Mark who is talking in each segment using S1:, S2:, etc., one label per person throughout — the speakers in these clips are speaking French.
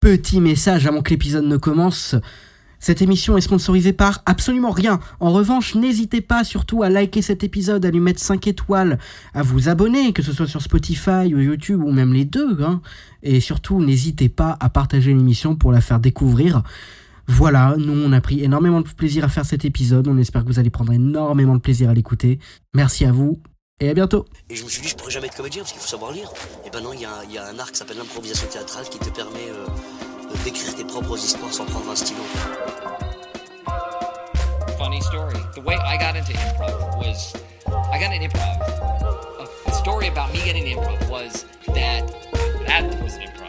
S1: petit message avant que l'épisode ne commence. Cette émission est sponsorisée par absolument rien. En revanche, n'hésitez pas surtout à liker cet épisode, à lui mettre 5 étoiles, à vous abonner, que ce soit sur Spotify ou YouTube ou même les deux. hein. Et surtout, n'hésitez pas à partager l'émission pour la faire découvrir. Voilà, nous on a pris énormément de plaisir à faire cet épisode, on espère que vous allez prendre énormément de plaisir à l'écouter. Merci à vous et à bientôt.
S2: Et je me suis dit, je pourrais jamais être comédien parce qu'il faut savoir lire. Et ben non, il y a, il y a un art qui s'appelle l'improvisation théâtrale qui te permet euh, de- d'écrire tes propres histoires sans prendre un stylo.
S3: funny story. The way I got into improv was I got an improv. A story about me getting into improv was that that was an improv.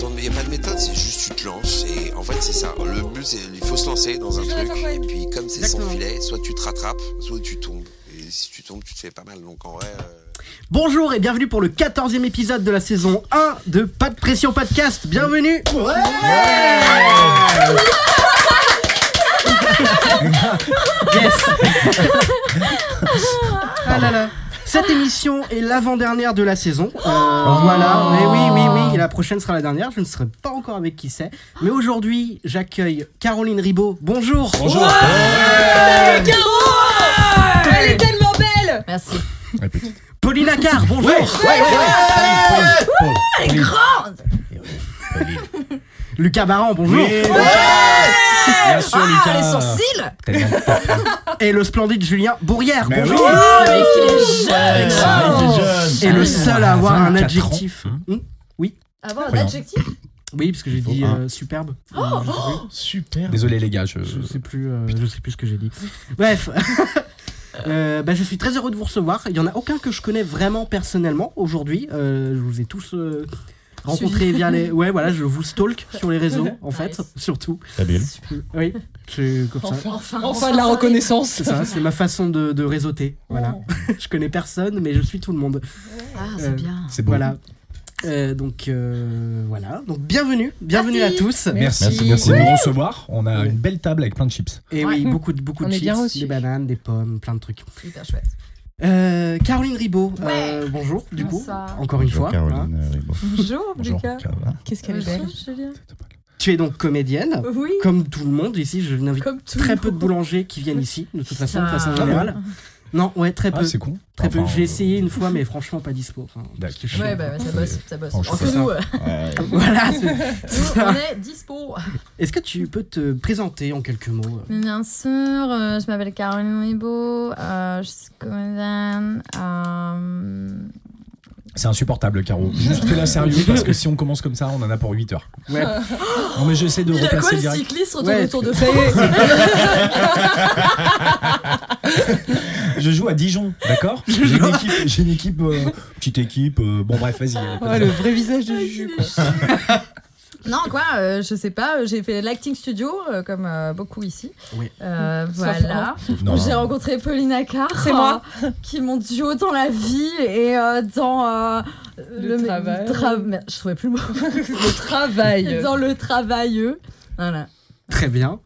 S4: Donc, Il n'y a pas de méthode, c'est juste tu te lances et en fait c'est ça. Le but c'est il faut se lancer dans un truc et puis comme c'est sans
S1: Exactement.
S4: filet, soit tu te rattrapes, soit tu tombes. Et si tu tombes, tu te fais pas mal. Donc en vrai, euh,
S1: Bonjour et bienvenue pour le 14e épisode de la saison 1 de Pas de pression podcast. Bienvenue. Yes. Ah là là. Cette émission est l'avant-dernière de la saison. Euh, Voilà, mais oui, oui, oui, et la prochaine sera la dernière. Je ne saurais pas encore avec qui c'est. Mais aujourd'hui, j'accueille Caroline Ribaud. Bonjour. Bonjour.
S5: Elle est tellement belle
S6: Merci.
S1: Paulina Carr, bonjour.
S6: Elle est grande
S1: Lucas Baran, bonjour.
S7: Bien sûr,
S6: Ah,
S7: Lucas.
S6: les sourcils
S1: Et le splendide Julien Bourrière,
S7: Ben
S1: bonjour.
S6: Oh, mais qu'il est jeune
S1: Et le seul à avoir un
S7: 24 Ah, ans. hein.
S1: adjectif. Hmm
S5: Avoir un adjectif
S1: Oui, parce que j'ai dit
S7: un.
S1: euh, superbe.
S6: Oh,
S1: Euh,
S7: Super. Désolé, les gars. Je...
S1: je sais plus, euh, je sais plus ce que j'ai dit. Bref. Euh, bah, je suis très heureux de vous recevoir. Il y en a aucun que je connais vraiment personnellement aujourd'hui. Euh, je vous ai tous euh, rencontrés via les. Ouais, voilà, je vous stalk sur les réseaux en fait,
S6: Nice.
S1: surtout. Oui, c'est comme ça.
S6: Enfin,
S5: Enfin de la reconnaissance
S1: C'est ça, c'est ma façon de, de réseauter. Voilà.
S5: Oh.
S1: je connais personne, mais je suis tout le monde.
S6: Ah,
S1: Euh,
S6: c'est bien.
S7: C'est beau.
S1: Voilà. Euh, donc euh, voilà. Donc bienvenue, bienvenue
S5: Merci.
S1: à tous.
S7: Merci, merci, de nous recevoir. On a
S1: Ouais.
S7: une belle table avec plein de chips.
S1: Et oui, beaucoup de beaucoup
S5: On
S1: de
S5: est bien
S1: chips,
S5: reçus.
S1: des bananes, des pommes, plein de trucs.
S6: Hyper chouette.
S1: Euh, Caroline Ribaud, euh, bonjour du coup,
S5: Bonsoir.
S1: encore une fois. hein.
S5: Bonjour,
S7: euh, Bonjour.
S5: Lucas Qu'est-ce qu'elle est belle Julien
S1: Tu es donc comédienne,
S5: Oui
S1: comme tout le monde ici. Je n'invite
S5: Comme tout
S1: très
S5: le
S1: peu de
S5: monde.
S1: boulangers qui viennent ici, de toute façon, de
S6: Putain.
S1: façon générale. Non, ouais, très peu.
S7: Ah, c'est con.
S1: très peu.
S7: Enfin,
S1: J'ai
S7: euh,
S1: essayé une fois, mais franchement pas dispo. Enfin, parce que je suis-
S6: Ouais, bah, ça bosse, ça bosse.
S7: Franchement,
S6: Entre
S7: c'est
S6: nous, euh,
S1: Voilà. c'est-
S6: nous, on est dispo.
S1: Est-ce que tu peux te présenter en quelques mots euh,
S8: Bien sûr, euh, je m'appelle Caroline Ribaud, euh, je suis comédienne. euh,
S7: C'est insupportable, Caro. Juste fais-la sérieux parce que si on commence comme ça, on en a pour 8 heures.
S1: Ouais.
S7: Non, mais j'essaie de
S6: Il a quoi
S7: replacer
S6: le
S7: direct.
S6: cycliste retourne
S1: Ouais,
S6: autour
S1: tu-
S6: de fait
S7: Je joue à Dijon, d'accord J'ai une équipe, j'ai une équipe, euh, petite équipe. euh, bon, bref, vas-y. euh,
S6: Ah,
S5: Ouais, le vrai visage de Juju.
S6: Non, quoi, euh, je sais pas, euh, j'ai fait l'acting studio, euh, comme euh, beaucoup ici.
S1: Oui.
S6: Euh,
S5: Sauf
S6: voilà.
S7: Non.
S6: J'ai rencontré Paulina Carr,
S5: C'est moi.
S6: euh, qui m'ont duo dans la vie et euh, dans euh,
S5: Le travail.
S6: tra- merde, je trouvais plus le mot.
S5: Le travail
S6: dans le travailleux. Voilà.
S1: Très bien.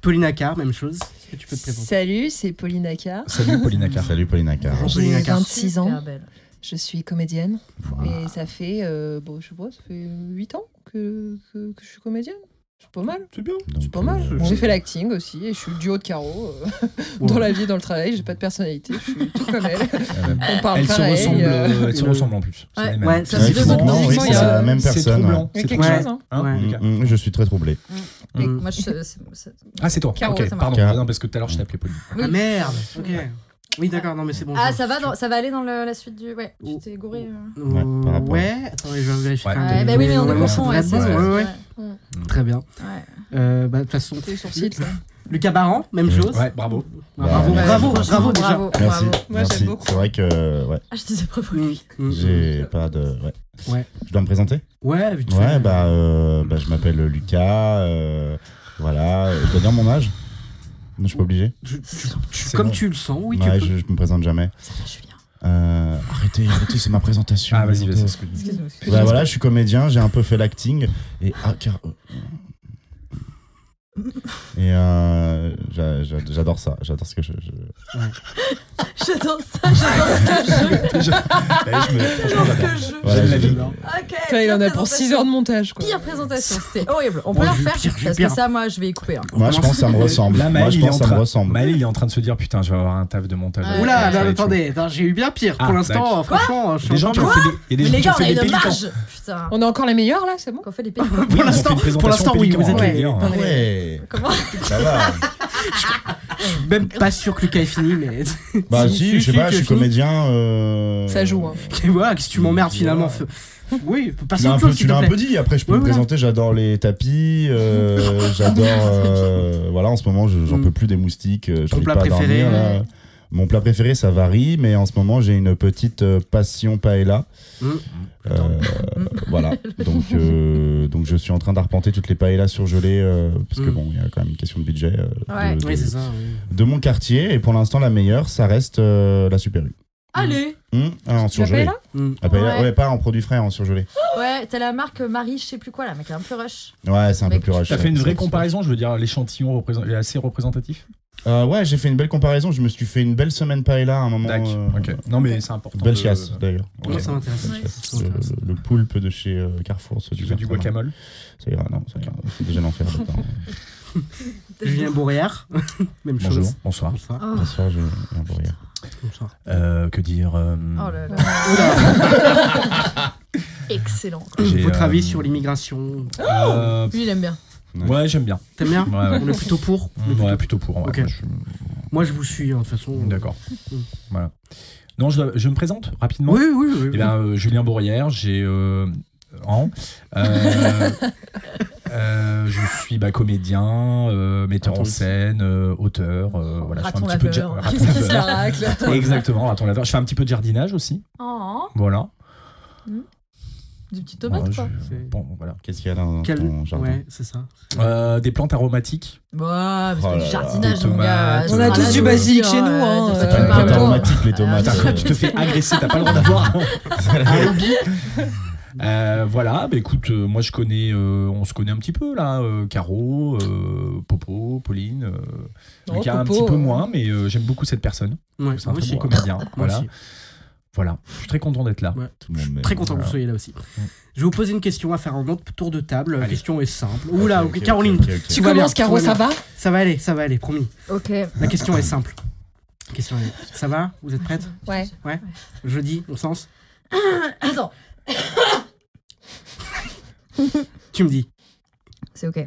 S1: Paulina Carr, même chose. Est-ce que tu peux te présenter
S5: Salut, c'est Pauline Carr.
S7: Salut, Paulina Carr.
S9: Salut Paulina Carr.
S5: J'ai
S1: Paulina Carr.
S5: 26 ans,
S6: Super belle.
S5: je suis comédienne et ça fait, euh, bon, je sais pas, ça fait 8 ans que, que, que je suis comédienne. C'est pas mal,
S7: C'est bien.
S5: c'est pas mal.
S9: euh,
S5: J'ai fait l'acting aussi et je suis le duo de Caro euh,
S1: Ouais.
S5: dans la vie et dans le travail. J'ai pas de personnalité, je suis tout comme elle. On parle
S7: Elles se
S5: pareil.
S7: ressemblent,
S5: euh,
S7: euh, elles se
S1: le-
S7: ressemblent en plus.
S6: Ouais.
S7: les mêmes.
S1: Ouais, ça, c'est
S7: C'est vrai
S1: deux
S7: que
S1: autres
S7: non,
S5: personnes,
S7: oui,
S5: il y a
S7: c'est-
S5: la
S9: même
S7: c'est
S9: personne,
S7: troublant.
S9: ouais.
S5: Il y a
S7: C'est
S5: quelque
S7: troublant.
S1: Ouais.
S5: chose, hein.
S7: Hein,
S1: Ouais.
S7: Lucas
S9: Mm, mm, je suis très troublé.
S6: Et
S1: Mm.
S6: Moi, je, c'est- c'est-
S7: Ah, c'est toi.
S5: Caro,
S7: ok,
S6: ça marche.
S7: pardon.
S9: Caro.
S7: Non, parce que tout à l'heure, je t'ai appelé Pauline.
S6: Oui.
S1: Ah merde. Ok. Oui, d'accord. Non, mais c'est bon.
S6: Ah,
S1: je-
S6: ça va, dans- ça va aller dans le- la suite du. Ouais,
S1: Oh.
S6: tu t'es gouré. euh.
S1: Euh,
S9: Ouais, par rapport.
S1: ouais, attendez, je vais vérifier.
S7: Ouais.
S1: quand même.
S6: Ouais, bah oui, mais on est
S1: Ah, Ouais,
S6: confond.
S1: ouais,
S6: Ouais, c'est
S1: ouais,
S6: ça.
S1: ouais, ouais. Très bien.
S6: Ouais.
S1: Euh, bah, De toute façon,
S5: Tes sourcils, là.
S1: Lucas Baran, même
S9: Ouais.
S1: chose.
S7: Ouais, bravo.
S1: Ah, Bravo,
S9: Ouais.
S1: bravo,
S9: Ouais.
S1: bravo déjà.
S6: Bravo, bravo.
S9: Merci.
S5: Moi, j'aime
S9: Merci.
S5: beaucoup.
S9: C'est vrai que euh, ouais,
S6: Ah, je disais bravo.
S1: Mm, mm.
S9: j'ai pas de. Ouais.
S1: Ouais.
S9: Je dois me présenter
S1: Ouais, vite
S9: Ouais,
S1: fait.
S9: bah, euh, bah, je m'appelle Lucas. euh, voilà. Je dois dire mon âge Non, je suis pas obligé.
S1: Tu- tu- tu-
S7: C'est
S1: Comme
S7: bon.
S1: tu le sens, oui, tu
S9: ouais,
S1: peux.
S9: je, je me présente jamais.
S6: Ça va, Julien.
S9: Euh, arrêtez, arrêtez, c'est ma présentation.
S7: Ah, vas-y, vas-y.
S9: Arrêtez.
S7: excuse-moi.
S6: Excuse-nous.
S9: Bah, voilà, je suis comédien, j'ai un peu fait l'acting. Et ah, car. euh, Et euh, j'a- j'a- j'adore ça, j'adore ce que je. je-
S6: J'adore ça, j'adore ce que je.
S9: Eh, je me-
S6: J'adore
S9: franchement,
S6: ce
S9: j'adore.
S6: que je.
S9: Voilà,
S7: J'aime la
S9: j'ai-
S7: vie.
S6: Ok.
S5: Enfin, il en a
S6: pire
S5: pour 6
S6: présentation.
S5: heures de montage, quoi.
S6: Pire présentation, c'était horrible. On peut
S1: Bon,
S6: la
S1: Oh, je vais
S6: refaire
S1: pire, je vais
S6: parce
S1: pire.
S6: que ça, moi, je vais y couper. hein.
S9: Moi, je pense que ça me ressemble.
S7: Là,
S9: Moi,
S7: Maël,
S9: je
S7: il est
S9: pense
S7: en
S9: que ça me
S7: train-
S9: ressemble.
S7: Maël, il est en train de se dire putain, je vais avoir un taf de montage.
S6: Ouais.
S1: Oula,
S7: Ça va
S1: non,
S7: être
S1: attendez, non, j'ai eu bien pire.
S7: Ah,
S1: Pour l'instant, franchement, je
S7: chaud.
S1: suis
S7: Des
S1: en
S7: gens qui ont
S1: train
S7: fait des- il y a des
S6: Mais
S7: gens
S6: les
S7: qui
S6: gars,
S7: ont
S6: on a
S7: fait des
S6: une
S7: pélicans.
S6: marge. Putain.
S5: On a encore les meilleurs, là, c'est bon
S6: Qu'on fait des pélicans.
S1: de- Pour
S7: Ils ont fait
S1: l'instant,
S7: une présentation
S1: pour l'instant, oui,
S7: pélican,
S1: vous êtes
S7: ouais.
S1: les gars.
S7: Ouais.
S9: Ouais,
S6: Comment
S9: ça va.
S1: même pas sûr que Lucas ait fini, mais.
S9: Bah
S1: Il
S9: si, je sais
S1: suffit
S9: pas,
S1: que
S9: je suis
S1: fini.
S9: comédien. euh,
S5: Ça joue, hein.
S1: Et voilà, que si tu m'emmerdes finalement.
S9: Voilà.
S1: f- Oui, passe
S9: Tu l'as un
S1: autre
S9: peu,
S1: chose,
S9: tu
S1: s'il
S9: l'as
S1: te
S9: un
S1: plaît.
S9: peu dit. Après, je peux
S1: Ouais,
S9: me
S1: voilà.
S9: présenter. J'adore les tapis. euh, j'adore. euh, voilà, en ce moment, je- j'en
S1: Mm.
S9: peux plus des moustiques. euh,
S1: Ton
S9: J'arrive
S1: plat
S9: pas à
S1: préféré,
S9: dormir. là.
S1: ouais.
S9: Mon plat préféré, ça varie, mais en ce moment, j'ai une petite euh, passion paella.
S1: Mm.
S9: Euh, voilà. Donc, euh, donc, je suis en train d'arpenter toutes les paellas surgelées euh, parce que
S1: Mm.
S9: bon, il y a quand même une question de budget euh,
S6: Ouais.
S9: de, de-
S1: Oui, c'est ça. oui.
S9: de mon quartier. Et pour l'instant, la meilleure, ça reste euh, la Super U.
S6: Allez
S9: Mm. Ah, en surgelé.
S5: là
S1: Mm.
S9: La paella,
S6: Ouais.
S9: ouais, pas en produit frais, en surgelé.
S6: Ouais, t'as la marque Marie, je sais plus quoi là, mec, un peu rush.
S9: Ouais, c'est un peu
S6: Mec,
S9: plus rush.
S7: T'as fait une
S9: ouais,
S7: vraie
S9: c'est-
S7: comparaison, je veux dire, l'échantillon représent- est assez représentatif.
S9: Euh, ouais, j'ai fait une belle comparaison. Je me suis fait une belle semaine paella à un moment.
S7: D'accord.
S9: euh,
S7: Non, mais c'est important.
S9: Belle
S7: de-
S9: chiasse, d'ailleurs.
S7: Ok.
S1: Non, ça m'intéresse.
S6: Ouais.
S9: Le, le- le poulpe de chez euh, Carrefour,
S7: Tu
S9: celui
S7: fais du guacamole.
S9: Ça ira, non, ça ira. C'est déjà l'enfer. dedans.
S1: Julien Bourrière, même
S7: Bonjour,
S1: chose.
S7: bonsoir.
S1: Bonsoir.
S6: Oh,
S9: Bien sûr, je viens pour rire.
S1: Bonsoir.
S7: Euh, que dire euh,
S6: oh là là. Excellent. quoi.
S7: j'ai,
S1: Hum, Votre
S7: euh,
S1: avis sur l'immigration
S7: euh,
S6: Lui, il aime bien.
S7: Ouais, j'aime bien.
S1: T'aimes bien
S7: Ouais, ouais.
S1: On est plutôt pour on est plutôt-
S7: Ouais, plutôt pour. ouais.
S1: Ok.
S7: Moi, je suis-
S1: Moi, je vous suis, hein, de toute façon.
S7: D'accord.
S1: Mm.
S7: Voilà. Non, je, je me présente rapidement.
S1: Oui, oui, oui.
S7: Eh bien, euh, Julien Bourrière, j'ai. Euh, an. Euh, euh, je suis bah, comédien, euh, metteur
S9: Attends,
S7: en
S9: oui.
S7: scène, euh, auteur. euh, voilà, je fais
S6: Raton
S7: un petit peu de ja-
S6: laveur.
S7: raton
S6: Qu'est-ce que c'est,
S7: laveur.
S6: la racle
S7: Exactement, raton laveur. Je fais un petit peu de jardinage aussi.
S6: Oh,
S7: Voilà.
S6: du petit tomate,
S7: Ouais,
S6: quoi.
S7: je-
S1: C'est-
S7: bon, voilà.
S9: Qu'est-ce qu'il y a dans
S1: Quel-
S9: ton jardin
S1: Ouais, c'est ça.
S7: Euh, des plantes aromatiques.
S6: Ouais, mais c'est
S9: Oh
S6: pas
S9: là
S6: du jardinage,
S7: là,
S6: mon gars. Ça
S7: des tomates,
S6: sera
S7: On a tous
S6: là,
S7: du
S6: je veux
S5: basique
S6: dire,
S5: chez nous,
S6: euh,
S5: hein,
S6: de ça
S5: euh,
S6: qu'il
S9: Ouais,
S6: parle,
S9: t'es
S6: toi.
S9: aromatique, les tomates.
S6: Alors,
S7: Putain, Ah, tu te fais agresser, t'as pas le droit d'avoir. un hobby. Euh, voilà, bah écoute, euh, moi je connais, euh, on se connaît un petit peu là, euh, Caro, euh, Popo, Pauline, euh,
S5: Oh,
S7: Lucas un
S5: Popo,
S7: petit peu
S5: euh.
S7: moins, mais euh, j'aime beaucoup cette personne.
S1: Ouais,
S7: C'est un
S1: moi
S7: très
S1: aussi.
S7: bon comédien.
S1: Moi
S7: voilà,
S1: aussi.
S7: voilà, je suis très content d'être là.
S1: Ouais.
S9: Tout le monde m'aime.
S1: Très content que vous soyez là aussi. Je vais vous poser une question à faire en autre tour de table. La
S7: Allez.
S1: question est simple.
S9: Ok,
S1: Oula,
S9: ok,
S1: ok,
S9: ok,
S1: Caroline,
S9: ok, ok.
S5: Tu
S1: vas
S5: commences,
S1: bien,
S5: Caro,
S1: tu vas
S5: ça va
S1: ça va aller, ça va aller, promis.
S6: Ok.
S1: La question est simple. La question est... Ça va Vous êtes prête
S5: Ouais.
S1: Jeudi, on sens
S6: Attends,
S1: Tu me dis,
S6: c'est ok.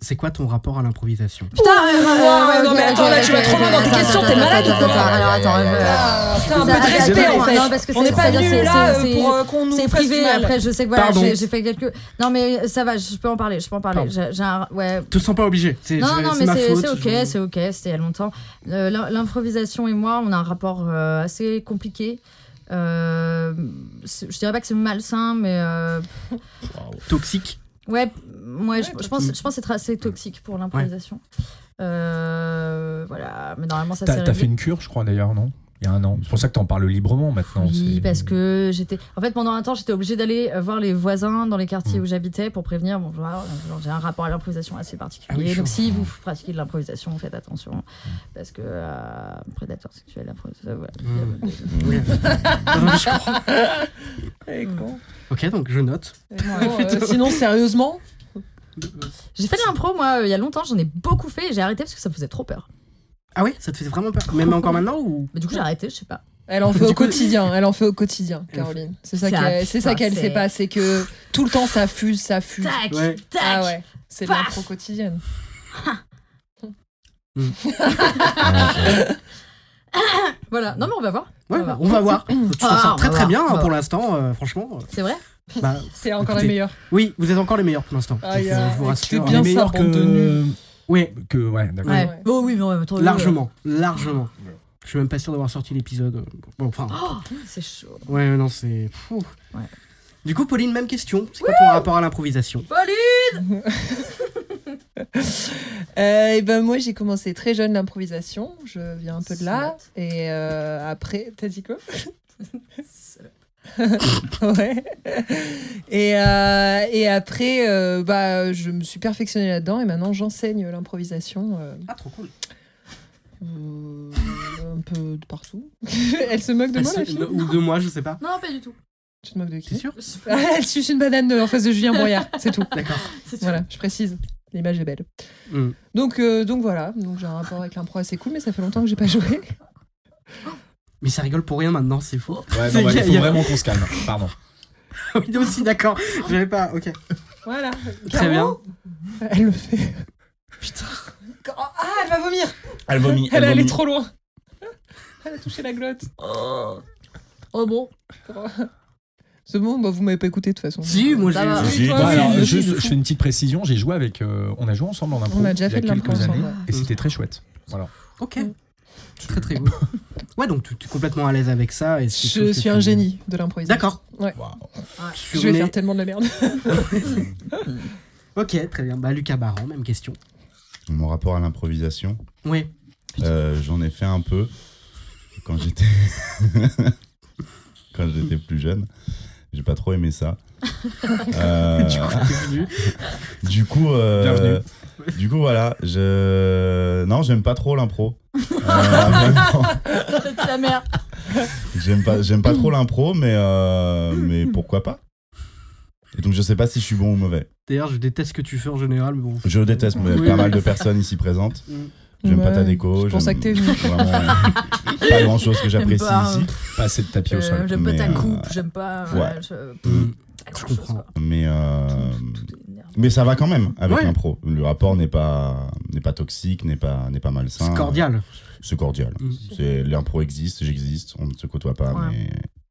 S1: c'est quoi ton rapport à l'improvisation
S6: Putain,
S5: euh, ouais, non, mais attends, là, tu vas trop loin dans tes questions, t'es malade ou quoi
S6: Alors, attends, euh,
S5: Ah, T'as un
S6: vous
S5: peu de
S6: arrêtez,
S5: respect,
S6: non,
S5: en fait.
S6: non, parce que
S5: On
S6: c'est-
S5: n'est pas
S6: c'est-à-dire,
S5: venus
S6: c'est-
S5: là
S6: c'est-
S5: euh, pour euh, qu'on nous
S6: C'est
S5: fasse du
S6: privé,
S5: mal.
S6: après je sais que voilà,
S1: Pardon.
S6: j'ai j'ai fait quelques... Non mais euh, ça va, je peux en parler, je peux en parler.
S1: Pardon.
S6: J'ai j'ai un... Ouais,
S1: Te sens pas obligé. C'est
S6: Non,
S1: je-
S6: non,
S1: c'est
S6: mais
S1: ma
S6: c'est
S1: faute,
S6: c'est ok,
S1: je-
S6: c'est ok, c'était il y a longtemps. Euh, l'im- L'improvisation et moi, on a un rapport euh, assez compliqué. Euh, c'est- je dirais pas que c'est malsain, mais euh,
S1: Toxique.
S6: ouais, ouais, je, je pense, je pense que c'est tra- c'est toxique pour l'improvisation. Euh, voilà, mais normalement ça s'est
S7: T'as t'as
S6: réglé.
S7: fait une cure, je crois d'ailleurs, non Il y a un an. C'est pour ça que t'en parles librement maintenant.
S6: Oui,
S7: c'est-
S6: parce que j'étais. En fait, pendant un temps, j'étais obligée d'aller euh, voir les voisins dans les quartiers où j'habitais pour prévenir. Bon, voilà, genre, j'ai un rapport à l'improvisation assez particulier.
S1: Ah oui, chaud.
S6: Donc, si vous pratiquez de l'improvisation, faites attention. Parce que euh, prédateur sexuel, euh, improvisateur, voilà.
S1: Oui.
S5: Ouais, con.
S1: ok, donc je note.
S5: Bon, euh, Sinon, sérieusement,
S6: J'ai fait de l'impro, moi, euh, il y a longtemps. J'en ai beaucoup fait et j'ai arrêté parce que ça me faisait trop peur.
S1: Ah oui, ça te fait vraiment peur. Même encore maintenant ou
S6: Mais du coup, j'ai arrêté, je sais pas.
S5: elle en fait
S1: Du
S5: au
S1: coup-
S5: quotidien. Elle en fait au quotidien, Caroline. C'est ça
S6: Ça,
S5: qu'elle, c'est ça
S6: putain,
S5: qu'elle
S6: c'est-
S5: sait pas, c'est que tout le temps ça fuse, ça fuse.
S6: Tac,
S1: Ouais.
S6: tac.
S5: Ah ouais. C'est de
S6: Paf.
S5: l'impro quotidienne.
S6: Voilà. Non, mais on va voir.
S1: Ouais,
S6: On va voir.
S1: on va voir. tu t'en
S6: Ah,
S1: sors
S6: on
S1: très
S6: va
S1: très
S6: voir,
S1: bien
S6: on
S1: hein,
S6: va
S1: pour l'instant, euh, franchement.
S6: C'est vrai
S1: euh, Bah,
S5: C'est encore
S1: Écoutez,
S5: la meilleure.
S1: oui, vous êtes encore les meilleurs pour l'instant.
S5: Aïe,
S1: Je vous- je
S5: aïe,
S1: vous rassure. hein.
S5: écoutez bien
S7: On est
S5: ça,
S7: meilleur
S5: bande de
S7: que.
S1: Oui,
S7: Que, ouais, d'accord.
S5: Ouais.
S6: Oh oui, mais on va
S5: euh.
S6: trouver.
S1: largement, largement. Je suis même pas sûr d'avoir sorti l'épisode. euh, Bon, enfin,
S6: Oh, C'est chaud.
S1: ouais, non, c'est. fou.
S6: Ouais.
S1: Du coup, Pauline, même question. C'est quoi ton rapport à l'improvisation
S6: Pauline
S5: Euh, et ben moi j'ai commencé très jeune l'improvisation, je viens un peu de là et euh, après t'as dit quoi ouais. Et, euh, et après, euh, bah, je me suis perfectionnée là-dedans et maintenant j'enseigne l'improvisation. euh,
S1: Ah, trop cool.
S5: euh, un peu de partout. Elle se moque de
S1: Ah,
S5: moi,
S1: c'est-
S5: la fille
S1: Ou de moi, je sais pas.
S6: Non, pas du tout.
S5: Tu te moques de
S1: C'est
S5: qui Ah,
S1: sûr
S5: Elle suce une banane de- en face de Julien Broyard, c'est tout.
S1: D'accord.
S6: C'est tout.
S5: Voilà, je précise. L'image est belle.
S1: Hmm.
S5: Donc, euh, donc voilà, donc j'ai un rapport avec l'impro assez cool, mais ça fait longtemps que j'ai pas joué.
S1: Mais ça rigole pour rien maintenant, c'est fou.
S7: Ouais,
S1: Ça
S7: non,
S1: y
S7: bah,
S1: est,
S7: il
S1: y
S7: faut
S1: a-
S7: vraiment qu'on se calme. Pardon.
S1: oui, aussi, d'accord. J'avais pas, ok.
S5: Voilà.
S1: Très bien.
S5: Elle le fait. Putain. Ah, elle va vomir.
S9: Elle vomit.
S5: Elle est allée
S9: vomit.
S5: trop loin. Elle a touché la glotte.
S6: Oh bon
S5: C'est bon, bah vous m'avez pas écouté de toute façon.
S1: Si, moi
S6: Ça va.
S1: j'ai.
S9: Si,
S5: toi,
S7: Bon,
S5: oui,
S7: alors,
S5: le
S7: juste,
S5: film, le
S7: je
S5: fou.
S7: fais une petite précision. J'ai joué avec. euh, on a joué ensemble en impro.
S5: On a déjà
S7: il y
S5: fait
S7: a
S5: de
S7: quelques
S5: l'impro ensemble.
S7: années.
S5: ouais.
S7: Et c'était très chouette. Voilà.
S1: Ok. Très très cool. Ouais, donc tu tu es complètement à l'aise avec ça. Et c'est quelque
S5: Je
S1: chose que
S5: suis un
S1: tu-
S5: génie de l'improvisation.
S1: D'accord.
S5: Je
S1: Sur
S5: vais
S1: une-
S5: faire tellement de la merde.
S1: Ok, très bien. Bah, Lucas Baran, même question.
S9: Mon rapport à l'improvisation,
S1: Oui.
S9: euh, j'en ai fait un peu quand j'étais quand j'étais plus jeune. J'ai pas trop aimé ça. Euh,
S1: Du coup, t'es venu.
S9: Du coup, euh,
S7: Bienvenue.
S9: Du coup, voilà. Je non, j'aime pas trop l'impro. Euh, vraiment,
S6: C'est la merde.
S9: j'aime pas, j'aime pas trop l'impro, mais euh, mais pourquoi pas Et donc, je sais pas si je suis bon ou mauvais.
S1: D'ailleurs, je déteste ce que tu fais en général, mais bon.
S9: Je déteste mais
S1: Oui.
S9: pas mal de personnes ici présentes.
S1: Mm.
S9: J'aime pas
S5: Ouais,
S9: ta déco.
S5: c'est pour
S9: j'aime
S5: ça que t'es venu.
S9: vraiment, euh, pas grand chose que j'apprécie
S6: pas,
S9: ici.
S7: Pas assez de tapis au
S6: Euh,
S7: sol.
S6: J'aime pas
S9: Mais,
S6: ta
S9: euh,
S6: coupe, j'aime pas. voilà, je-
S9: Mm.
S6: pas
S1: Je
S6: grand-chose,
S1: comprends.
S6: quoi.
S9: Mais euh,
S6: Tout- tout est énervant.
S9: mais ça va quand même avec
S1: Ouais.
S9: l'impro. Le rapport n'est pas n'est pas toxique, n'est pas n'est pas malsain.
S1: C'est cordial.
S9: C'est cordial.
S1: Mm.
S9: C'est l'impro existe, j'existe. On ne se côtoie pas,
S6: Ouais.
S9: mais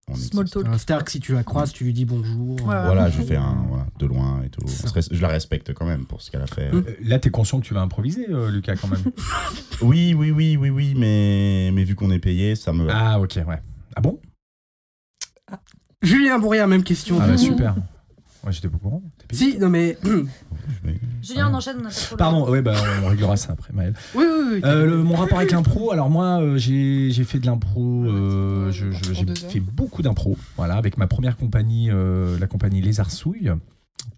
S9: on existe.
S6: Small talk.
S1: Un star Euh, que si tu la croises, tu lui dis bonjour.
S6: Voilà.
S9: Voilà, je fais un voilà, de loin et tout. On
S1: Ça. Mm.
S9: se res- je la respecte quand même pour ce qu'elle a fait.
S7: Euh, Là, t'es conscient que tu vas improviser, euh, Lucas, quand même.
S9: Oui, oui, oui, oui, oui, mais, mais vu qu'on est payé, ça me va.
S7: ah, ok, ouais. Ah bon
S1: Julien Bourrier, même question. Mm.
S7: Ah, bah, super. Ouais, j'étais pas au courant. T'es payé
S1: Si, non mais. oui,
S10: Julien, on enchaîne, on a pas trop le-
S7: Pardon, ouais, bah, on réglera ça après, Maël.
S1: oui, oui.
S7: Euh, le- mon rapport avec l'impro, alors moi euh, j'ai j'ai fait de l'impro, euh, je- je-
S5: Pour
S7: j'ai
S5: deux heures.
S7: fait beaucoup d'impro, voilà, avec ma première compagnie, euh, la compagnie Les Arsouilles,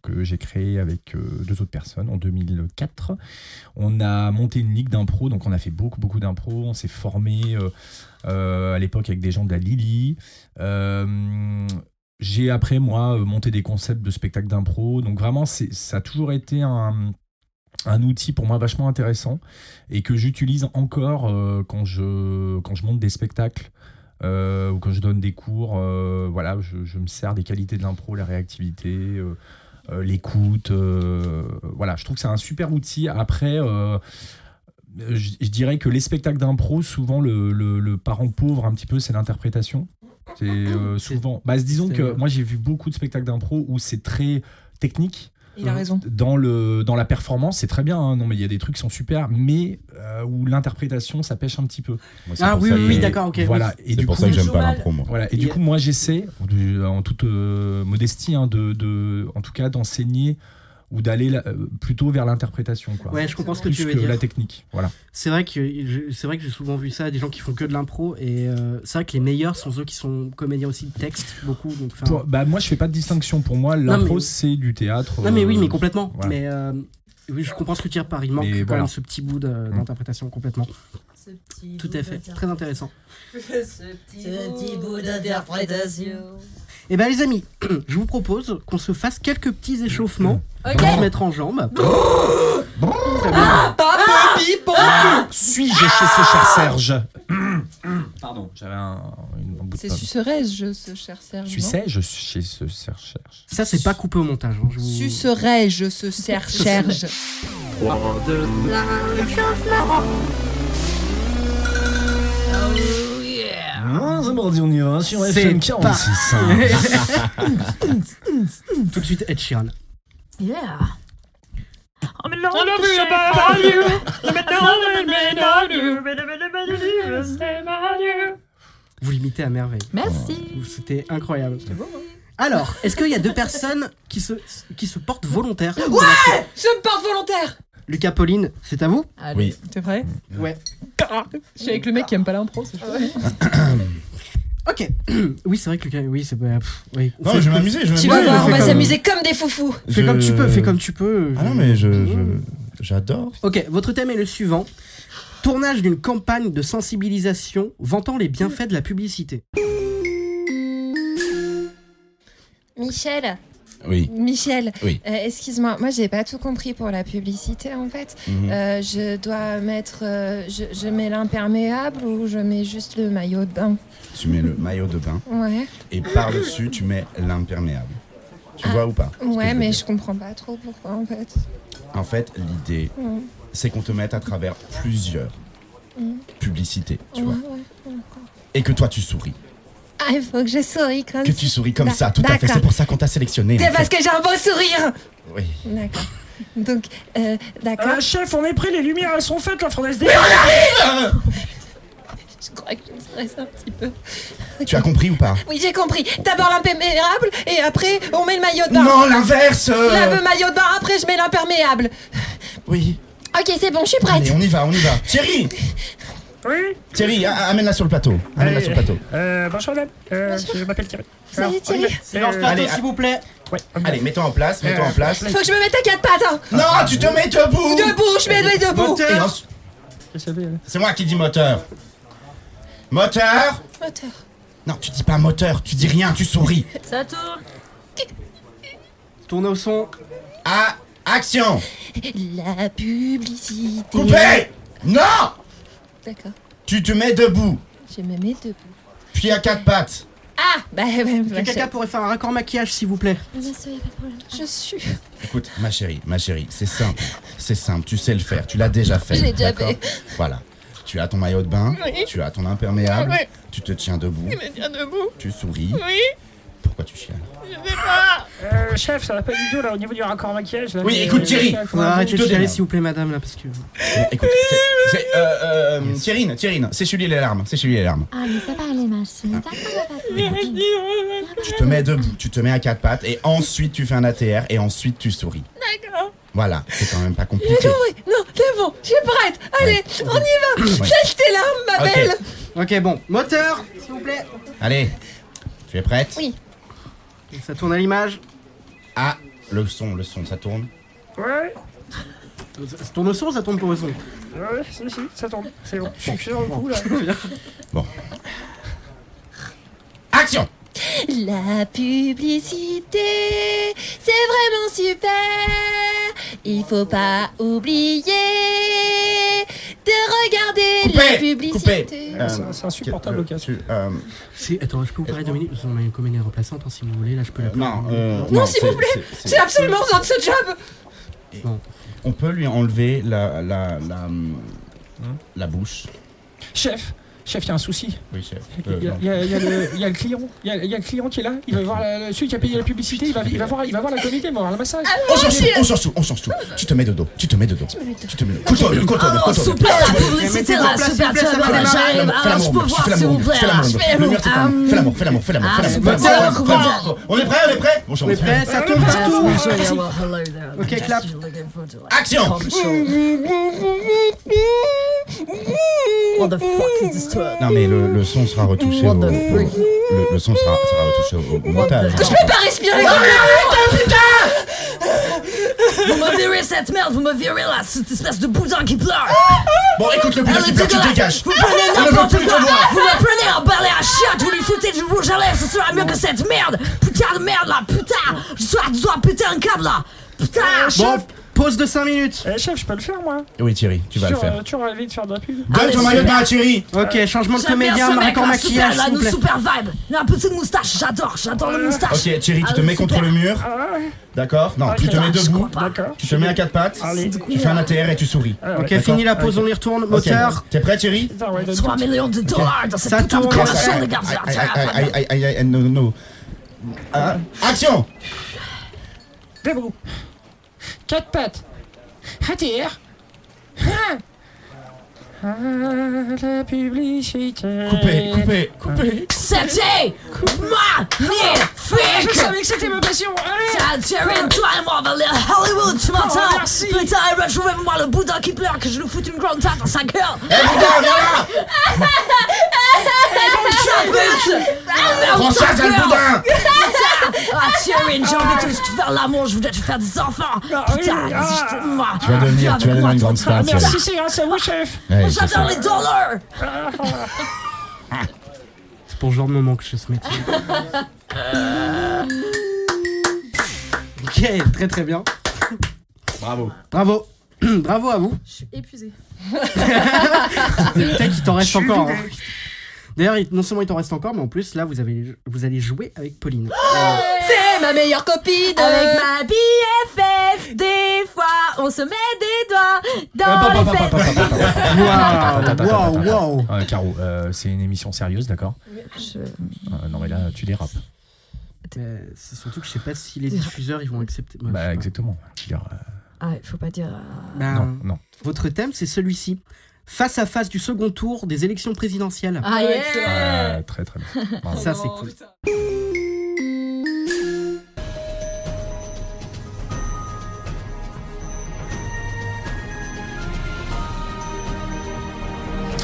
S7: que j'ai créée avec euh, deux autres personnes en 2004. On a monté une ligue d'impro, donc on a fait beaucoup beaucoup d'impro, on s'est formé euh, euh, à l'époque avec des gens de la Lily. Euh, j'ai après moi euh, monté des concepts de spectacles d'impro, donc vraiment c'est- ça a toujours été un un outil pour moi vachement intéressant et que j'utilise encore euh, quand, je, quand je monte des spectacles euh, ou quand je donne des cours. euh, voilà, je, je me sers des qualités de l'impro, la réactivité, euh, euh, l'écoute. euh, voilà, je trouve que c'est un super outil. Après, euh, je, je dirais que les spectacles d'impro, souvent le, le- le parent pauvre un petit peu, c'est l'interprétation. C'est euh, souvent. Bah, disons
S1: c'est-
S7: que moi j'ai vu beaucoup de spectacles d'impro où c'est très technique
S5: Il a raison.
S7: dans, le, dans la performance, c'est très bien. hein. Non, mais il y a des trucs qui sont super, mais euh, où l'interprétation, ça pêche un petit peu.
S9: Moi, c'est
S1: Ah
S9: pour
S1: oui,
S9: ça
S1: oui,
S9: que-
S1: oui, d'accord, ok.
S7: voilà. Et
S9: C'est
S7: du
S9: pour
S7: coup,
S9: ça que
S6: le
S9: j'aime pas
S6: journal-
S9: l'impro, moi.
S7: voilà. Et du
S1: Yeah.
S7: coup, moi, j'essaie, de- en toute euh, modestie, hein, de, de- en tout cas, d'enseigner ou d'aller la- euh, plutôt vers l'interprétation, quoi.
S1: Ouais, je comprends ce que
S7: plus
S1: tu veux dire.
S7: la technique. Voilà.
S1: C'est vrai que je- c'est vrai que j'ai souvent vu ça, des gens qui font que de l'impro et euh, c'est vrai que les meilleurs sont ceux qui sont comédiens aussi de texte beaucoup. Donc, enfin,
S7: Pour- bah, moi, je fais pas de distinction. Pour moi, l'impro,
S1: Ah. mais-
S7: c'est du théâtre.
S1: Non mais oui,
S7: euh,
S1: mais complètement.
S7: voilà.
S1: Mais euh, oui, je comprends ce que tu dis par il manque
S7: Mais
S1: quand
S7: voilà. Mmh.
S1: même ce petit bout de- d'interprétation complètement.
S10: Ce petit
S1: Tout
S10: bout
S1: à fait,
S10: d'inter-
S1: très intéressant.
S10: Ce petit bout d'interprétation.
S1: Et ben les amis, je vous propose qu'on se fasse quelques
S7: Mmh.
S1: petits échauffements
S6: Ok.
S1: pour se mettre en jambes.
S10: Mmh.
S1: Très bien.
S7: Ah, Suis-je chez ce cher Serge Pardon, j'avais un, une un bout de
S5: C'est
S7: pomme.
S5: sucerais-je, ce cher Serge non
S7: Suis-je chez ce cher Serge
S1: Ça c'est pas coupé au montage. hein, je vous-
S5: Sucerais-je, ce cher Serge
S6: Oh yeah.
S7: Ah, c'est mardi, on y va sur
S1: C'est
S7: FM 46.
S1: Tout de suite Ed Sheeran.
S6: Yeah. I'm in
S11: I love you,
S1: Vous l'imitez à merveille.
S6: Merci.
S1: C'était incroyable.
S9: hein.
S1: Alors, est-ce qu'il y a deux personnes qui se, qui se portent volontaires
S5: Je me porte volontaire
S1: Lucas, Pauline, c'est à vous
S6: Allez.
S5: T'es prêt
S1: Ouais.
S5: Je suis avec le mec qui aime pas l'impro, c'est chaud.
S1: Ok. oui, c'est vrai que le... oui, c'est pas. pff, oui.
S9: Non,
S1: Fais-
S9: mais je vais m'amuser, je vais
S12: Tu
S9: m'amuser.
S12: vas
S1: Oui,
S12: voir, on
S1: mais
S12: va
S1: c'est comme-
S12: s'amuser comme des foufous.
S1: Fais
S9: Je-
S1: comme tu peux, fais comme tu peux. Mm.
S9: Ah non, mais je. je- J'adore.
S1: Ok, votre thème est le suivant. Tournage d'une campagne de sensibilisation vantant les bienfaits de la publicité.
S5: Michel,
S13: Oui.
S5: Michel,
S13: Oui.
S5: euh, excuse-moi, moi j'ai pas tout compris pour la publicité en fait.
S9: Mhm.
S5: Euh, je dois mettre, euh, je, je mets l'imperméable ou je mets juste le maillot de bain
S9: Tu mets le maillot de bain
S5: Ouais,
S9: et par-dessus, tu mets l'imperméable.
S12: Ah.
S9: Tu vois ou pas ce que je
S5: ouais,
S9: veux
S5: mais
S9: dire
S5: je comprends pas trop pourquoi en fait.
S9: En fait, l'idée,
S5: Mm.
S9: c'est qu'on te mette à travers plusieurs
S12: Mm.
S9: publicités, tu
S5: Ouais,
S9: vois.
S5: ouais.
S9: Et que toi, tu souris.
S5: Ah, il faut que je souris comme
S9: Que
S5: ça.
S9: tu souris comme
S5: D'a-
S9: ça, tout à fait.
S5: d'accord.
S9: C'est pour ça qu'on t'a sélectionné. en
S5: C'est parce
S9: fait.
S5: que j'ai un beau sourire.
S9: Oui.
S5: D'accord. Donc, euh, d'accord.
S1: chef, on est prêt, les lumières elles sont faites, la fournaise des.
S5: Je crois que je me stresse un petit peu.
S9: Tu as compris ou pas
S5: Oui, j'ai compris. D'abord l'imperméable et après on met le maillot de bain.
S9: Non, l'inverse euh,
S5: Là, le maillot de bain, après je mets l'imperméable.
S9: Oui.
S5: Ok, c'est bon, je suis prête.
S9: Allez, on y va, on y va. Thierry
S7: Oui,
S9: Thierry, a- a- amène-la sur le plateau. Amène-la
S7: Allez.
S9: sur le plateau.
S7: euh, bonjour madame, Euh,
S5: Bonjour.
S7: je m'appelle Thierry.
S5: Salut,
S7: Alors,
S5: Thierry.
S7: on y va.
S1: Silence
S7: Euh,
S1: plateau,
S9: allez,
S1: s'il vous plaît.
S7: ouais, on y va.
S9: Allez, mets-toi en place, mets-toi en place.
S5: Faut que je me mette à quatre pattes. hein.
S9: Non, tu te mets debout
S5: Debout, je mets les debout.
S9: Et ensuite-
S7: Vous savez, euh,
S9: C'est moi qui dis moteur. Moteur
S5: Moteur.
S9: Non, tu dis pas moteur, tu dis rien, tu souris.
S6: Ça tourne.
S1: Tournez au son.
S9: Ah, action
S5: La publicité.
S9: Coupé Non
S5: D'accord,
S9: Tu te mets debout,
S5: je me mets debout.
S9: puis à quatre pattes.
S5: Ah, bah, bah, bah,
S1: Quelqu'un pourrait faire un raccord maquillage, s'il vous plaît.
S5: je, je suis.
S9: Écoute, ma chérie, ma chérie, c'est simple, c'est simple, tu sais le faire, tu l'as déjà fait.
S5: Je l'ai déjà
S9: d'accord
S5: fait.
S9: Voilà. Tu as ton maillot de bain,
S5: Oui.
S9: tu as ton imperméable,
S5: Oui.
S9: tu te tiens debout,
S5: Je me tiens debout.
S9: tu souris.
S5: Oui,
S9: Pourquoi tu chiales
S5: je sais pas.
S7: euh, chef, ça va pas du tout là au niveau du raccord maquillage. Là,
S9: Oui,
S7: mais,
S9: écoute,
S7: euh,
S9: Thierry.
S7: chef,
S1: Faut
S7: euh,
S1: arrêter de
S9: Donnez-la.
S1: chialer, s'il vous plaît, madame, là, parce que.
S9: Bon, Écoute, c'est. c'est, euh, euh, Thierrine, Thierrine, c'est chez lui les larmes, c'est chez lui les larmes.
S5: Ah, mais ça va aller, ma chérie. Ah,
S9: Tu te mets debout, tu te mets à quatre pattes et ensuite tu fais un ATR et ensuite tu souris.
S5: D'accord.
S9: Voilà, c'est quand même pas
S5: J'ai
S9: compliqué.
S5: compris. Non, c'est bon, je suis prête. Allez, on y va.
S9: Ouais.
S5: Lâche tes larmes, ma
S9: Ok.
S5: belle.
S1: Ok, bon. Moteur, s'il vous plaît.
S9: Allez, tu es prête
S5: Oui.
S1: Ça tourne à l'image.
S9: Ah, le son, le son, ça tourne.
S7: Ouais,
S1: Ça tourne au son, ça tourne pas au son.
S7: ouais, si, si, ça tombe. C'est bon, je suis sur le coup là.
S9: Action
S5: La publicité, c'est vraiment super. Il faut pas oublier de regarder la
S9: Coupé Ah
S5: publicité.
S9: Coupé
S7: C'est- c'est insupportable,
S9: le
S7: le cas.
S9: Tu, euh,
S1: Si, attends, je peux vous parler, Dominique Parce qu'on a une comédienne remplaçante, hein, si vous voulez. Là, je peux la
S9: non, euh,
S5: s'il vous
S9: c'est-
S5: plaît,
S9: c'est-
S5: J'ai
S9: c'est-
S5: absolument besoin de ce job.
S9: On peut lui enlever la. la. la.
S7: Hmm.
S9: la bouche.
S7: Chef, chef, il y a un souci.
S9: Oui, euh, chef.
S7: Il y, a- il y a- il y a le- il y a le client, il y a, il y a le client qui est là. Il va voir la- celui qui a payé la publicité. Il va, il va voir, il va voir la comédie, il va voir le massage.
S9: on change tout, on change tout, on change tout. Tu te mets de dos, tu te mets de dos. Tu te mets de dos.
S6: Oh,
S9: Couteau, le couteau, le couteau. le-
S6: Super la
S1: mettez-vous
S6: publicité
S1: en
S6: là,
S1: place, s'il
S6: super
S1: vous plaît, ça
S6: job,
S1: fait
S6: là,
S1: démarrer.
S6: j'arrive.
S9: Fais
S6: Alors je peux
S9: l'amour,
S6: voir
S9: fais
S6: s'il vous
S9: l'amour,
S6: plaît
S9: fais
S6: là.
S9: l'amour,
S6: Je fais
S9: le mur,
S6: l'amour.
S9: c'est toi. Fais l'amour, fais l'amour, fais l'amour,
S6: Ah,
S9: fais
S6: c'est
S9: l'amour.
S6: bon,
S9: fais
S6: c'est
S9: l'amour,
S6: bon,
S9: fais l'amour. On est prêt, on est prêt On chante,
S1: On est prêt, ça tourne partout. Ok, clap.
S6: Oh,
S9: Action
S6: Hum. What the fuck is this truck?
S9: Non mais le, le son sera retouché
S6: What
S9: au,
S6: the
S9: au-
S6: freak?
S9: le, le son sera, sera retouché au, au montage.
S6: the-
S5: Je peux pas respirer.
S9: Ah,
S6: Vous me virez cette merde, vous me virez là, cette espèce de boudin qui pleure.
S9: Bon
S6: Ah,
S9: écoute le boulot
S6: Elle
S9: qui
S6: est
S9: pleure, Ah, tu te
S6: dégueulasse.
S9: dégages
S6: Vous prenez
S9: On ne
S6: n'importe
S9: veut plus te
S6: quoi.
S9: voir
S6: Vous me prenez un balai à chiottes, vous lui foutez du rouge à lèvres, ce sera mieux que cette merde. Putain de merde là, putain. Je dois, je dois péter un câble là. Putain.
S1: Bon, pause de 5 minutes.
S7: Eh, chef, je peux le faire moi.
S9: Oui Thierry, tu vas le
S7: Toujours,
S9: faire.
S7: euh, Toujours rêvé de faire de la pub.
S9: Donne ton maillot de bain à Thierry
S1: Ok, changement de
S6: J'aime bien
S1: comédien,
S6: ce mec,
S1: raccord
S6: là,
S1: maquillage,
S6: super, là,
S1: s'il vous
S6: nous
S1: plaît.
S6: super vibe. Il a un petit moustache, j'adore, j'adore le moustache.
S9: Ok Thierry, tu te
S6: Ah,
S9: mets contre
S6: super.
S9: le mur,
S7: Ah ouais,
S9: d'accord Non, tu te
S6: Putain,
S9: mets
S6: je
S9: debout,
S6: crois pas. Euh,
S7: d'accord.
S9: tu te mets à quatre pattes,
S7: Allez.
S9: tu fais un ATR et tu souris.
S7: Ah ouais.
S1: Ok, fini la pause, on y retourne. Moteur.
S9: Ok, T'es prêt Thierry
S7: Putain, ouais, donne-
S6: 3 millions de dollars dans
S1: Ça
S6: cette putain de
S1: tourne.
S6: conversation, les gars.
S9: Aïe, aïe, aïe, aïe, aïe, aïe, no, no. Ah, Action
S7: Debout. Quatre pattes. ATR.
S6: Hein?
S7: Ah. Ah, la publicité.
S9: Coupé, coupé
S7: Coupé.
S6: C'était
S7: Je
S6: magnifique
S7: savais que c'était ma passion. Allez.
S6: Tiens, Thierry, toi et moi, on va aller à Hollywood, tu m'entends
S7: Oh, merci.
S6: Putain, et
S14: ben,
S6: retrouvez-moi le boudin qui pleure que je lui foute une grande tarte dans sa gueule
S9: Eh, les gars, voilà
S7: Donc, eh,
S15: Françoise Alboudin
S14: Ah, Thierry, j'ai envie de te faire l'amour, je voulais te faire des enfants
S7: Ah,
S14: Putain, vas-y, je te- moi
S9: Tu vas devenir-
S14: viens
S9: tu
S14: avec
S9: vas devenir
S14: moi,
S9: une
S14: toi,
S9: grande star,
S14: toi,
S9: Thierry.
S14: Merci, c'est grâce à vous, chef
S6: Oh,
S9: Ouais, c'est
S14: J'adore
S9: ça.
S14: les dollars
S1: C'est pour ce genre de moment que je fais ce métier. ok, très très bien.
S7: Bravo.
S1: Bravo. Bravo à vous.
S6: Je suis épuisée.
S1: Peut-être qu'il t'en reste
S6: Je suis
S1: encore. hein.
S6: vide.
S1: D'ailleurs, il- non seulement il t'en reste encore, mais en plus, là, vous, avez, vous allez jouer avec Pauline.
S6: C'est ma meilleure copine
S7: Euh.
S6: Avec ma BFF, des fois, on se met des doigts
S7: Ah, Euh,
S6: dans les fesses
S1: Waouh, waouh,
S7: waouh. Caro, euh, c'est une émission sérieuse, d'accord Euh, Non, mais là, tu dérapes.
S1: Mais Euh, c'est surtout que je sais pas si les diffuseurs ils vont accepter. Bah,
S7: Bah, exactement. Je veux dire, euh,
S6: Ah, il faut pas dire... euh,
S1: Ah.
S7: Non, non.
S1: Votre thème, c'est celui-ci. Face à face du second tour des élections présidentielles.
S6: Ah, yeah.
S7: Ouais, Euh, très très bien. Bravo.
S1: Ça, c'est cool.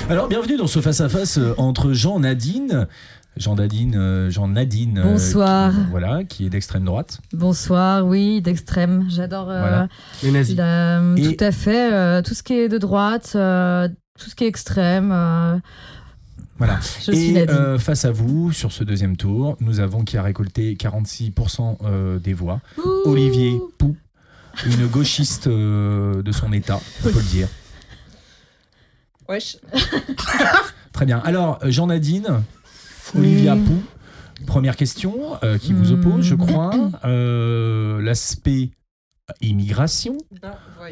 S7: Alors, bienvenue dans ce face-à-face euh, entre Jean Nadine. Jean Nadine, euh, Jean Nadine. euh,
S6: Bonsoir.
S7: qui- voilà, qui est d'extrême droite.
S6: Bonsoir, oui, d'extrême. J'adore euh,
S7: Voilà. Les nazis.
S6: la-
S7: Et-
S6: tout à fait. euh, tout ce qui est de droite, euh, tout ce qui est extrême. euh,
S7: Voilà.
S6: Je
S7: Et
S6: suis Nadine.
S7: euh, face à vous, sur ce deuxième tour, nous avons qui a récolté 46% euh, des voix. Olivier Pou, une gauchiste euh, de son état, on peut le dire.
S5: Wesh.
S7: Très bien. Alors, euh, Jean Nadine, Olivia Pou, première question euh, qui vous oppose,
S6: Mm.
S7: je crois. Euh, L'aspect immigration.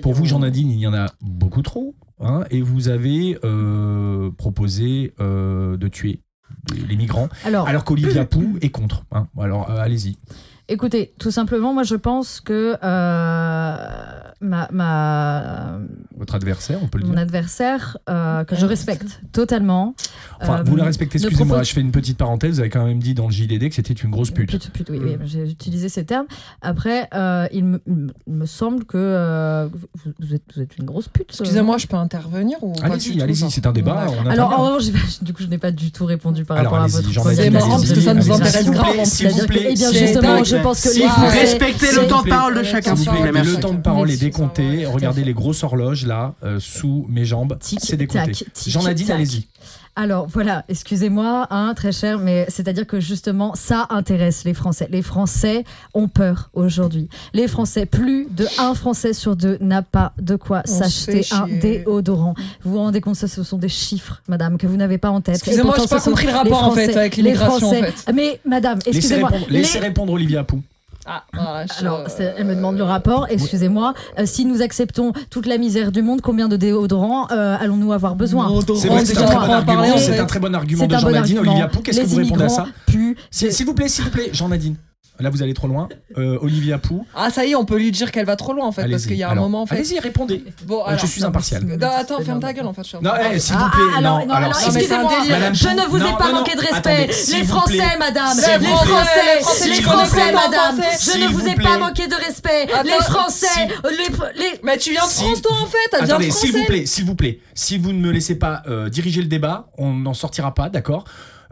S7: Pour vous, Jean Nadine, il y en a beaucoup trop. hein, et vous avez euh, proposé euh, de tuer les migrants,
S6: Alors-
S7: alors, qu'Olivia Pou est contre. hein. Alors, euh, allez-y.
S6: Écoutez, tout simplement, moi je pense que euh, ma, ma-
S7: Votre adversaire, on peut le
S6: mon
S7: dire.
S6: adversaire, euh, que je respecte totalement.
S7: Enfin,
S6: euh,
S7: vous la respectez,
S6: ne
S7: excusez-moi,
S6: propose-
S7: je fais une petite parenthèse. Vous avez quand même dit dans le JDD que c'était une grosse pute.
S6: Pute, pute, oui, oui,
S7: Mm.
S6: j'ai utilisé ces termes. Après, euh, il, me, il me semble que euh, vous, vous êtes, vous êtes une grosse pute. euh.
S5: Excusez-moi, je peux intervenir ou pas du
S7: Allez-y,
S5: tout,
S7: allez-y,
S5: genre
S7: c'est un débat. on
S6: Alors,
S7: intervient.
S6: en revanche, j'ai pas- du coup, je n'ai pas du tout répondu par
S7: Alors,
S6: rapport à
S7: allez-y,
S6: votre
S7: Jean
S6: troisième
S7: Daniel,
S6: question.
S7: allez-y, allez-y. S'il vous plaît, s'il vous
S6: C'est-à-dire que-
S7: plaît,
S6: eh bien,
S7: s'il vous
S6: justement,
S7: plaît.
S6: je pense que
S7: S'il
S6: les
S7: vous plaît.
S6: Français-
S1: Respectez le temps de parole de chacun.
S7: S'il vous plaît,
S1: Merci.
S7: le temps de parole est
S1: Merci.
S7: décompté. Regardez les grosses horloges là, euh, sous mes jambes. C'est décompté.
S6: tac, tic,
S7: J'en ai dit,
S6: tac.
S7: allez-y.
S6: Alors voilà, excusez-moi, hein, très cher, mais c'est-à-dire que justement, ça intéresse les Français. Les Français ont peur aujourd'hui. Les Français, plus de un Français sur deux n'a pas de quoi
S5: On se
S6: s'acheter
S5: fait
S6: un
S5: chier.
S6: déodorant. Vous vous rendez compte, ça, ce sont des chiffres, madame, que vous n'avez pas en tête. Et
S5: Excusez-moi,
S6: pourtant,
S5: j'ai pas
S6: ce sont
S5: compris le
S6: les
S5: rapport, en fait,
S6: Français-
S5: avec
S6: les
S5: l'immigration, en
S6: Français-
S5: fait.
S6: Mais madame,
S7: Laissez
S6: excusez-moi.
S7: répondre,
S6: les-
S7: laissez répondre Olivia Pou.
S6: alors, c'est- elle me demande le rapport, excusez-moi. Euh, si nous acceptons toute la misère du monde, combien de déodorants euh, allons-nous avoir besoin
S7: C'est vrai que c'est un, très bon
S6: Excusez-moi.
S7: argument,
S6: Oh, En
S7: c'est
S6: fait,
S7: un très bon argument
S6: c'est
S7: de
S6: un
S7: Jean
S6: bon
S7: Nadine.
S6: argument.
S7: Olivia Pou, qu'est-ce que
S6: Les
S7: vous répondez à
S6: immigrants
S7: ça S'il s'il vous plaît, s'il vous plaît, Jean Nadine. Là, vous allez trop loin. Euh, Olivia Pou.
S5: Ah, ça y est, on peut lui dire qu'elle va trop loin en fait, parce
S7: Allez-y,
S5: qu'il y a un
S7: alors.
S5: moment en fait.
S7: Allez-y, répondez.
S5: Bon,
S7: Euh, je suis impartial.
S5: Non, attends, ferme ta gueule en fait. je suis
S7: Non,
S5: impartial.
S7: eh, s'il vous plaît,
S6: Ah, alors,
S7: non.
S6: non, alors,
S7: s'il vous plaît,
S6: excusez-moi,
S7: Madame
S6: je
S7: Pou,
S6: ne vous ai
S7: non,
S6: pas
S7: non,
S6: manqué de
S7: non,
S6: respect.
S7: attendez,
S6: les
S7: s'il vous
S6: Français,
S7: plaît.
S6: madame,
S7: S'il
S6: les
S7: vous plaît.
S6: Français,
S7: S'il
S6: les
S7: vous
S6: Français,
S7: plaît.
S6: madame, je
S7: S'il
S6: ne
S7: vous
S6: vous ai
S7: plaît.
S6: pas manqué de respect.
S5: Attends,
S6: Les Français,
S5: si-
S6: les, les-
S5: Mais tu viens de
S7: eh, Si-
S5: France, toi en fait, elle vient de
S7: Attendez,
S5: France.
S7: s'il vous
S5: elle.
S7: plaît, s'il vous plaît, si vous ne me laissez pas euh, diriger le débat, on n'en sortira pas, d'accord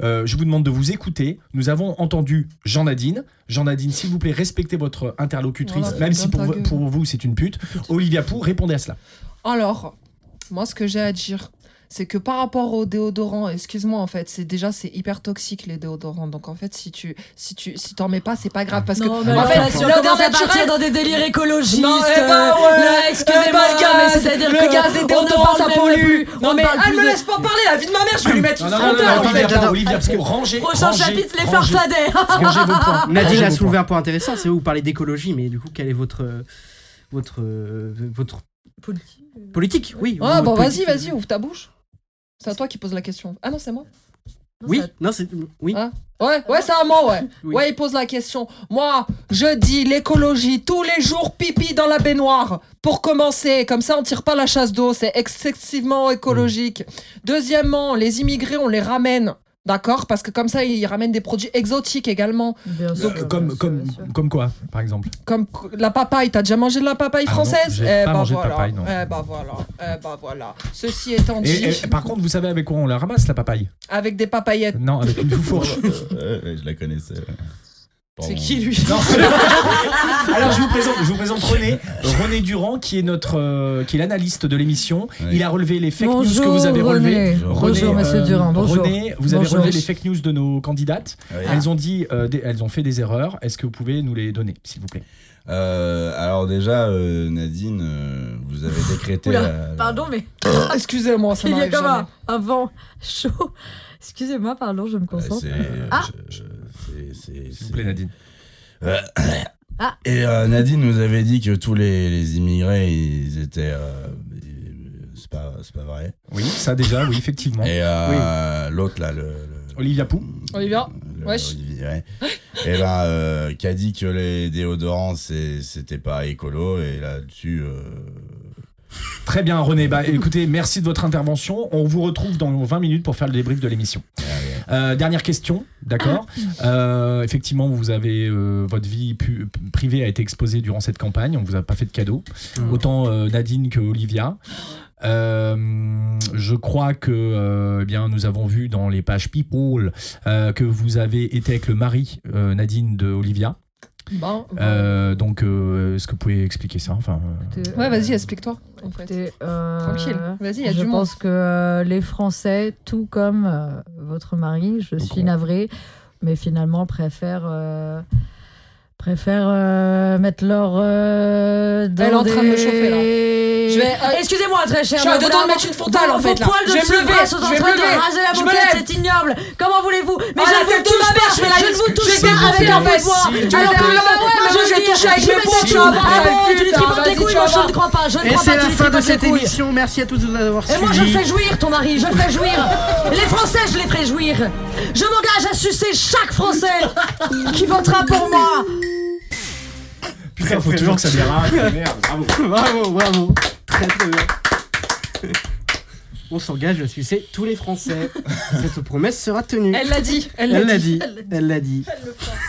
S7: Euh, Je vous demande de vous écouter. Nous avons entendu Jean Nadine. Jean Nadine, s'il vous plaît, respectez votre interlocutrice,
S5: Voilà,
S7: même si
S5: ferme
S7: pour,
S5: ta
S7: vo-
S5: gueule.
S7: pour vous c'est une pute. Olivia Pou, répondez à cela.
S5: Alors, moi, ce que j'ai à dire, c'est que par rapport aux déodorants, excuse-moi, en fait, c'est déjà c'est hyper toxique les déodorants. Donc en fait, si tu si tu si t'en mets pas, c'est pas grave parce
S6: Non,
S5: que
S6: mais
S5: en
S6: alors
S5: fait,
S6: là, si on
S5: l'odeur
S6: commence à partir
S5: naturelle-
S6: dans des délires écologistes,
S5: Non, eh ben,
S6: euh,
S5: ouais,
S6: là,
S5: eh
S6: excusez-moi,
S5: ben, le gaz,
S6: mais c'est-à-dire
S5: le
S6: que
S5: gaz des
S6: on ne
S5: déodorants,
S6: parle
S5: ça
S6: même
S5: pollue.
S6: plus, on
S5: Non mais
S6: parle
S5: elle
S6: plus
S5: me
S6: de-
S5: laisse pas parler, la vie de ma mère, je vais lui mettre
S7: Non,
S5: une
S7: non, non, non,
S5: frontale en
S7: Olivia
S5: fait.
S7: Pou, Olivia Pou, rangez.
S6: euh, Prochain
S7: rangez,
S6: chapitre, les
S7: rangez.
S6: farfadets.
S7: Rangez vos points.
S1: Nadine
S7: Rangez
S1: a
S7: vos
S1: soulevé
S7: points.
S1: un point intéressant, c'est vous parlez d'écologie, mais du coup, quel est votre. euh, votre. euh, votre. Politique, oui.
S5: Ah
S1: votre
S5: bon,
S1: politique.
S5: vas-y, vas-y, ouvre ta bouche. C'est à toi qui pose la question. Ah non, c'est moi.
S1: Oui, non, c'est. Oui.
S5: Ouais, ouais, c'est à moi, ouais. Ouais, il pose la question. Moi, je dis l'écologie tous les jours, pipi dans la baignoire. Pour commencer, comme ça, on tire pas la Mm. chasse d'eau. C'est excessivement écologique. Deuxièmement, les immigrés, on les ramène. D'accord Parce que comme ça, ils ramènent des produits exotiques également. Donc,
S7: Euh, comme, comme, comme quoi, par exemple
S5: comme la papaye, t'as déjà mangé de la papaye
S7: Ah non,
S5: française
S7: j'ai pas
S5: bah
S7: mangé de
S5: voilà.
S7: papaye, non.
S5: Eh bah voilà. Eh bah voilà. Ceci étant dit,
S7: Et- et, Par contre, vous savez avec quoi on la ramasse, la papaye
S5: avec des papayettes.
S7: Non, avec une fourche.
S9: Euh, je la connaissais.
S5: C'est qui lui
S7: Alors je vous présente, je vous présente René, René Durand qui est notre, euh, qui est l'analyste de l'émission. Il a relevé les fake news que
S6: Bonjour,
S7: vous avez relevées. euh,
S6: René. Bonjour, monsieur Durand, bonjour.
S7: René, vous avez
S6: Bonjour.
S7: relevé les fake news de nos candidates.
S9: Oui.
S7: Elles ont dit, euh, des- elles ont fait des erreurs. Est-ce que vous pouvez nous les donner, s'il vous plaît
S9: Euh, alors déjà, euh, Nadine, euh, vous avez décrété...
S6: Oula,
S9: la-
S6: pardon, mais.
S5: Excusez-moi, Oh, ça
S6: Il y a
S5: m'arrive
S6: comme
S5: jamais.
S6: un, un vent chaud. Excusez-moi, pardon, je me concentre.
S9: c'est- euh,
S6: Ah,
S9: S'il
S7: vous plaît, Nadine.
S6: Ah.
S9: Et euh, Nadine nous avait dit que tous les, les immigrés, ils étaient... euh, ils- c'est pas, c'est pas vrai.
S7: Oui, ça déjà, oui, effectivement.
S9: Et euh, l'autre, là, le... le-
S7: Hein Olivia Pou.
S5: Olivia Wesh
S9: Olivier, ouais. Et là, euh, qui a dit que les déodorants, c'est- c'était pas écolo, et là-dessus... euh,
S7: Très bien, René. Bah, écoutez, merci de votre intervention. On vous retrouve dans 20 minutes pour faire le débrief de l'émission. Euh, dernière question, d'accord Euh, Effectivement, vous avez euh, votre vie pu- privée a été exposée durant cette campagne. On vous a pas fait de cadeau, autant euh, Nadine que Olivia. Euh, je crois que euh, eh bien nous avons vu dans les pages People euh, que vous avez été avec le mari euh, Nadine de Olivia.
S5: Bon,
S7: Euh, donc, euh, est-ce que vous pouvez expliquer ça Enfin, euh,
S5: Ouais, vas-y, explique-toi. en fait. Tranquille, vas-y, il y a
S6: euh, je
S5: du monde.
S6: pense que euh, les Français, tout comme euh, votre mari, je suis navrée, mais finalement préfèrent, euh, préfèrent euh, mettre leur. euh, dans
S5: Elle est en train de me
S6: des-
S5: chauffer, là. Je vais- euh,
S6: Excusez-moi, très cher.
S5: je suis à
S6: mais au
S5: deux
S6: bout
S5: doigts de
S6: d'un
S5: mettre
S6: moment,
S5: une frontale,
S6: vos-
S5: en fait,
S6: vos
S5: là.
S6: poils de
S5: Je vais me
S6: dessus,
S5: lever,
S6: là, sont en
S5: je vais
S6: train
S5: me lever.
S6: de raser la
S5: Je me
S6: banquette,
S5: lève.
S6: c'est ignoble. Comment voulez-vous Mais je
S5: Ah, la
S6: ne vous
S5: tête de
S6: touche
S5: ma mère,
S6: pas,
S5: je vais la
S6: je ne vous
S5: discuter.
S6: touche
S5: J'étais
S6: pas avec
S5: avec
S6: un
S5: un
S6: bout de bois.
S5: vessie, tu
S6: Alors
S5: vois.
S6: que
S5: Ah
S6: moi,
S5: ouais, mais
S6: je
S5: moi, j'ai
S6: vais
S5: touché avec
S6: je
S5: mes
S6: vais
S5: poings,
S6: te
S5: tu
S6: dire, Ah
S5: vois.
S6: bon, tu lui tripotes
S5: Putain,
S6: les couilles,
S5: vas-y, tu
S6: moi je
S5: vas
S6: ne
S5: voir.
S6: crois pas, je ne
S1: Et
S6: crois
S1: c'est la
S6: pas, tu lui
S1: fin de
S6: tripotes les
S1: cette
S6: couilles.
S1: émission. Merci à tous de nous avoir
S6: Et
S1: suivis.
S6: moi, je le fais jouir, ton mari, je le fais jouir. Les Français, je les ferai jouir. Je m'engage à sucer chaque Français qui votera pour moi.
S7: Putain, faut toujours que ça dérape. Merde, bravo.
S1: Bravo, bravo. Très très bien. On s'engage à sucer tous les Français. Cette promesse sera tenue.
S5: Elle l'a dit, elle l'a
S1: l'a
S5: dit.
S1: dit. Elle l'a dit.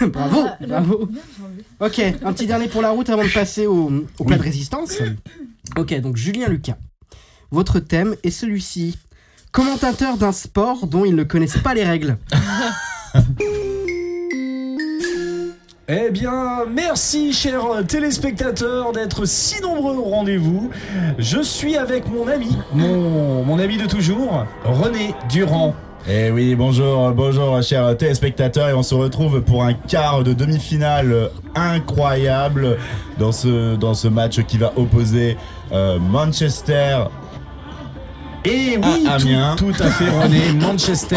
S1: Bravo,
S5: Ah, le-
S1: bravo. Ok, un petit dernier pour la route avant de passer au, au plat de résistance. Ok, donc Julien Lucas. Votre thème est celui-ci. Commentateur d'un sport dont il ne connaissait pas les règles.
S7: Eh bien, merci chers téléspectateurs d'être si nombreux au rendez-vous. Je suis avec mon ami, mon, mon ami de toujours, René Durand.
S9: Eh oui, bonjour, bonjour chers téléspectateurs et on se retrouve pour un quart de demi-finale incroyable dans ce, dans ce match qui va opposer euh, Manchester
S7: et oui,
S9: à Amiens.
S7: Tout, tout à fait, René. Manchester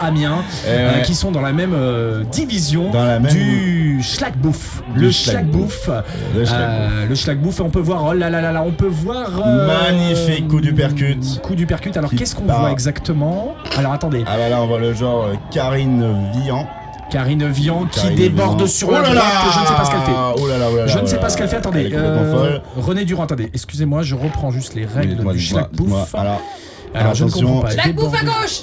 S7: à Amiens,
S9: Eh
S7: euh,
S9: ouais.
S7: qui sont dans la même euh, division
S9: Dans la même-
S7: du Schlagbouf.
S9: Du
S7: Le
S9: Schlagbouf.
S7: Schlagbouf.
S9: Le
S7: Euh,
S9: Schlagbouf.
S7: Le Schlagbouf. On peut voir, oh là là là là, on peut voir. euh,
S9: Magnifique coup du percute.
S7: Coup du percute. Alors,
S9: Qui
S7: qu'est-ce qu'on
S9: part.
S7: voit exactement Alors, attendez.
S9: Ah bah là on voit le genre euh, Karine Vian.
S7: Karine Vian qui
S9: Karine
S7: déborde
S9: Vian.
S7: sur
S9: Oh
S7: la
S9: là
S7: droite.
S9: là
S7: Je ne sais pas ce qu'elle fait.
S9: Oh là là, oh là là,
S7: je
S9: oh
S7: ne sais
S9: là
S7: pas
S9: là.
S7: ce qu'elle fait. Attendez.
S9: Elle est complètement
S7: euh,
S9: folle.
S7: René Durand, attendez. Excusez-moi, je reprends juste les règles
S9: Dites-moi,
S7: du
S9: dites-moi,
S7: Schlagbouf.
S9: dites-moi. Alors,
S7: Alors, je ne
S9: attention.
S7: comprends pas.
S5: Je la bouffe à
S7: Débordé.
S5: gauche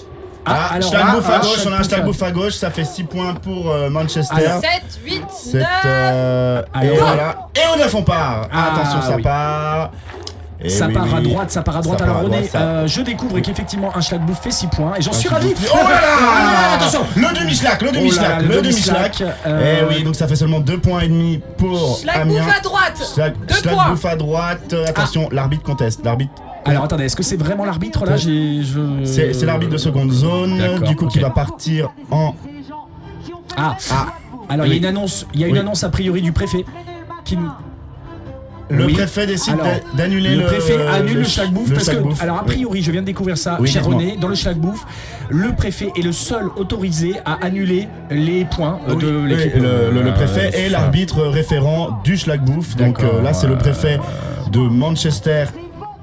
S7: Ah, alors,
S9: Schlagbouf
S7: ah,
S9: à gauche,
S7: ah,
S9: on a un Schlagbouf à gauche, ça fait 6 points pour euh, Manchester.
S7: Alors.
S5: 7, 8,
S9: C'est
S5: 9
S9: euh,
S7: Alors.
S9: et voilà. Et on neuf on part.
S7: Ah,
S9: Attention, ça
S7: oui.
S9: part. Et
S7: ça
S9: Eh oui,
S7: part à
S9: oui.
S7: droite, ça part à droite.
S9: Ça
S7: Alors
S9: part à
S7: René,
S9: droite, ça.
S7: euh, je découvre qu'effectivement un schlag bouffe fait 6 points et j'en suis ravi.
S9: Oh là là
S7: Ah là là, Attention
S9: Le demi-slack, le
S7: là
S9: demi-slack,
S7: là,
S9: le
S7: le
S9: demi-slack.
S7: demi-slac, euh,
S9: Eh oui, donc ça fait seulement 2 points et demi pour
S5: Schlagbouf
S9: Amiens.
S5: à droite.
S9: Schlack,
S5: Deux
S9: Schlack
S5: points. Ah.
S9: bouffe à droite. Euh, Attention, l'arbitre conteste. L'arbitre.
S7: Alors attendez, est-ce que c'est vraiment l'arbitre là J'ai- je-
S9: C'est c'est l'arbitre de seconde zone,
S7: D'accord,
S9: du coup qui
S7: ok.
S9: va partir en.
S7: Ah, Alors il y a une annonce, il y a une
S9: Oui.
S7: annonce a priori du préfet qui nous.
S9: Le
S7: Oui.
S9: préfet décide
S7: Alors,
S9: d'a- d'annuler le. euh,
S7: Le préfet annule le schlag bouffe
S9: le
S7: parce que.
S9: Schlagbouf.
S7: Alors a priori, je viens de découvrir ça,
S9: Oui,
S7: cher
S9: dites-moi.
S7: René, dans le schlag bouffe, le préfet est le seul autorisé à annuler les points euh, de
S9: Oui,
S7: l'équipe.
S9: le, le- le préfet
S7: Euh,
S9: est l'arbitre référent du Schlagbouf. Donc
S7: D'accord,
S9: euh, là, c'est le préfet de Manchester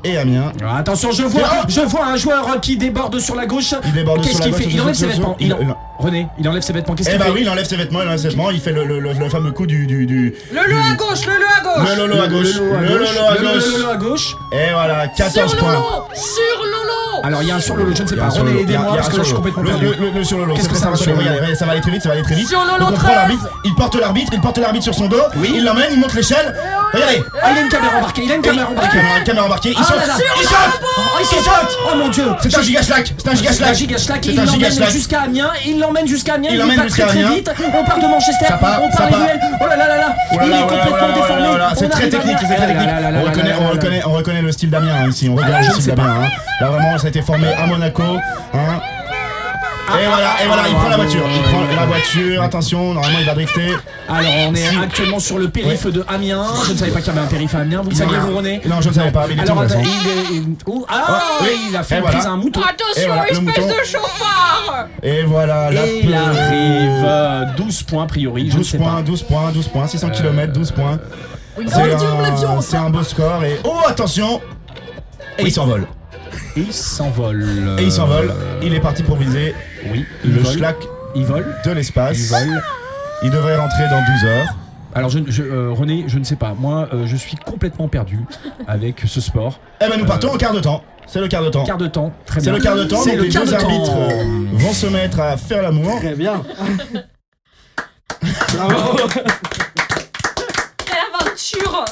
S9: et Amiens.
S7: Ah, Attention, je vois,
S9: Oh
S7: je vois un joueur qui déborde sur la gauche.
S9: Il déborde
S7: Qu'est-ce
S9: sur la
S7: qu'il
S9: gauche,
S7: fait
S9: sur-
S7: Il enlève
S9: sur-
S7: ses
S9: sur-
S7: vêtements.
S9: il-
S7: Il en-
S9: il-
S7: René, il enlève ses vêtements. Qu'est-ce
S9: Eh
S7: qu'il
S9: bah
S7: fait
S9: oui, il enlève ses vêtements, il enlève ses vêtements, il fait le, le- le- le fameux coup du. du, du-
S5: Le le à gauche, le le à gauche
S9: le lolo à gauche.
S7: Le lolo à gauche.
S9: Le lolo à
S7: Le
S9: gauche.
S7: lolo à gauche.
S9: Et voilà, 14
S5: Sur
S9: points.
S5: Lolo Sur Lolo
S7: Alors, il y a un sur le lot, je ne sais
S9: Il y a
S7: pas.
S9: un sur
S7: René,
S9: le lot.
S7: aidez-moi
S9: Il y a- il y a
S7: parce
S9: un
S7: que là, je suis
S9: sur le lot.
S7: complètement
S9: Le-
S7: perdu.
S9: le- le- le sur le lot,
S7: Qu'est-ce
S9: c'est
S7: que
S9: pas
S7: ça va
S9: sur
S7: sur
S9: le
S7: le
S9: lot
S7: lot
S9: Regardez, Ça va aller très vite, ça va aller très vite.
S16: Sur le lot
S9: Donc, on prend
S16: 13.
S9: l'arbitre, il porte l'arbitre, il porte l'arbitre sur son dos, il l'emmène, il monte l'échelle. Regardez
S7: Ah, il a une caméra embarquée, il a une caméra embarquée.
S9: Il a une caméra embarquée, il
S7: Ah
S9: saute,
S7: là là.
S9: il
S7: Sur
S9: saute
S7: la bombe.
S9: Il saute
S7: Oh mon dieu
S9: C'est un giga slack
S7: Ah,
S9: C'est un giga slack
S7: gigaschlack,
S9: C'est
S7: il
S9: un
S7: l'emmène
S9: gigaschlack.
S7: jusqu'à Amiens, il l'emmène jusqu'à Amiens,
S9: Il
S7: il,
S9: l'emmène
S7: part
S9: jusqu'à
S7: très très
S9: Amiens.
S7: vite, on part de Manchester,
S9: Ça part,
S7: on
S9: ça
S7: part les
S9: part.
S7: duels, oh là là là là,
S9: Oh là
S7: il est
S9: là, oh là là,
S7: complètement
S9: oh là là,
S7: déformé,
S9: oh là là, C'est
S7: on
S9: très
S7: arrive à
S9: technique,
S7: Amiens.
S9: c'est très technique.
S7: Ah là là là
S9: On
S7: là
S9: reconnaît,
S7: là
S9: on
S7: là
S9: reconnaît, on reconît le style d'Amiens hein, ici. On reconnaît le style d'Amiens. hein. Là vraiment, ça a été formé à Monaco. hein. Et voilà, et voilà, il prend la voiture. Il prend la voiture. Attention, normalement il va drifter.
S7: Alors on est actuellement sur le périph de Amiens, je ne savais pas qu'il y avait un périph à Amiens, vous le saviez vous René
S9: Non, je ne savais pas, mais il était
S7: Alors
S9: où,
S7: attends,
S9: Vincent
S7: il est... il- oh, Ah,
S9: Oh, oui.
S7: il a fait
S9: Et
S7: une
S9: voilà. Ah,
S7: prise à un mouton
S9: Et voilà, le mouton.
S16: chauffard
S9: Et voilà, la
S7: Et il
S9: peur.
S7: arrive euh, 12 points a priori, je ne
S9: 12
S7: sais pas. Euh,
S9: points, 12 points, 12 poins, 600 km, 12 points.
S16: Oui,
S9: C'est
S16: oh, Dieu, l'avion,
S9: un, c'est un beau score et oh attention Et il s'envole.
S7: Et il s'envole. Euh,
S9: Et il s'envole. Il est parti pour viser
S7: Oui, il
S9: le
S7: vole.
S9: schlack
S7: Il vole.
S9: de l'espace.
S7: Il vole.
S9: Il devrait rentrer dans 12 heures.
S7: Alors je, je- euh, René, je ne sais pas, moi euh, je suis complètement perdu avec ce sport.
S9: Eh ben nous partons au quart de temps. C'est le quart de temps.
S7: Quart de temps, très
S9: C'est
S7: bien.
S9: le quart de temps.
S7: C'est
S9: donc
S7: le
S9: les
S7: quart
S9: deux
S7: de temps.
S9: arbitres euh, vont se mettre à faire l'amour.
S1: Très bien.
S16: Quelle aventure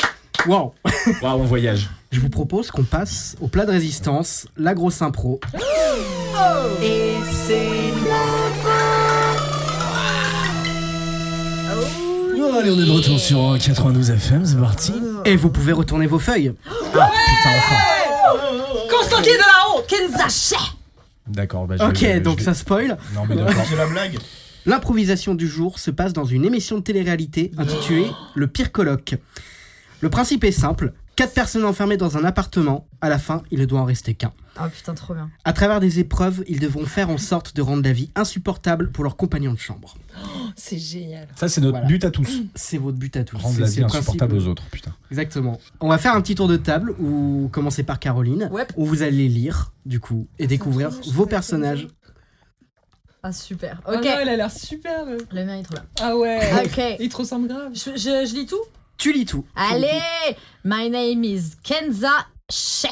S1: Wow.
S7: Waouh, on voyage.
S1: Je vous propose qu'on passe au plat de résistance, la grosse impro.
S16: Et c'est
S7: allez, on est de retour sur 92 FM, c'est parti.
S1: Et vous pouvez retourner vos feuilles.
S7: Ah,
S16: Constantine de la Haut Kenzaché
S7: D'accord, bah je
S1: Ok,
S7: vais- je
S1: donc
S7: vais-
S1: ça spoil.
S7: Non mais d'accord.
S9: C'est la blague.
S1: L'improvisation du jour se passe dans une émission de télé-réalité intitulée Le pire colloque. Le principe est simple quatre personnes enfermées dans un appartement. À la fin, il ne doit en rester qu'un.
S6: Ah putain, trop bien.
S1: À travers des épreuves, ils devront faire en sorte de rendre la vie insupportable pour leurs compagnons de chambre.
S17: C'est génial.
S7: Ça, c'est notre
S1: Voilà.
S7: but à tous.
S1: C'est votre but à tous.
S7: Rendre
S1: C'est-
S7: la
S1: c'est
S7: vie
S1: le principe.
S7: insupportable aux autres, putain.
S1: Exactement. On va faire un petit tour de table où commencez par Caroline,
S6: Ouais.
S1: où vous allez lire du coup et découvrir vos personnages.
S6: Ah super.
S17: Oh
S6: Ok.
S17: non, elle a l'air super. euh.
S6: Le mien est trop là.
S17: Ah ouais.
S6: Ok.
S17: Il te ressemble grave.
S6: Je, je- je lis tout
S1: Tu lis tout.
S6: Allez My name is Kenza Shea.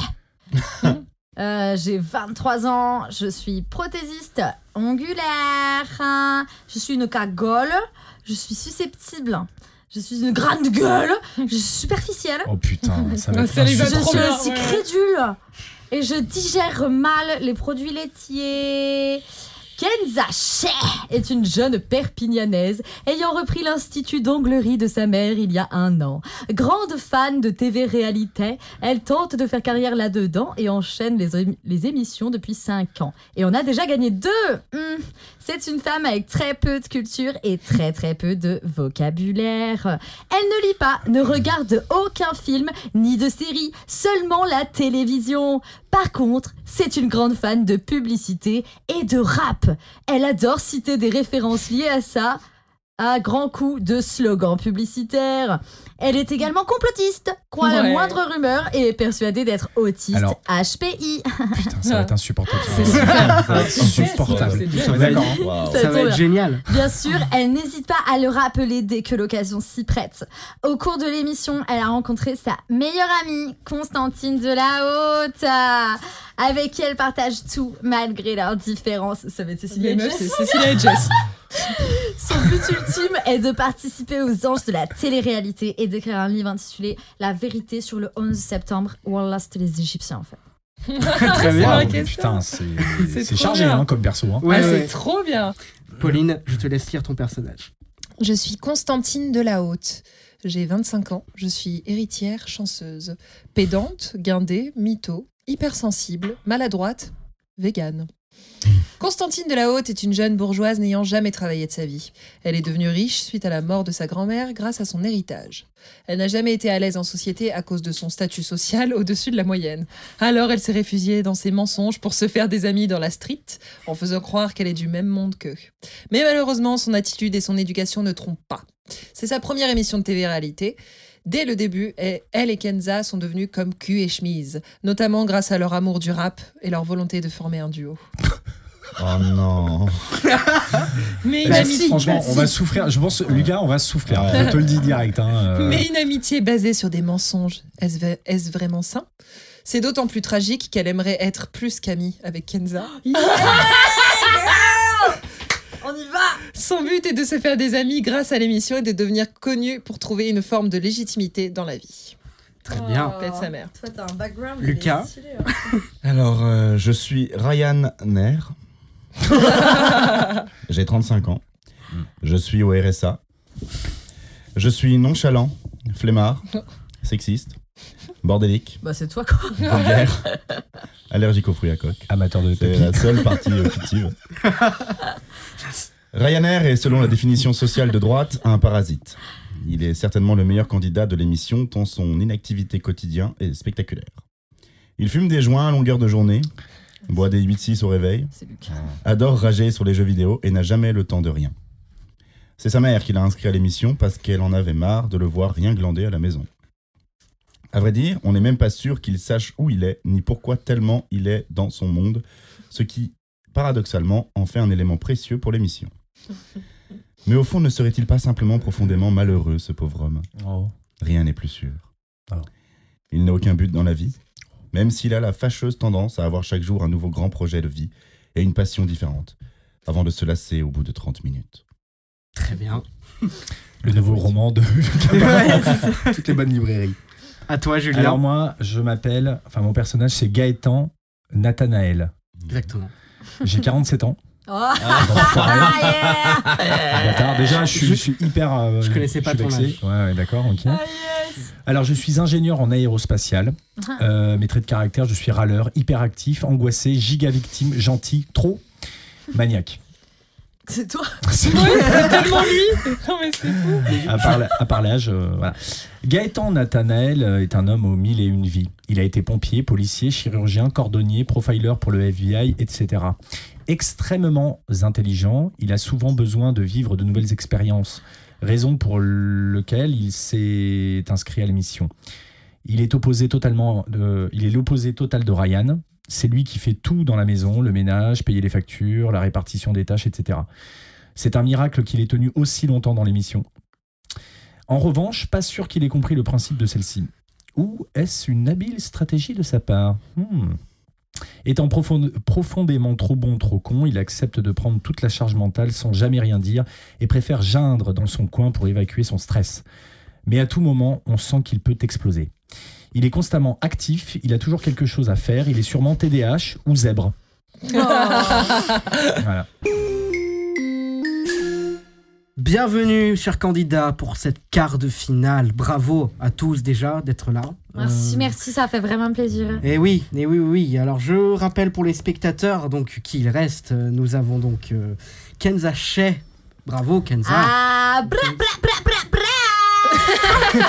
S6: Euh, J'ai 23 ans, je suis prothésiste ongulaire, je suis une cagole, je suis susceptible, je suis une grande gueule, je suis superficielle,
S7: Oh putain, ça va être
S17: Ça les va
S6: je
S17: trop
S6: suis
S17: bien,
S6: aussi
S17: ouais.
S6: crédule et je digère mal les produits laitiers. Kenza Shea est une jeune perpignanaise ayant repris l'institut d'onglerie de sa mère il y a un an. Grande fan de TV réalité, elle tente de faire carrière là-dedans et enchaîne les, émi- les émissions depuis 5 ans. Et on a déjà gagné deux Hmm. C'est une femme avec très peu de culture et très très peu de vocabulaire. Elle ne lit pas, ne regarde aucun film ni de série, seulement la télévision. Par contre, c'est une grande fan de publicité et de rap. Elle adore citer des références liées à ça à grands coups de slogans publicitaires. Elle est également complotiste, croit à la
S17: Ouais.
S6: moindre rumeur et est persuadée d'être autiste
S7: Alors-
S6: HPI.
S7: Putain, ça va être insupportable.
S17: C'est
S7: Ça
S17: super.
S7: va être insupportable.
S17: C'est bien.
S7: On est D'accord. hein.
S9: Waouh.
S6: Ça
S1: Ça va
S6: tombe.
S1: être génial.
S6: Bien sûr, elle n'hésite pas à le rappeler dès que l'occasion s'y prête. Au cours de l'émission, elle a rencontré sa meilleure amie, Constantine de la Haute, euh, avec qui elle partage tout malgré leurs différences. Ça va être Cécilia
S17: Les
S6: et
S17: meufs,
S6: Jess.
S17: c'est Cécilia et Jess.
S6: Son but ultime est de participer aux anges de la télé-réalité et d'écrire un livre intitulé La vérité sur le 11 septembre, Wallah, c'était les Égyptiens en
S1: Très
S6: fait.
S7: Waouh,
S1: bien.
S17: vrai.
S7: mais
S17: que ça.
S7: putain, c'est
S17: C'est
S7: c'est
S17: trop
S7: chargé
S17: bien.
S7: hein, comme perso. hein.
S1: Ouais,
S17: ah,
S1: ouais.
S17: c'est trop bien.
S1: Pauline, je te laisse lire ton personnage.
S5: Je suis Constantine de la Haute. J'ai 25 ans, je suis héritière, chanceuse, pédante, guindée, mytho, hypersensible, maladroite, végane. Constantine de la Haute est une jeune bourgeoise n'ayant jamais travaillé de sa vie. Elle est devenue riche suite à la mort de sa grand-mère grâce à son héritage. Elle n'a jamais été à l'aise en société à cause de son statut social au-dessus de la moyenne. Alors elle s'est réfugiée dans ses mensonges pour se faire des amis dans la street, en faisant croire qu'elle est du même monde qu'eux. Mais malheureusement, son attitude et son éducation ne trompent pas. C'est sa première émission de TV-réalité. Dès le début, elle elle et Kenza sont devenues comme cul et chemise, notamment grâce à leur amour du rap et leur volonté de former un duo.
S9: Oh non.
S17: Mais une,
S1: Bah,
S17: amitié,
S1: si,
S7: Eh ben, Franchement,
S1: bah,
S7: on
S1: si.
S7: va souffrir. Je pense, Lucas, on va souffrir.
S9: Ouais.
S7: Je te le dis direct. hein, euh.
S5: Mais une amitié basée sur des mensonges, est-ce va- est-ce vraiment sain
S18: C'est d'autant plus tragique qu'elle aimerait être plus Camille avec Kenza.
S6: On y va
S18: Son but est de se faire des amis grâce à l'émission et de devenir connu pour trouver une forme de légitimité dans la vie.
S1: Très
S6: Ah,
S1: bien.
S18: Pète sa mère.
S6: Oh, Toi, t'as un background.
S1: Lucas.
S6: il est stylé, hein.
S9: Alors, euh, je suis Ryan Nair. J'ai 35 ans.
S7: Hmm.
S9: Je suis au RSA. Je suis nonchalant, flemmard, sexiste, bordélique,
S6: Bah, c'est toi, quoi.
S9: vulgaire, allergique aux fruits à coque.
S7: Amateur de
S9: C'est
S7: pépites.
S9: la seule partie euh, fictive. Ryanair est, selon la définition sociale de droite, un parasite. Il est certainement le meilleur candidat de l'émission, tant son inactivité quotidienne est spectaculaire. Il fume des joints à longueur de journée, boit des 8-6 au réveil,
S6: C'est Lucas.
S9: adore rager sur les jeux vidéo et n'a jamais le temps de rien. C'est sa mère qui l'a inscrit à l'émission parce qu'elle en avait marre de le voir rien glander à la maison. À vrai dire, on n'est même pas sûr qu'il sache où il est ni pourquoi tellement il est dans son monde, ce qui, paradoxalement, en fait un élément précieux pour l'émission. Mais au fond, ne serait-il pas simplement profondément malheureux, ce pauvre homme
S7: Oh.
S9: Rien n'est plus sûr.
S7: Ah.
S9: Il n'a aucun but dans la vie, même s'il a la fâcheuse tendance à avoir chaque jour un nouveau grand projet de vie et une passion différente, avant de se lasser au bout de 30 minutes.
S1: Très bien.
S7: Le nouveau roman de
S1: Ouais, c'est ça.
S7: toutes les bonnes librairies.
S1: à toi, Julien.
S7: Alors moi, je m'appelle, enfin mon personnage c'est Gaëtan Nathanaël.
S1: Exactement.
S7: J'ai 47 ans.
S6: Oh,
S1: Ah.
S7: Bâtard.
S6: yeah
S7: Ah, Bâtard. Déjà, je suis,
S1: Je-
S7: je suis hyper. euh,
S1: je connaissais pas
S7: suis
S1: ton
S7: vexé. Ouais, ouais, d'accord, ok.
S6: Ah, yes
S7: Alors, je suis ingénieur en aérospatial. Euh, mes traits de caractère, je suis râleur, hyperactif, angoissé, giga victime, gentil, trop maniaque.
S6: C'est toi
S7: C'est
S18: Tellement lui Non, mais c'est fou
S7: à part, la- à part l'âge, euh, voilà. Gaëtan Nathanaël euh, est un homme aux mille et une vies. Il a été pompier, policier, chirurgien, cordonnier, profiler pour le FBI, etc. Extrêmement intelligent, il a souvent besoin de vivre de nouvelles expériences, raison pour laquelle il s'est inscrit à l'émission. Il est opposé totalement, de- il est l'opposé total de Ryan. C'est lui qui fait tout dans la maison, le ménage, payer les factures, la répartition des tâches, etc. C'est un miracle qu'il ait tenu aussi longtemps dans l'émission. En revanche, pas sûr qu'il ait compris le principe de celle-ci. Ou est-ce une habile stratégie de sa part Hmm. Étant profond- profondément trop bon, trop con, il accepte de prendre toute la charge mentale sans jamais rien dire et préfère geindre dans son coin pour évacuer son stress. Mais à tout moment, on sent qu'il peut exploser. Il est constamment actif, il a toujours quelque chose à faire, il est sûrement TDAH ou zèbre. Voilà.
S1: Bienvenue, chers candidats, pour cette quart de finale. Bravo à tous déjà d'être là.
S19: Merci,
S1: Euh,
S19: merci, ça fait vraiment plaisir.
S1: Eh oui, eh oui, oui, oui. Alors je rappelle pour les spectateurs donc qu'il reste. euh, Nous avons donc euh, Kenza Shea. Bravo Kenza.
S19: Ah, bra, bra, bra, bra, bra.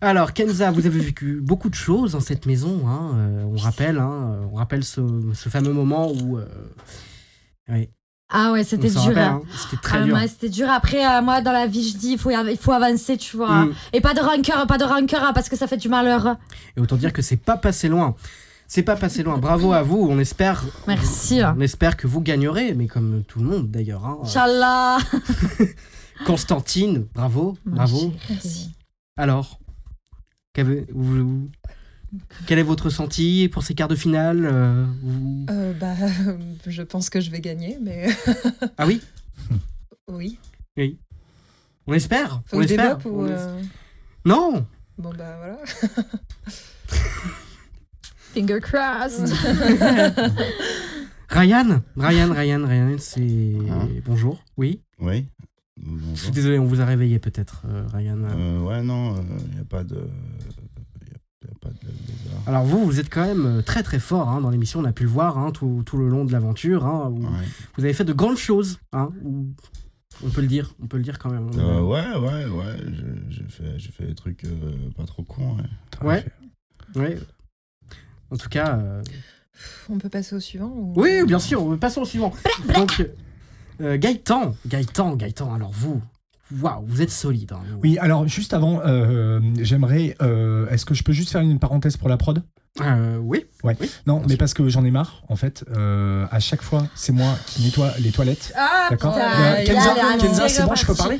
S1: Alors Kenza, vous avez vécu beaucoup de choses dans cette maison. hein, euh, on rappelle, hein, euh, on rappelle ce, ce fameux moment où. euh, oui,
S19: Ah ouais,
S1: on
S19: c'était
S1: s'en
S19: dur.
S1: rappelle,
S19: hein.
S1: hein, C'était très
S19: Ah,
S1: dur.
S19: moi, c'était dur. Après, euh, moi, dans la vie, je dis, il faut, y av- il faut avancer, tu vois.
S1: Mm.
S19: Et pas de rancœur, pas de rancœur, hein, parce que ça fait du malheur.
S1: Et autant dire que c'est pas passé loin. C'est pas passé loin. Bravo à vous. On espère.
S19: Merci. hein.
S1: On espère que vous gagnerez, mais comme tout le monde d'ailleurs. hein.
S19: Inch'Allah.
S1: Constantine, bravo, bravo.
S19: Merci.
S1: Alors, qu'avez- vous- vous- quel est votre ressenti pour ces quarts de finale euh, vous-
S18: Euh, Bah, euh, je pense que je vais gagner, mais
S1: Ah oui,
S18: oui.
S1: on espère.
S18: Faut
S1: on
S18: que je
S1: espère.
S18: développe ou.
S1: on es-
S18: euh,
S1: Non,
S18: Bon, bah voilà.
S19: Finger crossed.
S1: Ryan, Ryan, Ryan, Ryan, c'est
S9: Hein
S1: bonjour. Oui,
S9: Oui
S1: je suis désolé, on vous a réveillé peut-être, euh, Ryan.
S9: Euh, ouais, non, il n'y a pas de. y a- y a pas de lézard.
S1: Alors vous, vous êtes quand même euh, très très fort hein, dans l'émission. On a pu le voir hein, tout, tout le long de l'aventure. hein, où
S9: Ouais.
S1: Vous avez fait de grandes choses. hein, où- On peut le dire, on peut le dire quand même. hein.
S9: Euh, ouais, ouais, ouais, je- j'ai fait, j'ai fait des trucs euh, pas trop cons. ouais.
S1: Ouais. Ouais. En tout cas. euh,
S18: On peut passer au suivant ou-
S1: Oui, bien sûr, passons au suivant. Donc, euh, Gaëtan, Gaëtan, Gaëtan, alors vous, waouh, vous êtes solide. hein, vous.
S7: Oui, alors juste avant, euh, j'aimerais. euh, Est-ce que je peux juste faire une parenthèse pour la prod
S1: Euh, oui.
S7: Non, mais parce que j'en ai marre, en fait. Euh, à chaque fois, c'est moi qui nettoie les toilettes.
S6: Ah,
S7: D'accord
S6: putain,
S7: Euh,
S6: il y a
S7: Kenza,
S6: la-
S7: Kenza, c'est bon, je peux parler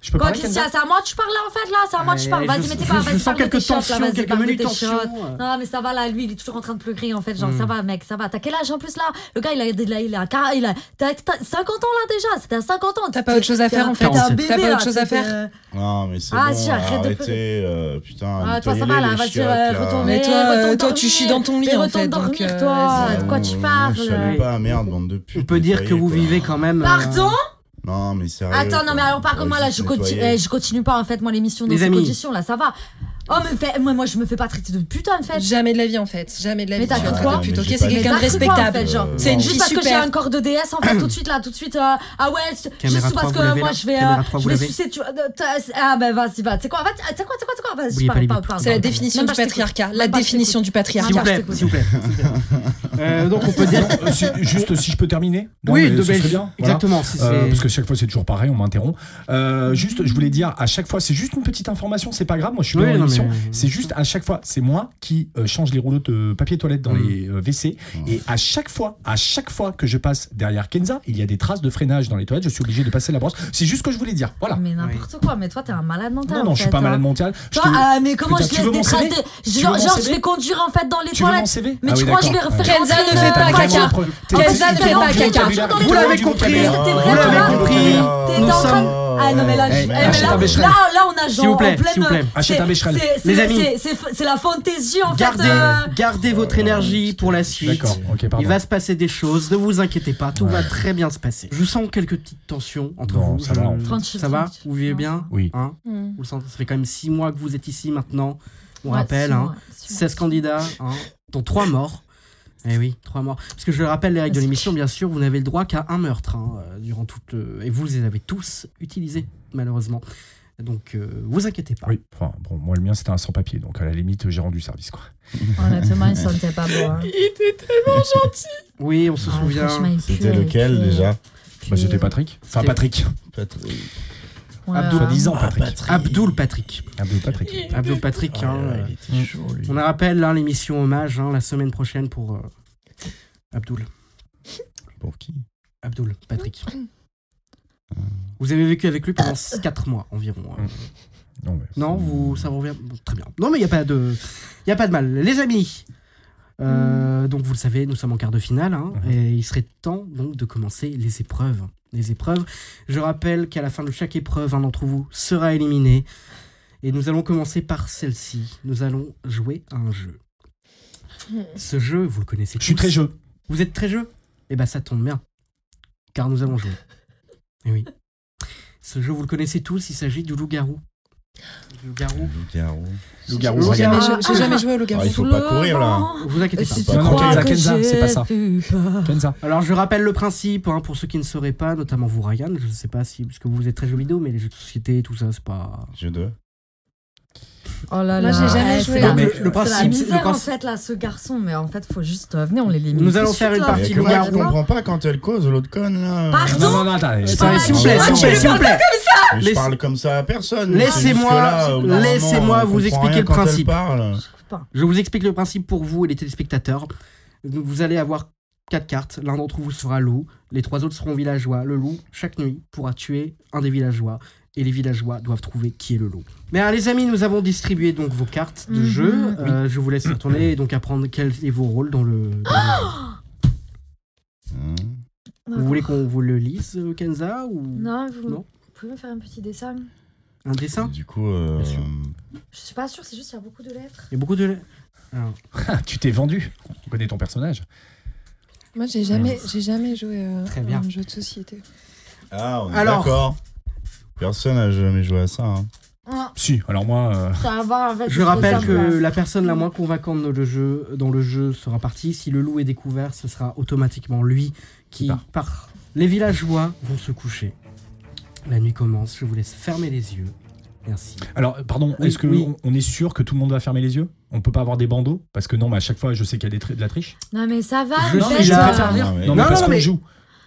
S7: Je peux
S6: Quoi,
S7: parler,
S6: Christian,
S7: Kendall
S6: c'est à moi que tu parles là en fait là C'est à moi que je parle.
S7: Ouais,
S6: Vas-y,
S7: je-
S6: mais t'es pas,
S7: je-
S6: vas-y,
S7: je sens
S6: parle de
S7: quelques
S6: tes chiottes, là,
S7: tensions,
S6: vas-y,
S7: quelques
S6: parle de
S7: menues
S6: tes
S7: tensions,
S6: chiottes.
S7: ouais.
S6: Non, mais ça va là, lui, il est toujours en train de pleurer en fait. Genre,
S7: Hmm.
S6: ça va, mec, ça va. T'as quel âge en plus là Le gars, il a, il a, il a, quar- il a, t'as- t'as 50 ans là déjà. C'était à 50 ans. T'as
S18: pas autre chose à faire, en fait.
S6: T'es un
S18: T'as
S6: bébé.
S18: pas
S6: là,
S18: autre chose à
S6: t'es-
S18: faire.
S6: euh,
S9: Non, mais c'est
S6: Ah,
S9: bon,
S6: si, arrête de
S9: arrêtez, euh, putain,
S6: Ah, toi, ça
S9: nettoyez
S6: va là,
S9: les
S6: vas-y,
S9: chiottes,
S6: euh,
S9: là.
S6: retourne.
S18: Mais toi,
S6: retourne
S18: euh, toi,
S6: dormir.
S18: tu chies dans ton lit,
S6: Mais
S18: en
S6: retourne
S18: fait, donc,
S6: dormir,
S18: euh,
S6: toi. De quoi tu parles
S9: Ah, Je salue pas, merde, bande de putes.
S1: On peut dire que vous vivez quand même. euh,
S6: Pardon
S9: Non, mais sérieux.
S6: Attends, non, mais alors, par
S9: Ouais,
S6: contre, moi, là,
S9: juste
S6: je, conti-
S9: nettoyer.
S6: eh, je continue pas, en fait, moi, l'émission dans
S1: Les
S6: ces
S1: amis.
S6: conditions, là, ça va. Oh, mais fais- moi, moi, je me fais pas traiter de putain, de fait.
S18: Jamais de la vie en fait, jamais de la
S6: Mais
S18: vie.
S6: t'as
S18: tu vas
S6: que
S18: te
S6: quoi
S18: traiter de pute,
S9: Mais j'ai
S18: ok C'est
S9: pas de-
S18: quelqu'un de
S6: Mais t'as que quoi, en fait,
S18: respectable.
S6: genre
S18: C'est une
S6: Juste
S18: fille
S6: parce que j'ai
S18: super.
S6: un corps de déesse, en fait, tout de suite, là, tout de suite. euh, ah ouais, c'est-
S1: Caméra
S6: juste parce
S1: 3,
S6: que
S1: vous l'avez,
S6: moi,
S1: là
S6: je vais,
S1: Caméra
S6: euh,
S1: 3,
S6: je
S1: vous
S6: vais
S1: l'avez
S6: sucer. Tu... euh, t'as- Ah ben, vas-y, bah, tu sais quoi, en fait, tu sais quoi, tu sais quoi, tu sais quoi, vas-y,
S1: Oubliez
S6: je
S1: pas les
S6: parle pas,
S1: bips.
S6: parle
S18: C'est la
S6: pas.
S18: définition du
S6: Même pas, je t'écoute.
S18: patriarcat.
S6: Même
S18: La
S6: pas, je
S18: définition
S6: t'écoute.
S18: du
S1: S'il vous
S18: patriarcat.
S1: plaît, s'il vous plaît. s'il vous plaît. Euh, donc on peut dire.
S7: Euh, si- juste si je peux terminer. Non,
S1: Oui,
S7: mais
S1: de
S7: ce serait
S1: Belge.
S7: bien, voilà.
S1: Exactement. si
S7: Euh,
S1: c'est-
S7: parce que chaque fois c'est toujours pareil, on m'interrompt. Euh, juste, je voulais dire à chaque fois, c'est juste une petite information, c'est pas grave, moi je suis pas
S1: Oui,
S7: dans
S1: non,
S7: l'émission.
S1: mais-
S7: C'est juste à chaque fois, c'est moi qui euh, change les rouleaux de papier toilette dans
S1: Mm.
S7: les euh, WC. Et à chaque fois, à chaque fois que je passe derrière Kenza, il y a des traces de freinage dans les toilettes, je suis obligé de passer la brosse. C'est juste ce que je voulais dire. Voilà.
S6: Mais n'importe quoi, mais toi, t'es un malade mental.
S7: Non,
S6: en
S7: non, je suis
S6: fait,
S7: pas
S6: hein.
S7: malade mental. Je
S6: Toi,
S7: te-
S6: ah, mais comment
S7: Putain,
S6: je
S7: tu veux
S6: laisse des
S7: mon
S6: traces
S7: CV
S6: de.
S7: Tu veux
S6: Genre,
S7: mon
S6: genre, je
S7: CV?
S6: vais conduire en fait dans les
S7: Tu veux mon
S6: toilettes.
S7: CV
S6: Mais
S7: Ah
S6: tu
S7: oui,
S6: crois que je vais
S7: d'accord.
S6: refaire
S18: Kenza
S6: rentrer euh,
S18: ne fait
S6: le
S18: pas
S6: paquet
S18: caca. Kenza ne fait pas caca.
S1: Vous l'avez compris,
S7: hein.
S6: C'était
S1: vous
S6: vrai, toi,
S1: l'avez compris.
S6: T'étais
S1: Nous
S6: en train
S1: sommes.
S6: de... Ah non mais là, je-
S1: Eh,
S6: eh, mais
S1: achète
S6: là,
S1: un Becherel.
S6: là, là, on a genre
S1: S'il vous plaît,
S6: en pleine...
S1: s'il vous plaît.
S7: Achète un
S6: c'est-
S7: Becherel.
S6: c'est- c'est-
S1: Les amis.
S6: c'est- c'est- C'est la fantaisie en fait. euh,
S1: Gardez, gardez votre énergie pour la suite.
S7: D'accord, ok, pardon.
S1: Il va se passer des choses, ne vous inquiétez pas, tout
S7: Ouais.
S1: va très bien se passer. Je sens quelques petites tensions entre
S7: Non,
S1: vous.
S7: ça va, on-
S1: Je-
S6: Tranquille,
S1: ça va
S6: tranquille.
S1: Vous vivez
S6: Non,
S1: bien
S7: Oui.
S1: Hein
S18: Hmm.
S1: Vous le sentez Ça fait quand même 6 mois que vous êtes ici maintenant. On
S6: ouais,
S1: rappelle,
S6: six
S1: hein,
S6: mois, six mois.
S1: 16 candidats, hein, dont 3 morts. Eh oui, 3 morts. Parce que je rappelle les règles de l'émission, bien sûr, vous n'avez le droit qu'à un meurtre hein, euh, durant toute. le- Et vous les avez tous utilisés, malheureusement. Donc, euh, vous inquiétez pas.
S7: Oui, enfin, bon, moi le mien c'était un sans-papier, donc à la limite j'ai rendu service quoi.
S9: Oh,
S6: Oh,
S19: Honnêtement, il sentait pas bon. hein.
S1: Oui, on se
S19: Ah,
S1: souvient.
S19: franchement, il
S9: C'était
S19: puait, il
S9: lequel
S19: puait.
S9: déjà
S7: Bah, c'était Patrick. Enfin,
S1: C'était-
S7: Patrick.
S9: Patrick.
S19: Ouais,
S1: Abdou-
S19: hein.
S7: Soi-disant Patrick.
S1: Abdoul Oh, Patrick.
S7: Abdou Patrick.
S1: Abdul Patrick, hein, euh,
S9: Ah, Il était chaud, lui.
S1: on la rappelle hein, l'émission hommage hein, la semaine prochaine pour euh, Abdoul.
S9: Pour qui
S1: Abdoul Patrick. Vous avez vécu avec lui pendant 4 mois environ. hein.
S7: Non, mais-
S1: Non, vous, ça vous revient Bon, Très bien. Non, mais il n'y a, pas de- y a pas de mal. Les amis, euh, donc vous le savez, nous sommes en quart de finale hein,
S7: Mhm.
S1: et il serait temps donc de commencer les épreuves. Les épreuves. Je rappelle qu'à la fin de chaque épreuve, un d'entre vous sera éliminé. Et nous allons commencer par celle-ci. Nous allons jouer à un jeu. Ce jeu, vous le connaissez
S7: Je suis
S1: tous.
S7: très jeu.
S1: Vous êtes très jeu Eh ben ça tombe bien, car nous allons jouer. Eh oui. Ce jeu, vous le connaissez tous, il s'agit du loup-garou. Le Loup-garou.
S9: Loup-garou.
S7: Loup-garou.
S18: J'ai jamais,
S6: Ah,
S18: j'ai jamais joué au loup
S9: Ah, il faut pas courir là.
S1: Vous inquiétez
S9: si
S6: Euh,
S1: pas.
S9: tu Non, non, crois
S7: Kenza, que Kenza, c'est pas ça.
S1: Ah.
S7: Kenza.
S1: Alors, je rappelle le principe, hein, pour ceux qui ne sauraient pas, notamment vous, Ryan. Je ne sais pas si, parce que vous êtes très jeux vidéo, mais les jeux de société, tout ça, c'est pas.
S9: Je dois.
S19: Oh là là.
S18: Moi, j'ai jamais
S19: Eh,
S18: joué.
S19: c'est la-
S1: Donc, le, le
S19: C'est la
S1: principe, le
S19: misère en
S1: principe-
S19: fait là, ce garçon. Mais en fait, faut juste euh, venez, on l'élimine.
S1: Nous
S19: tout
S1: allons
S19: de
S1: faire
S19: suite,
S1: une
S6: Ah,
S19: là.
S1: partie
S9: Il y a que moi qui comprends pas quand elle cause l'autre conne là.
S1: Ah,
S6: Pardon
S7: Non, non, non, attends.
S1: Putain, mais s'il vous plaît, s'il vous plaît, s'il vous plaît.
S9: Mais
S1: Laisse-
S9: Je parle comme ça à personne.
S1: Laissez-moi- laissez-moi vous expliquer le principe.
S9: Vous
S1: Je vous explique le principe pour vous et les téléspectateurs. Donc, Vous allez avoir quatre cartes. L'un d'entre vous sera loup, les trois autres seront villageois. Le loup, chaque nuit, pourra tuer un des villageois. Et les villageois doivent trouver qui est le loup. Mais alors, les amis, nous avons distribué donc vos cartes de jeu. Euh, Je vous laisse retourner et donc apprendre quels est vos rôles dans le. dans le jeu. vous voulez qu'on vous le lise, euh, Kenza ou
S19: Non, vous
S1: Non.
S19: pouvez me faire un petit dessin.
S1: un dessin
S9: Du coup, euh,
S1: Hein Bien sûr.
S19: Je suis pas sûre, c'est juste qu'il y a beaucoup de lettres.
S1: Il y a beaucoup de. Alors,
S7: Ah, tu t'es vendu. On connaît ton personnage.
S18: Moi, j'ai jamais, j'ai jamais joué euh,
S1: Très
S18: à
S1: bien.
S18: un jeu de société.
S9: ah, on est
S1: Alors.
S9: d'accord. Personne n'a jamais joué à ça. hein.
S5: Oh,
S7: Si, alors moi. euh,
S19: Ça va voir
S6: Ah,
S19: avec.
S1: Je rappelle que la personne la moins convaincante dans le jeu, dans le jeu sera partie. Si le loup est découvert, ce sera automatiquement lui qui
S7: Qui
S1: part. Les villageois vont se coucher. La nuit commence, je vous laisse fermer les yeux. Merci.
S7: Alors, pardon,
S1: Oui,
S7: est-ce que
S1: oui.
S7: on- on est sûr que tout le monde va fermer les yeux On peut pas avoir des bandeaux Parce que non, mais à chaque fois, je sais qu'il y a des tri- de la triche.
S19: Non mais ça va.
S1: Je
S19: mais
S7: non, mais
S1: suis
S7: je
S1: là.
S7: préfère dire.
S9: Non, Ah, mais-
S7: Non, mais
S1: Non,
S7: parce
S1: non,
S7: qu'on
S1: mais-
S7: joue.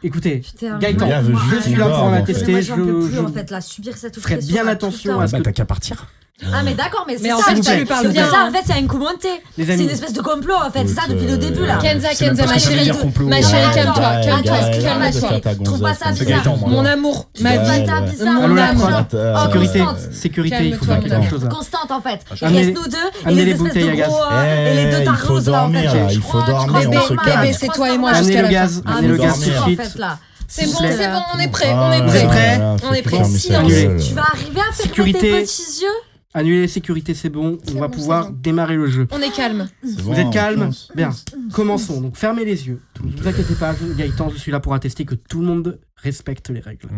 S1: Écoutez,
S19: Putain.
S1: Gaëtan,
S9: Le gars veut
S1: je
S9: juste
S1: suis
S9: qu'on
S1: là pour
S9: dorme,
S1: la
S9: en fait.
S1: tester.
S19: Moi, j'en peux
S1: je-
S19: plus
S1: je-
S19: en fait là, subir cette
S1: Ferais
S19: oppression.
S1: bien
S19: là, tout le
S1: attention
S19: temps.
S1: à
S7: Ah,
S1: ce
S7: bah,
S1: que-
S7: t'as qu'à partir.
S6: Ah mais d'accord, mais c'est
S5: en
S6: ça.
S5: fait,
S6: c'est
S5: tu lui parles bien.
S6: ça, en fait, c'est un coup monté.
S5: Les
S6: C'est
S5: amis.
S6: une espèce de complot, en fait, c'est ça
S1: euh,
S6: depuis le début là.
S5: Kenza, Kenza, ma chérie, ma chérie, calme-toi, calme-toi, calme-toi.
S6: Trouve pas
S9: hein.
S6: ça bizarre.
S5: Mon amour, ma
S6: Trouve pas
S5: vie,
S6: ça bizarre.
S5: mon
S1: euh, la
S5: âme.
S1: prod.
S19: Oh,
S1: sécurité, sécurité, il faut faire quelque chose. là.
S6: Constante en fait. Il
S1: Amenez-
S6: reste nous deux et
S1: amenez
S6: les
S1: les
S6: espèces de
S1: bouteilles à gaz.
S6: gros. euh,
S9: Eh,
S6: Et les deux
S9: il faut
S6: taroses là en
S9: dormir,
S6: fait.
S9: là, il faut dormir, on se calme.
S5: Bébé, c'est toi et moi
S1: Amenez
S5: jusqu'à
S1: le
S5: la fin.
S1: gaz,
S6: Ah,
S1: amenez le
S6: mais
S1: gaz
S6: c'est
S1: tout de
S6: ça, en
S1: suite.
S6: fait, là.
S5: C'est
S1: S'il
S5: bon,
S1: vous plaît.
S5: c'est bon, on est prêt, on
S9: Ah,
S5: est
S9: là,
S5: prêt.
S9: là, là,
S5: On est
S9: faut
S5: prêt.
S9: fermer sa
S5: Silence.
S9: gueule.
S6: Tu vas arriver à faire tes
S1: Sécurité.
S6: petits yeux
S1: Annuler sécurité, c'est bon. On va
S5: bon,
S1: pouvoir
S5: c'est bon.
S1: démarrer le jeu.
S5: On est calme.
S1: Vous êtes calme Bien. Commençons. Donc fermez les yeux. Ne vous inquiétez pas, je- Gaëtan, je suis là pour attester que tout le monde respecte les règles.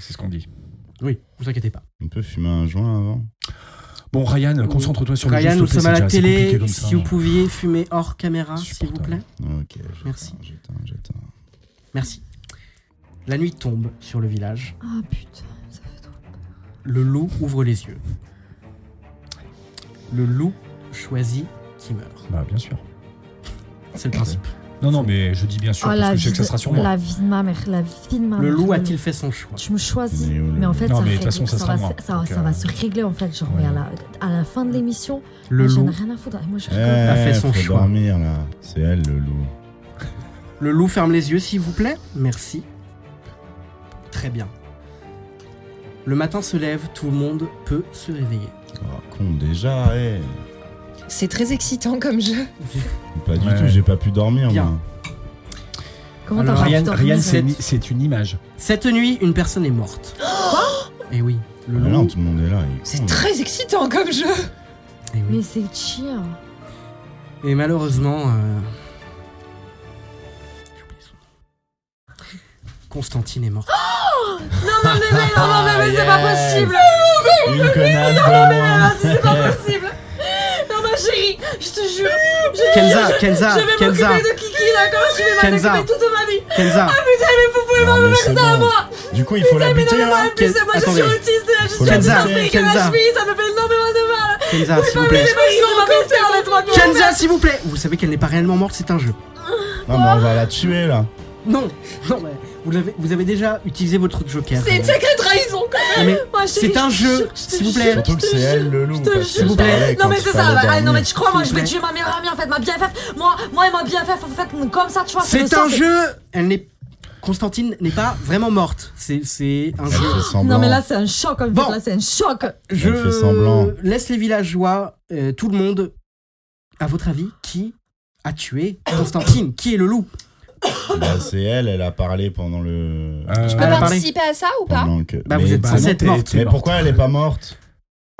S7: C'est ce qu'on dit.
S1: Oui, vous inquiétez pas.
S9: On peut fumer un joint avant
S7: Bon, Ryan, concentre-toi sur le
S1: Ryan,
S7: jeu.
S1: nous
S7: s'il te plaît,
S1: sommes à
S7: c'est
S1: la
S7: déjà assez compliqué
S1: télé.
S7: comme ça. hein.
S1: Si vous pouviez fumer hors caméra, s'il vous plaît.
S9: Ok, j'éteins,
S1: Merci.
S9: j'éteins, j'éteins.
S1: Merci. La nuit tombe sur le village.
S6: Ah putain, ça fait trop.
S1: Le loup ouvre les yeux. Le loup choisit qui meurt.
S7: Bah, bien sûr.
S1: C'est le principe.
S7: Non, non, mais je dis bien sûr,
S6: Oh,
S7: parce
S6: la
S7: que je sais
S6: vie
S7: que ça sera
S6: de-
S7: sur moi.
S6: la vie de ma mère, la vie de ma mère.
S1: Le loup a-t-il fait son choix
S6: Tu me choisis.
S9: Mais où le
S6: Mais en fait,
S7: Non,
S6: ça,
S7: mais de toute
S6: règle-
S7: façon, ça sera
S6: va,
S7: moi.
S6: se- ça, va-
S7: Donc,
S6: ça
S7: euh,
S6: va se régler en fait. Genre,
S7: ouais.
S6: mais à la, à la fin de l'émission,
S1: Le
S6: j'en ai
S1: loup,
S6: rien à foutre. Et Moi, je
S9: Eh,
S6: rigole.
S1: a fait son
S9: faut
S1: choix.
S9: dormir là. C'est elle le loup.
S1: le loup ferme les yeux, s'il vous plaît. Merci. Très bien. Le matin se lève, tout le monde peut se réveiller.
S9: Oh, con déjà, eh.
S5: C'est très excitant comme jeu.
S9: Pas du
S7: Ouais.
S9: tout, j'ai pas pu dormir
S1: Bien.
S9: moi.
S6: Comment
S1: Alors,
S6: t'as pas
S7: Ryan,
S6: envie de
S7: Ryan,
S6: dormir
S7: c'est
S1: cette-
S7: une- c'est une image.
S1: Cette nuit, une personne est morte. Et oui, le
S9: Ah
S1: loup.
S9: non, tout le monde est là. il est
S5: C'est
S9: con.
S5: très excitant comme jeu.
S1: eh oui.
S6: Mais c'est chill.
S1: Et malheureusement. euh, j'ai oublié son nom. Constantine est
S6: Oh,
S1: morte.
S6: Non, non, mais, mais non, non, mais, mais c'est pas
S9: yes.
S6: possible.
S9: Une connasse de
S6: C'est pas
S9: moins.
S6: possible. Non, ma chérie, je te jure.
S1: Kenza, Kenza,
S6: Je vais
S1: Ah, Kenza,
S6: m'occuper de Ah, Kiki, d'accord Je vais m'en
S1: Kenza.
S6: occuper toute ma vie.
S1: Kenza.
S9: Non, mais c'est bon. Du coup, il faut la buter hein.
S6: Puis c'est moi, je suis
S1: Attendez.
S6: autiste. Je suis
S9: Faut la
S6: autiste en
S1: buter.
S6: que ma
S1: Kenza.
S6: cheville, ça me fait énormément de mal.
S1: Kenza, s'il vous
S6: Mais
S1: plaît.
S6: j'ai pas eu de ma belle-sœur, laisse-moi de mon
S1: Kenza, s'il vous plaît. Vous savez qu'elle n'est pas réellement morte, c'est un jeu.
S9: Non, mais on va la tuer là.
S1: Non, non, mais vous avez, vous avez déjà utilisé votre joker.
S5: C'est une sacrée trahison. quoi.
S1: Non, mais
S6: Ma chérie,
S1: C'est un
S6: je te
S1: jeu,
S6: jure, je te
S1: s'il vous
S6: jure,
S1: plaît.
S9: Surtout que
S6: je te
S9: c'est
S6: jure.
S9: elle le loup.
S6: Je te
S9: parce
S6: jure.
S9: qu'elle
S1: S'il vous plaît.
S9: parlait
S6: Non
S9: quand
S6: mais
S9: il
S6: c'est ça,
S9: fallait
S6: ah, non mais
S9: dormir.
S6: tu crois, moi je vais
S1: S'il vous
S6: tuer ma meilleure amie en fait, ma BFF, moi, moi et ma BFF, en fait, comme ça tu vois. le
S1: C'est
S6: sang,
S1: un jeu. Elle n'est. Constantine n'est pas vraiment morte. C'est, c'est un jeu.
S9: Elle fait semblant.
S6: Non mais là c'est un choc en fait,
S1: Bon.
S6: là c'est un choc.
S1: Je
S9: fait semblant.
S1: laisse les villageois, euh, tout le monde. À votre avis, qui a tué Constantine Qui est le loup
S9: Bah, c'est elle, elle a parlé pendant le.
S7: Euh,
S5: Je peux
S1: Elle a parlé.
S5: participer à ça ou pas
S9: pendant que-
S1: Bah,
S9: mais,
S1: vous êtes
S7: bah,
S1: censé
S7: non,
S1: être
S7: t'es-
S1: morte.
S7: t'es
S9: mais
S7: morte.
S9: pourquoi elle est pas morte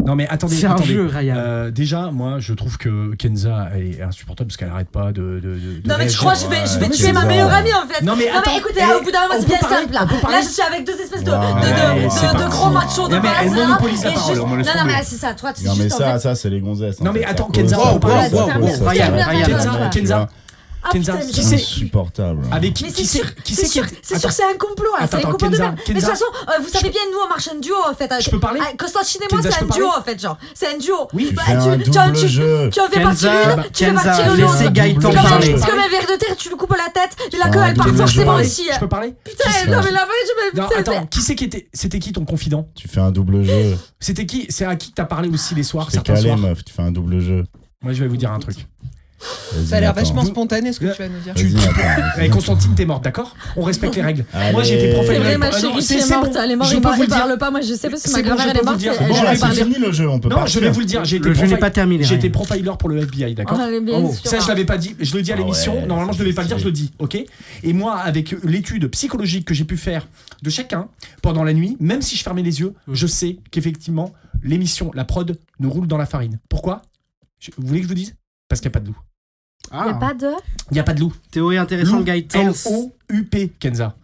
S7: Non mais attendez,
S1: C'est un
S7: attendez.
S1: jeu, Ryan.
S7: Euh, déjà, moi, je trouve que Kenza elle est insupportable parce qu'elle arrête pas de. de, de- de
S6: Non mais tu
S7: réagir.
S6: crois je vais, je vais
S9: mais
S6: tuer
S9: c'est
S6: ma
S9: ça.
S6: meilleure amie en fait.
S7: Non, mais attends,
S6: écoutez,
S7: eh,
S6: là, au bout d'un moment
S7: on
S6: c'est
S7: peut
S6: bien
S7: parler,
S6: simple là.
S7: on peut parler.
S6: Là je suis avec deux espèces de,
S9: Ouais,
S6: de, de,
S9: ouais,
S6: de-
S9: c'est
S6: de
S7: parti.
S6: gros machos de
S7: Non, mais elle
S6: base, là.
S7: monopolise la
S6: Et
S7: parole,
S6: juste-
S7: on me laisse
S6: Non non
S7: tomber.
S6: mais c'est ça, toi tu
S9: Non,
S6: sais
S9: mais
S6: juste en
S9: ça,
S6: fait.
S9: ça, c'est les gonzesses.
S7: Non,
S9: hein,
S7: mais
S9: ça,
S7: attends,
S9: ça
S7: Kenza,
S9: cause,
S7: on peut
S9: ça
S7: parler.
S9: cause, ça
S1: Wow, wow,
S9: cause,
S1: wow,
S9: ça
S1: Ryan,
S9: cause.
S1: Ryan.
S7: Kenza,
S9: Tu
S7: Kenza,
S9: vois,
S6: Ah,
S7: Kenza,
S6: putain, mais
S7: qui
S6: j'ai-
S7: c'est
S9: Insupportable. hein.
S7: avec
S6: Mais
S7: qui
S6: c'est
S7: c'est
S6: sûr,
S7: qui
S6: c'est
S7: c'est qui
S6: sûr, c'est sûr, c'est un complot là,
S7: Attends,
S6: c'est un
S7: attends,
S6: complot de
S7: Kenza,
S6: même. Mais de toute
S7: Kenza.
S6: façon, euh, vous savez bien, nous on marche un duo en fait. avec-
S7: Je peux parler
S6: Ah, Constantine et moi,
S7: Kenza, je
S6: c'est un
S7: peux
S6: duo
S7: parler
S6: en fait, genre. C'est un duo.
S7: Oui.
S9: Tu
S6: Bah,
S9: fais un
S6: tu, tu en-
S9: double
S6: tu-
S9: jeu.
S6: tu en fais partie
S1: Kenza,
S6: l'une, tu fais
S1: Kenza,
S6: partie de l'autre.
S1: laissez Gaëtan
S6: Parce que-
S1: parler.
S6: Parce que le verre de terre, tu le coupes à la tête, et la
S9: Ah,
S6: queue elle part
S9: double jeu.
S6: forcément
S9: Parler.
S6: aussi. euh.
S7: Je peux parler
S6: Putain, non mais la vraie, je vais.
S7: Non,
S6: c'est-
S7: attends, qui c'est qui était c'était qui ton confident
S9: Tu fais un double jeu.
S7: C'était qui C'est à qui que t'as parlé aussi les soirs,
S9: T'es
S7: certains
S9: calé,
S7: soirs
S9: meuf. Tu fais un double jeu.
S7: Moi, je vais vous dire un truc.
S9: Vas-y,
S5: Ça a l'air
S9: attends.
S5: vachement spontané ce que tu vas nous dire.
S9: Vas-y, attends.
S7: Eh, Constantine, t'es morte, d'accord On respecte les règles. Moi, j'ai été
S9: Allez.
S6: C'est
S7: professionnel.
S6: vrai, ma
S7: Ah non,
S6: chérie
S7: c'est-
S6: qui est
S7: c'est bon,
S6: morte, elle est morte,
S7: Je peux vous
S6: elle
S7: le dire.
S6: parle pas, moi je sais pas si
S7: C'est
S6: ma
S7: bon,
S6: grand-mère
S7: je
S6: elle
S7: peux
S6: est
S7: vous
S6: morte,
S7: dire.
S6: elle
S7: Bon,
S6: elle
S9: Bon,
S7: là,
S6: a
S9: là,
S7: vais
S9: c'est
S6: parlé.
S9: fini le jeu. On peut
S7: Non, je vais
S9: partir.
S7: vous le dire. j'ai été
S1: Le jeu n'est
S7: profi-
S1: pas terminé.
S7: J'ai
S1: Ryan.
S7: été profiler pour le FBI, d'accord Oh,
S6: Ah, elle est bien sûre.
S7: Ça, je l'avais pas dit. Je le dis à
S9: Ah
S7: l'émission.
S9: ouais,
S7: Normalement,
S9: ça,
S7: je devais
S9: c'est
S7: pas le dire, je
S9: stylé.
S7: le dis. Ok Et moi, avec l'étude psychologique que j'ai pu faire de chacun pendant la nuit, même si je fermais les yeux, je sais qu'effectivement, l'émission, la prod, nous roule dans la farine. Pourquoi Je- Vous voulez que je vous dise Parce qu'il n'y a pas de loup.
S1: Ah.
S6: Il y a pas de.
S7: Il n'y a pas de loup.
S1: Théorie intéressante,
S7: Loup,
S1: Gaëtan.
S7: L-O-U-P, Kenza.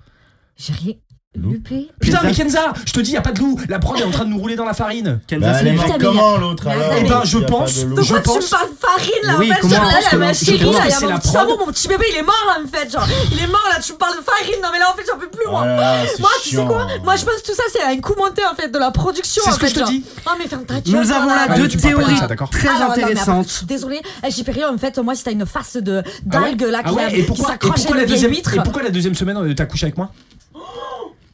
S6: J'ai rien.
S9: Loup.
S6: Loupé.
S7: Putain,
S1: Kenza.
S7: mais Kenza, je te dis, il n'y a pas de loup. La prod est en train de nous rouler dans la farine.
S1: Kenza,
S9: Bah,
S1: c'est
S9: elle est
S1: une-
S6: Putain,
S9: morte
S6: mais
S9: comment l'autre
S6: mais
S9: alors
S6: attends,
S7: Eh ben,
S9: s'il
S7: je
S9: y a pas de
S7: pense-
S9: loup
S6: De
S7: Je
S6: quoi tu
S7: pense-
S6: me parles farine là
S1: Oui,
S6: en fait
S1: comment
S6: Genre
S1: on
S6: là,
S1: pense que
S6: là ma
S1: l'on-
S6: chérie,
S1: comment on
S6: là,
S7: pense
S6: il y a
S7: que c'est
S6: mon
S7: la
S6: petit
S7: prod
S6: cerveau, mon petit bébé, il est mort là en fait. Genre, il est mort là, tu me parles de farine, non mais là en fait j'en peux plus
S9: Oh
S6: moi.
S9: là là, c'est
S6: Moi, tu sais
S9: chiant.
S6: quoi Moi, je pense que tout ça, c'est un coup monté en fait de la production.
S7: C'est
S6: en
S7: ce que
S6: fait,
S7: je te
S6: genre.
S7: dis.
S6: Oh, mais ferme ta gueule,
S1: Nous avons
S6: voilà.
S1: là
S7: Ah, mais
S1: deux
S7: tu me parles pas comme
S1: théories
S7: ça, d'accord.
S1: très
S6: Alors, Ah non, mais après, je
S1: intéressantes.
S6: suis désolée, Eh, j'ai rien en fait. Moi, si t'as une face de
S7: Ah ouais
S6: d'algue là qui,
S7: Ah ouais,
S6: a-
S7: et
S6: qui
S7: pourquoi, et
S6: s'accroche
S7: pourquoi
S6: à
S7: la
S6: une vieille
S7: deuxième,
S6: huître.
S7: et pourquoi la deuxième semaine euh, t'as couché avec moi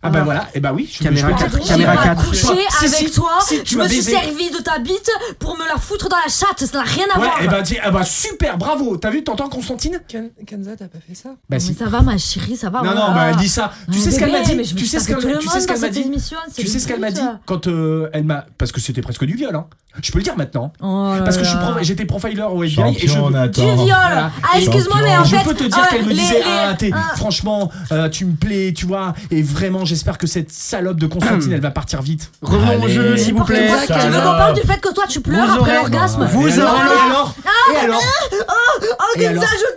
S7: Ah bah voilà, et bah oui, je
S1: Caméra
S7: je peux-
S1: quatre,
S7: je peux-
S1: caméra
S7: je peux-
S1: quatre.
S7: je peux-
S6: couché
S7: Si,
S6: avec
S7: si,
S6: toi,
S7: si, tu
S6: je
S7: m'as
S6: me suis
S7: baisé.
S6: servi de ta bite pour me la foutre dans la chatte, ça n'a rien à
S7: Ouais,
S6: voir.
S7: et bah, dis- ah bah super, bravo. T'as vu, t'entends Constantine
S18: Kenza, t'as pas fait ça
S7: Bah
S19: Mais
S7: si.
S19: ça va, ma chérie, ça va.
S7: Non,
S19: on
S7: non,
S19: va.
S7: bah elle dit ça. Tu
S19: Non,
S7: sais ce qu'elle m'a
S19: bébé,
S7: dit
S19: mais je me
S7: Tu sais
S19: tape
S7: ce qu'elle
S19: tout le
S7: tu
S19: monde
S7: sais ce
S19: dans
S7: qu'elle m'a
S19: cette
S7: dit
S19: émission, c'est
S7: Tu sais ce qu'elle m'a dit
S19: ridicule.
S7: quand euh, elle m'a parce que c'était presque du viol hein. Je peux le dire maintenant.
S19: Oh là
S7: parce que je suis
S19: là.
S7: prof- j'étais profiler au FBI et je
S9: Champion,
S19: Du viol
S9: Nathan.
S19: Ah, excuse-moi,
S9: Champion.
S19: mais en
S7: je
S19: fait.
S7: peux te dire
S6: euh,
S19: ah,
S7: qu'elle me
S19: les-
S7: disait
S19: les-
S7: ah t'es
S19: ah,
S7: franchement euh, tu me plais tu vois et vraiment j'espère que cette salope de Constantine elle va partir vite.
S1: Revenons au
S7: Allez.
S1: jeu, s'il vous plaît.
S6: N'importe quoi,
S9: Ça
S6: Tu veux qu'on
S9: alors.
S6: parle du fait que toi tu pleures
S1: Vous
S6: après
S1: aurez-
S6: l'orgasme
S1: Vous
S7: et alors,
S1: aurez-
S7: et alors et alors
S6: Oh,
S7: Et alors
S6: Kenza, je
S7: Et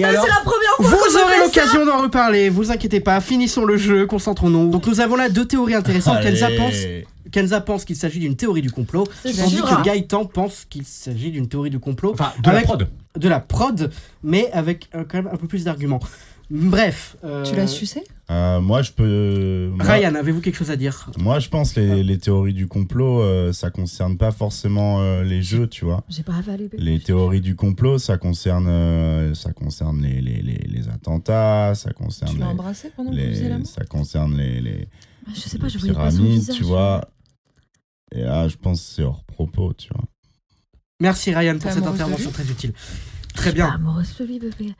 S6: t'aime Euh,
S7: alors
S6: C'est la première fois que
S1: Vous
S6: je
S1: aurez
S6: fais ça
S1: l'occasion d'en reparler, vous inquiétez pas, finissons le jeu, concentrons-nous. Donc nous avons là deux théories intéressantes. Kenza
S9: Allez.
S1: pense, Kenza pense qu'il s'agit d'une théorie du complot,
S19: C'est
S1: tandis
S19: sûr,
S1: que
S19: hein.
S1: Gaëtan pense qu'il s'agit d'une théorie du complot.
S7: Enfin de la
S1: Avec-
S7: prod.
S1: De la prod, mais avec euh, quand même un peu plus d'arguments. Bref. euh,
S18: Tu l'as sucé
S9: Euh, moi, je peux. moi-
S1: Ryan, avez-vous quelque chose à dire
S9: Moi, je pense les, les théories du complot, euh, ça concerne pas forcément euh, les jeux, tu vois.
S19: J'ai pas avalé, bébé.
S9: Les théories du complot, ça concerne, euh, ça concerne les, les, les, les attentats, ça concerne
S18: Tu l'as
S9: les,
S18: embrassé pendant que vous faisiez
S9: les-
S18: l'amour
S9: ça concerne les, les,
S6: Ah,
S19: Je sais
S9: les
S19: pas, je voyais pas son
S9: pyramides,
S19: visage.
S9: tu vois. Et là, je pense que c'est hors propos, tu vois.
S1: Merci Ryan pour
S18: T'es
S1: cette
S18: amoureuse de
S1: intervention très utile.
S19: Je
S1: Très
S19: suis pas
S1: bien.
S19: amoureuse de lui, bébé.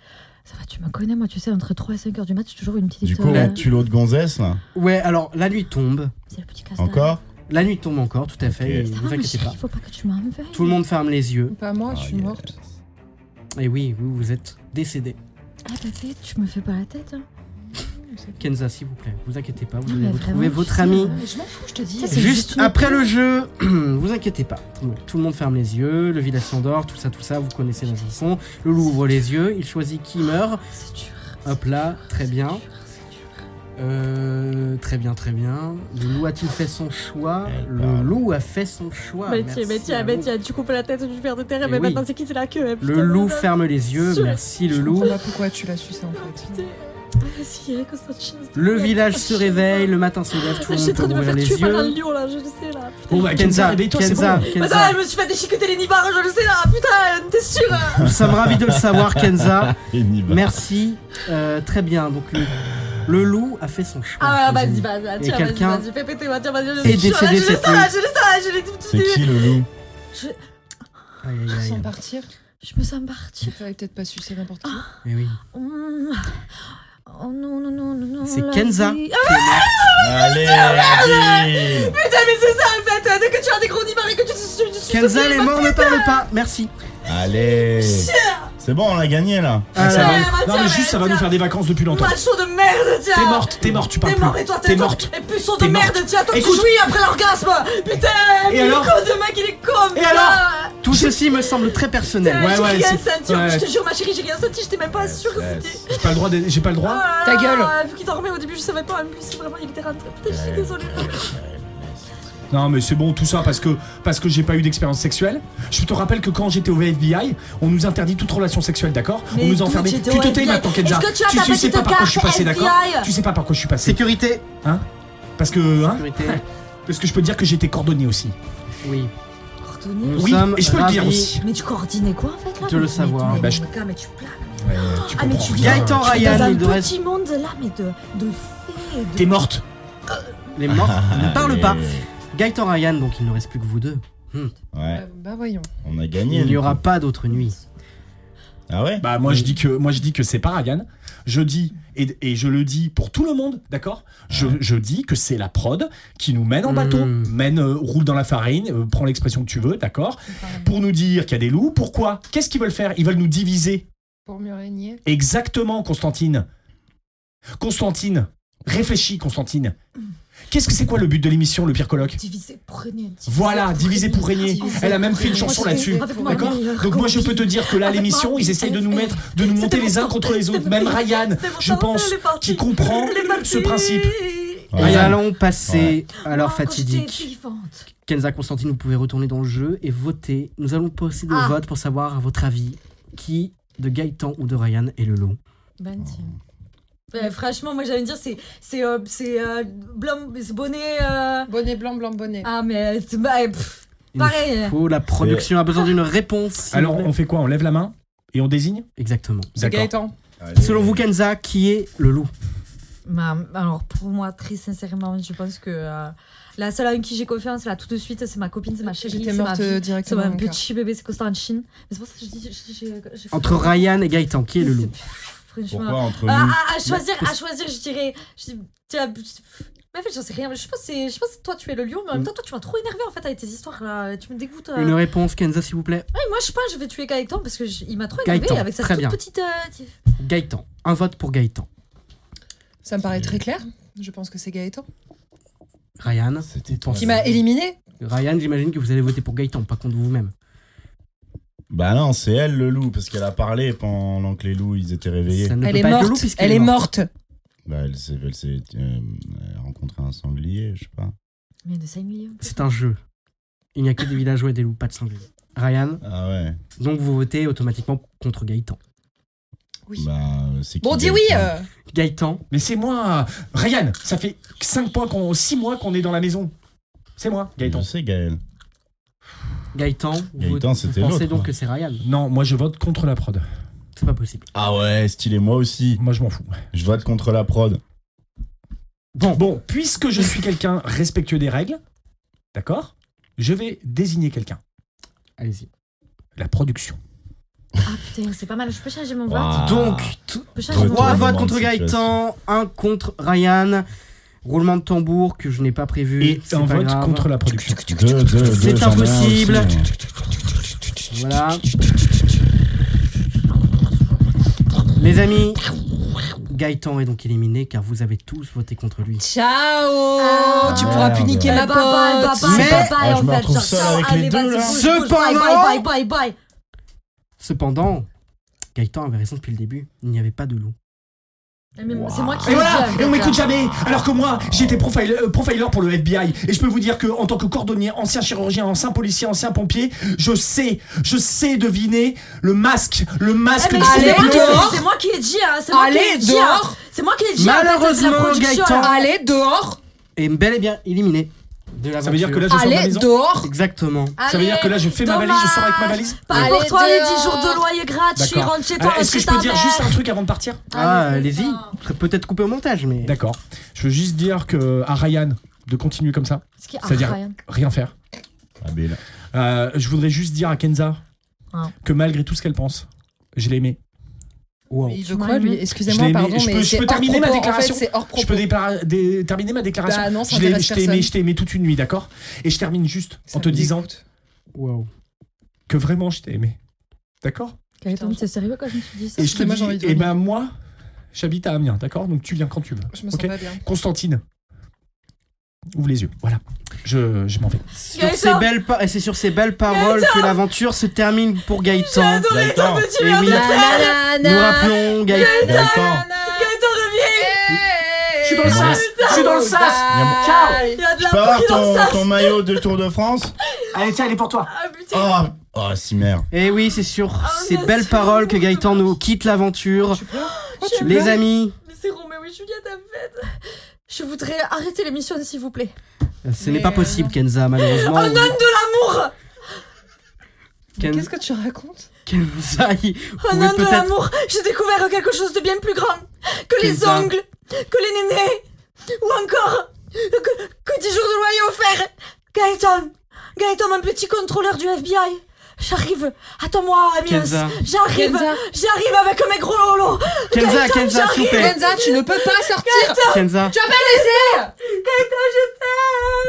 S19: Ça va, tu me connais, moi, tu sais, entre 3 et 5 heures du mat, j'ai toujours une petite.
S9: Du coup,
S19: euh,
S9: on tue l'autre gonzesse, là
S1: Ouais, alors la nuit tombe.
S19: Ah, c'est le petit casse-tête.
S9: Encore
S1: La nuit tombe encore, tout à fait.
S9: Ok.
S1: et
S19: Ça va,
S1: vous
S19: ma
S1: inquiétez
S19: chérie,
S1: pas.
S19: faut pas que tu m'en veuilles.
S1: Tout le monde ferme les yeux.
S18: Pas moi,
S9: Ah,
S18: je suis
S9: yes.
S18: morte.
S1: Et oui, vous, vous êtes décédé.
S19: Ah, bébé, tu me fais pas la tête. hein.
S1: Kenza, s'il vous plaît, vous inquiétez pas, vous
S19: Non,
S1: allez
S19: mais
S1: retrouver
S19: Ah, bah, vraiment,
S1: votre
S19: tu
S1: ami
S19: sais, euh,
S18: Mais je m'en fous, je te dis.
S19: Ça, c'est-
S1: juste
S19: une
S1: après le jeu. vous inquiétez pas. Donc, tout le monde ferme les yeux, le village s'endort, tout ça, tout ça, vous connaissez la chanson. Le loup ouvre les yeux, il choisit qui meurt.
S19: Ah, C'est dur.
S1: Hop là, très bien. Euh, très bien, très bien. Le loup a-t-il fait son choix
S9: Elle
S1: Le
S9: parle.
S1: loup a fait son choix.
S6: Métier,
S1: Ah, Merci
S6: métier,
S1: à vous.
S6: métier, bah, tu coupes la tête du père de terre,
S1: Eh
S6: mais,
S1: oui.
S6: maintenant c'est qui c'est la queue hein,
S1: Le
S6: putain,
S1: loup
S6: putain.
S1: ferme les yeux,
S6: Sûr.
S1: merci le
S18: Je
S1: loup.
S18: comprends pas pourquoi tu l'as sucé en fait.
S6: Ah, si, elle est Constantine, s'il te
S1: Le
S6: plaît.
S1: village se réveille, le matin se lève, tout
S6: Ah, Je
S1: le
S6: suis
S1: monde
S6: en train
S1: peut
S6: de me
S1: ouvrir
S6: faire
S1: les
S6: tuer par un
S1: yeux.
S6: lion là, je le sais là.
S7: Bon bah Kenza,
S1: Kenza,
S7: réveille-toi, c'est
S1: Kenza,
S7: bon.
S1: Kenza.
S6: Attends, je me suis fait déchiqueter les nibards, je le sais là, putain, t'es sûr hein
S1: Nous sommes ravis de le savoir, Kenza.
S9: Il n'y va.
S1: Merci. Euh, très bien. Donc le, le loup a fait son choix.
S6: Ah ouais,
S1: les amis.
S6: vas-y, vas-y, vas-y, tiens, vas-y,
S1: quelqu'un
S6: vas-y, fais péter, vas-y, vas-y, vas-y,
S1: est
S6: je suis là,
S1: décédé
S6: je le
S1: cette
S6: sens là,
S1: nuit.
S6: je le sens là, je l'ai
S9: C'est qui le loup
S1: Aïe, aïe,
S18: Je
S1: aïe.
S18: sens partir.
S19: Je me sens partir.
S18: Tu fallait peut-être pas sucer n'importe qui.
S1: Mais oui.
S19: Mmh. Oh non, non, non, non, non.
S1: C'est
S19: la
S1: Kenza.
S19: vie.
S9: Allez, Adil
S6: Ah, Putain, mais c'est ça en fait, hein, dès que tu as des gros nibards et que tu tu- tu- tu-
S1: Kenza, les morts ne parlent pas. Merci.
S9: Allez C'est bon, on a gagné, là
S7: Ah,
S1: Euh,
S7: ça va.
S6: Ouais, bah,
S7: Non
S6: tiens,
S7: mais juste
S6: ouais,
S7: ça va nous
S6: tiens.
S7: faire des vacances depuis longtemps.
S6: Macho de merde, tiens
S7: T'es morte, t'es morte, tu parles
S6: T'es morte, et
S7: plus.
S6: toi, t'es
S7: T'es
S6: toi-
S7: morte.
S6: Et puceau de
S7: T'es
S6: merde, tiens, toi, tu
S7: Écoute.
S6: jouis après l'orgasme Putain, mais il est
S7: alors
S6: con, ce mec, il est con
S7: Et
S6: putain.
S7: alors
S1: Tout ceci me semble très personnel.
S7: Ouais,
S6: J'ai
S7: ouais,
S6: rien
S7: c'est-
S6: senti,
S7: ouais.
S6: je te jure, ma chérie, j'ai rien senti, j'étais même pas sûre Ah, que c'était.
S7: J'ai pas le droit, de- j'ai pas le droit.
S6: Ah,
S18: Ta gueule.
S6: Vu qu'il dormait au début, je savais pas, en plus, vraiment, il était rentré. Putain, je suis désolée.
S7: Non mais c'est bon tout ça parce que parce que j'ai pas eu d'expérience sexuelle. Je te rappelle que quand j'étais au FBI, on nous interdit toute relation sexuelle, d'accord On
S6: Mais
S7: nous
S6: d'où
S7: enfermait.
S6: j'étais
S7: Tu
S6: au
S7: te tais
S6: FBI?
S7: maintenant Kenza.
S6: Est-ce que tu as ta
S7: tu sais
S6: petite
S7: pas par quoi je suis
S6: carte
S7: passé, d'accord
S6: FBI?
S7: Tu sais pas par quoi je suis passé.
S1: Sécurité.
S7: Parce que hein
S1: Sécurité.
S7: Parce que je peux te dire que j'étais cordonnier aussi.
S1: Oui.
S6: Cordonnier
S1: Nous
S7: oui,
S1: sommes
S7: et je peux le dire
S1: ravis
S7: aussi.
S6: Mais tu coordonnais quoi en fait là
S1: De le savoir.
S6: Mais,
S7: Bah,
S6: mais,
S7: je-
S6: mais, mais tu planes.
S7: Ouais, tu
S6: Ah, mais
S7: comprends
S6: tu
S7: rien.
S1: Gaëtan
S7: Tu-
S6: Dans
S1: Ryan,
S6: un
S1: il nous reste
S6: petit monde là, mais de, de fées. De...
S7: T'es morte.
S1: les morts ne parlent pas.
S9: Allez.
S1: Gaëtan Ryan, donc il ne reste plus que vous deux.
S9: Ouais,
S18: Euh, Bah voyons.
S9: on a gagné.
S1: Il
S9: du
S1: n'y aura
S9: coup.
S1: pas d'autre nuit.
S9: Ah ouais
S7: Bah moi je dis que moi je dis que c'est pas Ryan. Je dis et, et je le dis pour tout le monde, d'accord je, je dis que c'est la prod qui nous mène en bateau,
S1: Mm.
S7: mène euh, roule dans la farine, euh, prends l'expression que tu veux, d'accord Pour nous dire qu'il y a des loups, pourquoi Qu'est-ce qu'ils veulent faire Ils veulent nous diviser.
S18: Pour mieux régner.
S7: Exactement, Constantine. Constantine, réfléchis Constantine.
S18: Mmh.
S7: Qu'est-ce que c'est quoi le but de l'émission le pire colloque
S6: Divisé pour régner. divisé
S7: Voilà, diviser pour régner.
S18: Diviser
S7: Elle a même
S18: pour
S7: fait une
S18: régner.
S7: chanson
S18: Moi,
S7: là-dessus.
S18: c'était-
S6: Avec moi,
S7: D'accord
S6: meilleure
S7: Donc moi je
S6: copine.
S7: peux te dire que là
S6: Avec
S7: l'émission
S6: moi,
S7: ils essayent de nous mettre, de nous
S6: C'était
S7: monter
S6: pour
S7: les uns
S6: ça.
S7: contre les
S6: C'était
S7: autres.
S6: pour
S7: Même
S6: ça.
S7: Ryan,
S6: C'était pour
S7: je
S6: ça.
S7: pense,
S6: Elle est partie.
S7: qui comprend
S6: Elle est partie.
S7: ce principe.
S9: Ouais.
S1: Et allons passer à l'heure
S6: Moi, quand j'étais
S1: fatidique.
S6: vivante.
S1: Kenza Constantine, vous pouvez retourner dans le jeu et voter. Nous allons procéder
S6: Ah.
S1: au vote pour savoir, à votre avis, qui de Gaëtan ou de Ryan est le lot.
S7: Oh.
S6: Ben, tiens. Ouais, franchement, moi j'allais dire, c'est. C'est. euh, c'est. euh, Blom- c'est bonnet. euh,
S18: Bonnet blanc, blanc, bonnet.
S6: Ah, mais. euh, c'est- bah, euh, pff,
S1: Il nous
S6: Pareil.
S1: faut, la production a
S18: Ah.
S1: besoin d'une réponse. s'il
S7: Alors
S1: vous plaît.
S7: on fait quoi On lève la main et on désigne
S1: Exactement.
S18: C'est
S7: D'accord.
S18: Gaëtan.
S9: Allez.
S1: Selon vous, Kenza, qui est le loup
S6: Bah, alors pour moi, très sincèrement, je pense que euh, la seule à qui j'ai confiance, là tout de suite, c'est ma copine, c'est ma chérie,
S18: J'étais
S6: c'est ma
S18: morte,
S6: fille,
S18: euh, directement
S6: c'est
S18: dans
S6: mon
S18: le
S6: petit bébé, c'est Constantine. Mais c'est pour ça que je dis, j'ai- j'ai- j'ai-
S1: Entre Ryan et Bah, Gaëtan, qui est le loup
S6: franchement,
S1: Pourquoi entre
S6: à,
S1: nous
S6: à- à choisir, à choisir, je dirais, je, dis- tu as- mais en fait, j'en sais rien. mais Je pense, que c'est- je pense que toi, tu es le lion, mais en même temps, toi, tu m'as trop énervé en fait avec tes histoires là. Tu me dégoûtes. euh.
S1: Une réponse, Kenza, s'il vous plaît.
S6: Ouais, moi, je sais pas, je vais tuer Gaëtan parce que je- il m'a trop énervé
S1: Gaëtan,
S6: avec sa
S1: très
S6: toute
S1: bien.
S6: petite. euh,
S1: Gaëtan. Un vote pour Gaëtan.
S18: Ça me paraît très clair. Je pense que c'est Gaëtan.
S1: Ryan.
S18: toi. Qui m'a éliminé
S1: Ryan, j'imagine que vous allez voter pour Gaëtan, pas contre vous-même.
S9: Bah non, c'est elle le loup, parce qu'elle a parlé pendant que les loups ils étaient réveillés.
S1: Ça ne
S18: Elle est morte. Elle est morte.
S9: Bah elle s'est elle s'est, euh, elle a rencontré un sanglier, je sais pas.
S6: Mais de sanglier.
S1: C'est un jeu. Il n'y a que des villageois et des loups, pas de sangliers. Ryan.
S9: Ah ouais.
S1: Donc vous votez automatiquement contre Gaëtan.
S9: Bah euh, c'est qui
S18: Bon, dis oui euh.
S1: Gaëtan.
S20: Mais c'est moi Ryan, ça fait 5 mois qu'on, 6 mois qu'on est dans la maison. C'est moi, Gaëtan.
S9: Je sais, Gaël.
S1: Gaëtan, vous,
S9: Gaëtan, c'était
S1: vous pensez
S9: l'autre,
S1: donc
S9: quoi.
S1: que c'est Ryan.
S7: Non, moi je vote contre la prod.
S1: C'est pas possible.
S9: Ah ouais, stylé, moi aussi.
S7: Moi je m'en fous.
S9: Je vote contre la prod.
S20: Bon, bon, puisque je suis quelqu'un respectueux des règles, d'accord Je vais désigner quelqu'un.
S1: Allez-y.
S20: La production.
S6: Ah putain, c'est pas mal. Je peux changer mon vote.
S9: Ah.
S20: Waouh.
S1: Donc,
S6: je peux changer mon vote.
S1: 3 votes
S9: Retournement
S1: contre
S9: de situation.
S1: Gaëtan, 1 contre Ryan. Roulement de tambour que je n'ai pas prévu.
S7: Et
S1: c'est
S7: un
S1: pas
S7: vote
S1: grave.
S7: contre la production.
S9: Deux, deux, deux,
S1: C'est
S9: j'en ai un
S1: impossible.
S9: aussi.
S1: Voilà. Les amis, Gaëtan est donc éliminé car vous avez tous voté contre lui.
S18: Ciao Oh, Tu pourras
S9: merde.
S18: plus niquer
S6: Eh,
S18: ma
S6: bye bye, bye
S18: pote.
S6: bye,
S1: Mais-
S6: bye bye,
S9: Ah, je
S6: en
S9: me
S6: fait.
S9: retrouve
S6: Genre,
S9: seul
S6: ciao,
S9: avec les
S6: allez,
S9: deux,
S6: vas-y,
S9: là.
S6: bouge, bouge,
S1: Cependant-
S6: Bye bye, bye bye.
S1: Cependant, Gaëtan avait raison depuis le début, il n'y avait pas de loup.
S6: bye. Eh, Mais C'est moi qui
S20: Et
S6: ai
S20: voilà
S6: dit, hein. Eh,
S20: Et on
S6: d'accord.
S20: m'écoute jamais Alors que moi, j'étais profiler, euh, profiler pour le FBI. Et je peux vous dire que en tant que cordonnier, ancien chirurgien, ancien policier, ancien pompier, je sais, je sais deviner le masque, le masque
S6: Eh, mais
S20: du
S6: c'est
S18: Allez,
S6: moi qui-
S18: dehors.
S6: C'est moi qui ai dit, hein, c'est moi qui ai
S18: Allez,
S6: dit. hein.
S18: dehors
S6: C'est moi qui ai dit.
S1: Malheureusement, Gaëtan.
S18: Allez, dehors
S1: Et bel et bien éliminé de la
S20: Ça veut dire que là, je sors de la
S18: Allez,
S20: maison
S18: dehors
S1: Exactement.
S20: Ça veut dire que là, je fais ma valise, je sors avec ma valise
S6: Pas
S18: Allez,
S6: pour toi les 10
S18: dehors.
S6: jours de loyer gratuit,
S20: D'accord.
S6: rentre chez toi,
S7: Bah,
S20: Alors, Est-ce
S6: rentre
S20: que
S6: chez
S20: je
S6: ta
S20: peux dire juste un
S6: mère.
S20: truc avant de partir
S1: Ah,
S6: c'est
S1: allez-y.
S6: ça. hein.
S1: Très- Peut-être coupé au montage, mais.
S7: D'accord. Je veux juste dire que à Ryan de continuer comme ça,
S6: Ce qui est
S7: C'est-à-dire-
S6: incroyable.
S7: rien faire.
S9: Ah, mais là-
S7: Euh, je voudrais juste dire à Kenza
S6: Ah.
S7: que malgré tout ce qu'elle pense, je l'ai aimé.
S1: Wow.
S18: Il
S6: veut
S18: veut
S6: quoi, Je
S18: quoi,
S6: lui l'ai
S18: lui
S6: aimé.
S18: Excusez-moi,
S7: Je l'ai aimé.
S18: pardon,
S7: Je peux-
S18: mais
S7: je
S18: c'est
S7: peux
S18: hors
S7: terminer
S18: propos.
S7: ma
S18: En fait,
S7: déclaration
S18: c'est hors
S7: Je
S18: propos.
S7: peux dépara- dé- terminer ma déclaration.
S18: Bah non, ça
S7: je l'ai-
S18: intéresse
S7: je t'ai aimé,
S18: personne.
S7: je t'ai aimé toute une nuit, d'accord Et je termine juste
S18: Ça
S7: en te
S18: me
S7: disant
S18: dégoûte.
S1: Wow.
S7: que vraiment je t'ai aimé. D'accord
S6: Gaëtan, t'es sérieux quand je me suis dit ça
S7: Et je te
S18: mais moi,
S7: dis,
S18: j'ai envie de
S7: eh
S18: venir.
S7: ben moi, j'habite à Amiens, d'accord Donc tu viens quand tu veux.
S18: Je me sens
S7: ok
S18: pas bien.
S7: Constantine, ouvre les yeux. Voilà. Je, je m'en vais.
S1: Sur ces belles pa- Et c'est sur ces belles paroles que l'aventure se termine pour Gaëtan.
S9: Gaëtan,
S1: Et oui, nous rappelons Gaëtan.
S9: Gaëtan,
S20: Je suis dans le
S6: Ah,
S20: sas Je suis dans le sas Ciao
S6: Il y a de
S9: tu peux avoir ton, ton maillot de Tour de France
S20: Allez, tiens, elle est pour toi
S6: Ah putain.
S9: Oh, oh si merde.
S1: Et Eh oui, c'est sur ces
S6: merci
S1: belles paroles que
S6: beaucoup.
S1: Gaëtan nous quitte l'aventure. Les amis,
S6: Mais c'est Roméo et Juliette à fait. Je voudrais arrêter l'émission s'il vous plaît.
S1: ce n'est pas possible, Kenza, malheureusement.
S6: Un homme de l'amour
S18: Mais
S1: Ken-
S18: Qu'est-ce que tu racontes
S1: Kenza, il- vous
S6: Un
S1: pouvez
S6: homme de
S1: peut-être
S6: l'amour J'ai découvert quelque chose de bien plus grand que les
S1: Quel homme
S6: ongles, que les nénés, ou encore que, que 10 jours de loyer offert Gaëtan Gaëtan, mon petit contrôleur du FBI J'arrive Attends-moi, Amiens
S1: Kenza.
S6: J'arrive
S18: Kenza.
S6: J'arrive avec mes gros lolos
S1: Kenza,
S6: Gaëtan,
S1: Kenza, s'il vous plaît.
S18: Kenza, tu ne peux pas sortir
S1: Kenza.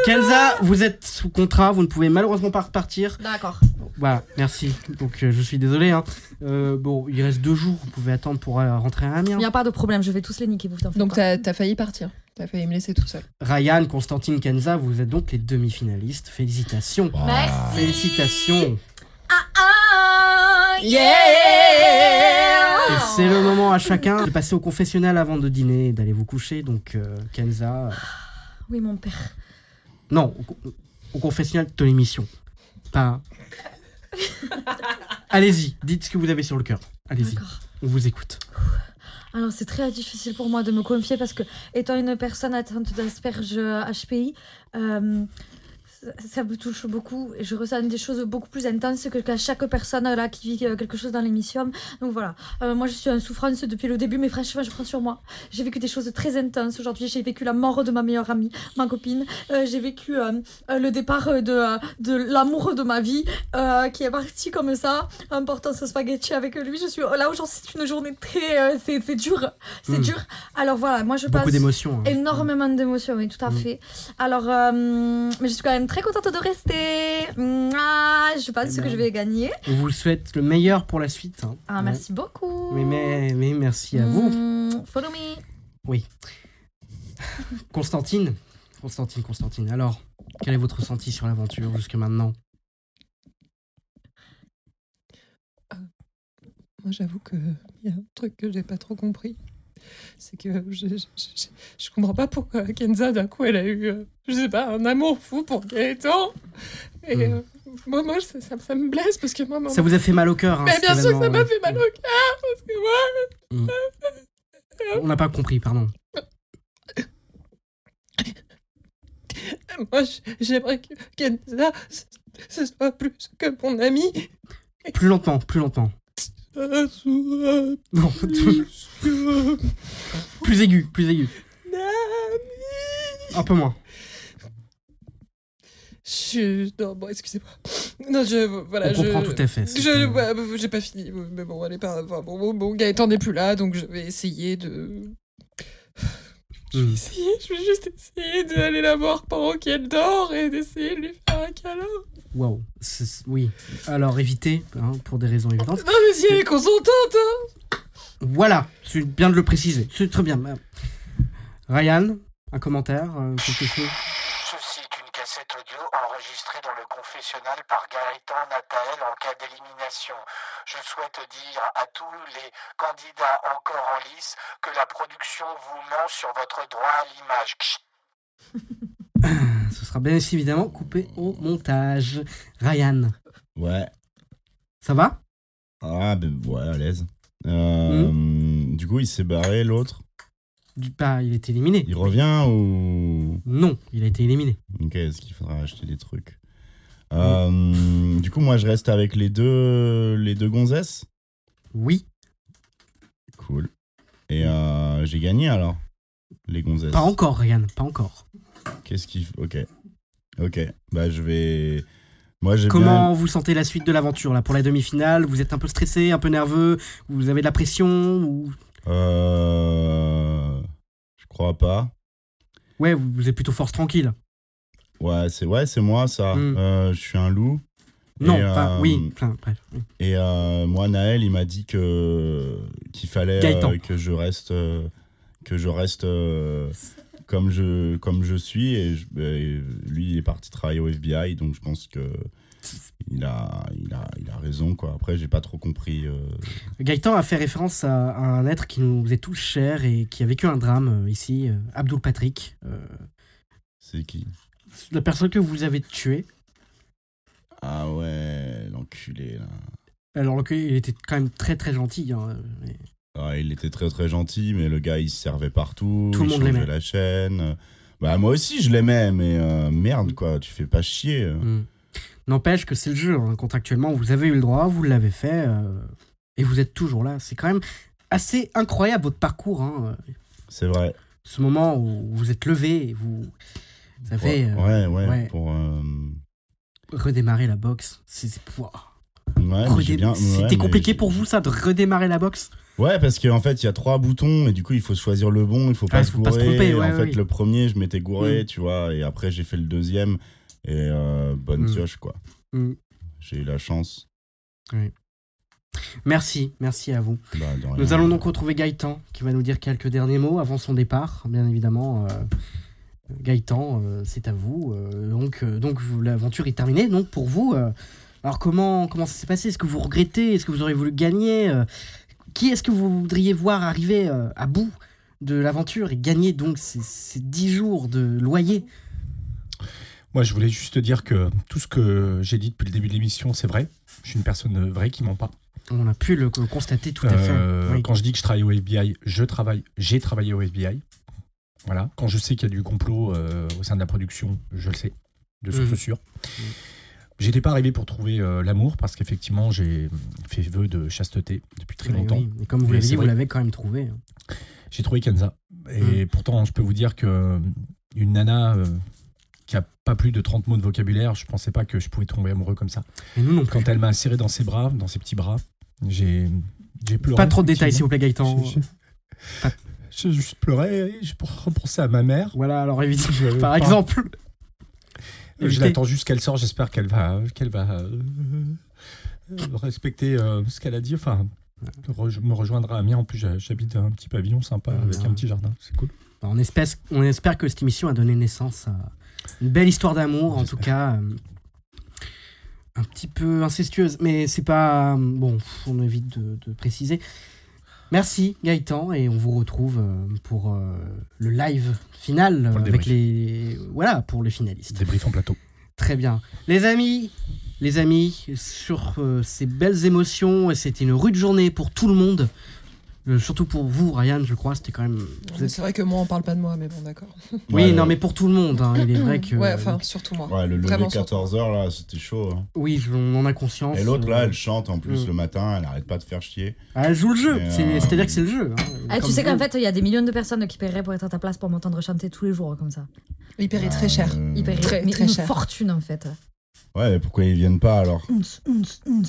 S1: Kenza, vous êtes sous contrat, vous ne pouvez malheureusement pas repartir.
S6: D'accord.
S1: Voilà, merci. Donc euh, je suis désolé. hein. Euh, bon, il reste deux jours, vous pouvez attendre pour euh, rentrer à Amiens.
S6: Il n'y a pas de problème, je vais tous les niquer, vous t'en faites
S18: Donc
S6: pas.
S18: t'as t'as failli partir. T'as failli me laisser toute seule.
S1: Ryan, Constantine, Kenza, vous êtes donc les demi-finalistes. Félicitations.
S9: Ah,
S6: Merci.
S1: Félicitations.
S6: Ah, yeah
S1: Et c'est le moment à chacun de passer au confessionnal avant de dîner et d'aller vous coucher. Donc euh, Kenza... euh,
S6: Oui, mon père.
S1: Non, au, co- au confessionnal de l'émission. Pas... Allez-y, dites ce que vous avez sur le cœur. Allez-y,
S6: D'accord.
S1: on vous écoute.
S6: Alors c'est très difficile pour moi de me confier parce que étant une personne atteinte d'asperge HPI, euh, ça me touche beaucoup. et Je ressens des choses beaucoup plus intenses que qu'à chaque personne là qui vit euh, quelque chose dans l'émission. Donc voilà, Euh, moi je suis en souffrance depuis le début, mais franchement je prends sur moi. J'ai vécu des choses très intenses aujourd'hui. J'ai vécu la mort de ma meilleure amie, ma copine. Euh, J'ai vécu euh, euh, le départ euh, de, euh, de l'amour de ma vie euh, qui est parti comme ça, en portant ce spaghetti avec lui. Je suis là aujourd'hui, c'est une journée très, euh, c'est c'est dur, c'est
S1: Mm.
S6: dur. Alors voilà, moi je
S1: Beaucoup
S6: passe
S1: d'émotions, hein.
S6: énormément d'émotions, oui, tout
S1: Mm.
S6: à fait. Alors, euh, mais je suis quand même très contente de rester. Mouah, je
S1: Eh
S6: pense
S1: ben.
S6: que je vais gagner.
S1: On vous souhaite le meilleur pour la suite. hein.
S6: Ah, merci beaucoup.
S1: Ouais. Mais, mais, mais merci à vous.
S6: Mm, follow me.
S1: Oui. Constantine, Constantine, Constantine. Alors, quel est votre ressenti sur l'aventure jusque maintenant
S18: Moi, j'avoue que il y a un truc que j'ai pas trop compris. C'est que je, je, je- je comprends pas pourquoi Kenza, d'un coup, elle a eu, euh, je sais pas, un amour fou pour Gaëtan. Et euh, moi, moi ça, ça- ça me blesse parce que moi. moi-
S1: Ça vous a fait mal au cœur, hein,
S18: Mais
S1: cet
S18: bien sûr que ça
S1: événement,
S18: m'a
S1: ouais.
S18: fait mal au cœur parce que moi.
S1: On n'a pas compris, pardon.
S18: Moi, j- j'aimerais que Kenza, ce- ce soit plus que mon ami.
S1: Plus lentement, plus lentement.
S18: Ce soit
S1: Non,
S18: plus que
S1: plus aigu, plus aigu.
S18: mon ami.
S1: Un peu moins.
S18: Je... Non, bon, excusez-moi. Non, je... Voilà,
S1: On
S18: je...
S1: comprend tout à fait, c'est
S18: Je... ouais, bah, J'ai pas fini, mais bon, elle est pas... Enfin, bon, bon, bon, Gaëtan n'est plus là, donc je vais essayer de...
S1: Mm.
S18: Essayer, je vais juste essayer d'aller la voir pendant qu'elle dort et d'essayer de lui faire un câlin.
S1: Waouh. C'est- Oui. Alors, évitez, hein, pour des raisons
S18: Non,
S1: évidentes.
S18: mais si elle est consentante, hein
S1: Voilà, c'est bien de le préciser. C'est très bien. Bah, Ryan, un commentaire, euh, quelque chose
S21: Ceci est une cassette audio enregistrée dans le confessionnal par Gaëtan Nathael en cas d'élimination. Je souhaite dire à tous les candidats encore en lice que la production vous ment sur votre droit à l'image. Chut.
S1: Ce sera bien aussi, évidemment coupé au montage. Ryan,
S9: Ouais.
S1: ça va
S9: Ah, ben ouais, à l'aise. Euh,
S6: Hmm.
S9: Du coup, il s'est barré, l'autre.
S1: Du pas, il est éliminé.
S9: Il revient ou.
S1: Non, il a été éliminé.
S9: Ok, est-ce qu'il faudra acheter des trucs
S6: Hmm.
S9: Euh, Du coup, moi, je reste avec les deux, les deux gonzesses.
S1: Oui.
S9: Cool. Et euh, j'ai gagné alors Les gonzesses.
S1: Pas encore, Ryan, pas encore.
S9: Qu'est-ce qu'il. f- Ok. Ok. Bah, je vais. Moi, j'ai
S1: Comment
S9: Eh bien.
S1: vous sentez la suite de l'aventure là pour la demi-finale Vous êtes un peu stressé, un peu nerveux, vous avez de la pression ou
S9: Euh... Je crois pas.
S1: ouais, vous, vous êtes plutôt force tranquille.
S9: Ouais, c'est ouais, c'est moi ça.
S1: Mm.
S9: Euh, je suis un loup.
S1: Non,
S9: Et,
S1: enfin,
S9: euh,
S1: oui, enfin, bref, oui.
S9: Et euh, moi, Naël, il m'a dit que qu'il fallait euh,
S1: Gaëtan.
S9: que je reste euh, que je reste euh, comme je comme je suis. Et, je- et lui, il est parti travailler au FBI, donc je pense que il a il a il a raison quoi. Après, j'ai pas trop compris. euh,
S1: Gaëtan a fait référence à, à un être qui nous est tous cher et qui a vécu un drame euh, ici, euh, Abdul Patrick, euh,
S9: c'est qui
S1: la personne que vous avez tuée.
S9: Ah ouais, l'enculé là.
S1: Alors que il était quand même très très gentil. hein, mais-
S9: Ah, il était très très gentil, mais le gars il se servait partout,
S1: Tout le
S9: il
S1: monde
S9: changeait
S1: l'aimait.
S9: la chaîne. Bah moi aussi je l'aimais, mais euh, merde quoi, tu fais pas chier.
S1: Mm. N'empêche que c'est le jeu. hein. Contractuellement, vous avez eu le droit, vous l'avez fait, euh, et vous êtes toujours là. C'est quand même assez incroyable votre parcours. hein.
S9: C'est vrai.
S1: Ce moment où vous êtes levé, et vous, vous avez
S9: ouais,
S1: euh,
S9: ouais, ouais,
S1: ouais,
S9: pour... euh,
S1: redémarré la boxe. C'est c'est- pouah.
S9: ouais, mais j'ai
S1: Redé-
S9: bien- ouais,
S1: C'était
S9: mais
S1: compliqué
S9: j'ai-
S1: pour vous ça de redémarrer la boxe
S9: Ouais, parce qu'en fait, il y a trois boutons, et du coup, il faut choisir le bon, il faut pas,
S1: Ah,
S9: se,
S1: faut
S9: gourer.
S1: pas se tromper,
S9: Et
S1: ouais,
S9: en fait,
S1: oui.
S9: le premier, je m'étais gouré,
S1: Mm.
S9: tu vois, et après, j'ai fait le deuxième, et euh, bonne
S1: Mm.
S9: pioche, quoi.
S1: Mm.
S9: J'ai eu la chance.
S1: Merci, merci à vous.
S9: Bah, de
S1: Nous
S9: rien.
S1: allons donc retrouver Gaëtan qui va nous dire quelques derniers mots avant son départ, bien évidemment. euh, Gaëtan, euh, c'est à vous. euh, donc, euh, donc vous- l'aventure est terminée. Donc pour vous, euh, alors comment comment ça s'est passé Est-ce que vous regrettez Est-ce que vous auriez voulu gagner Euh, Qui est-ce que vous voudriez voir arriver euh, à bout de l'aventure et gagner donc ces, ces 10 jours de loyer
S7: Moi, je voulais juste dire que tout ce que j'ai dit depuis le début de l'émission, c'est vrai. Je suis une personne euh, vraie qui ment pas.
S1: On a pu le le constater tout à
S7: Euh,
S1: fait. Oui.
S7: Quand je dis que je travaille au FBI, je travaille, j'ai travaillé au FBI. Voilà. Quand je sais qu'il y a du complot euh, au sein de la production, je le sais. de source
S1: Mmh.
S20: Mhm.
S7: sûre. J'étais pas arrivé pour trouver euh, l'amour parce qu'effectivement j'ai fait vœu de chasteté depuis très
S1: Eh Oui,
S7: longtemps.
S1: oui. Et comme vous l'avez
S7: c'est
S1: dit, vous
S7: vrai.
S1: l'avez quand même trouvé. hein.
S7: J'ai trouvé Kenza.
S1: Mmh.
S7: Et pourtant, je peux vous dire que euh, une nana euh, qui a pas plus de 30 mots de vocabulaire, je pensais pas que je pouvais tomber amoureux comme ça. Quand elle m'a serré dans ses bras, dans ses petits bras, j'ai j'ai pleuré.
S1: Pas trop de détails, s'il vous plaît, Gaëtan.
S7: J'ai- j'ai- J'ai juste pleuré et j'ai repensé à ma mère.
S1: Voilà, alors évidemment, par
S7: pas-
S1: exemple.
S7: Euh, Je
S1: Évitez.
S7: l'attends juste qu'elle sort, j'espère qu'elle va, qu'elle va euh, euh, respecter euh, ce qu'elle a dit. Enfin, re- me rejoindra à Amiens. En plus, j'ha- j'habite un petit pavillon sympa avec un petit jardin. C'est cool.
S1: On espère, on espère que cette émission a donné naissance à une belle histoire d'amour, en tout cas. euh, Un petit peu incestueuse, mais c'est pas. euh, Bon, on évite de, de préciser. Merci Gaëtan, et on vous retrouve euh, pour euh, le live final
S7: Pour le
S1: euh, avec les. Voilà, pour les finalistes.
S7: Débrief en plateau.
S1: Très bien. Les amis, les amis, sur euh, ces belles émotions, et c'était une rude journée pour tout le monde. Euh, surtout pour vous, Ryan, je crois, c'était quand même. vous êtes-
S5: C'est vrai que moi, on parle pas de moi, mais bon, d'accord.
S1: Oui,
S9: Ouais,
S1: non,
S9: le-
S1: mais pour tout le monde, hein, il est vrai que.
S5: Ouais, enfin, surtout moi.
S9: Ouais, le lever
S5: Vraiment surtout.
S9: 14h là, c'était chaud. hein.
S1: Oui, je- on en a conscience.
S9: Et l'autre là,
S1: euh,
S9: elle chante en plus
S1: Mm.
S9: le matin, elle arrête pas de faire chier.
S1: ah, elle joue le jeu,
S9: Mais,
S1: c'est-
S9: euh,
S1: c'est-à-dire que c'est le jeu. hein,
S6: Ah, tu
S1: comme
S6: sais qu'en
S1: vous.
S6: fait, il y a des millions de personnes qui paieraient pour être à ta place pour m'entendre chanter tous les jours comme ça.
S5: Il paierait
S9: Ah. Euh,
S5: très cher.
S6: Ils
S1: Mm.
S6: paieraient
S5: Très,
S6: mais
S5: très
S6: une
S5: cher.
S6: fortune en fait.
S9: Ouais, mais pourquoi ils viennent pas alors
S5: Un, deux,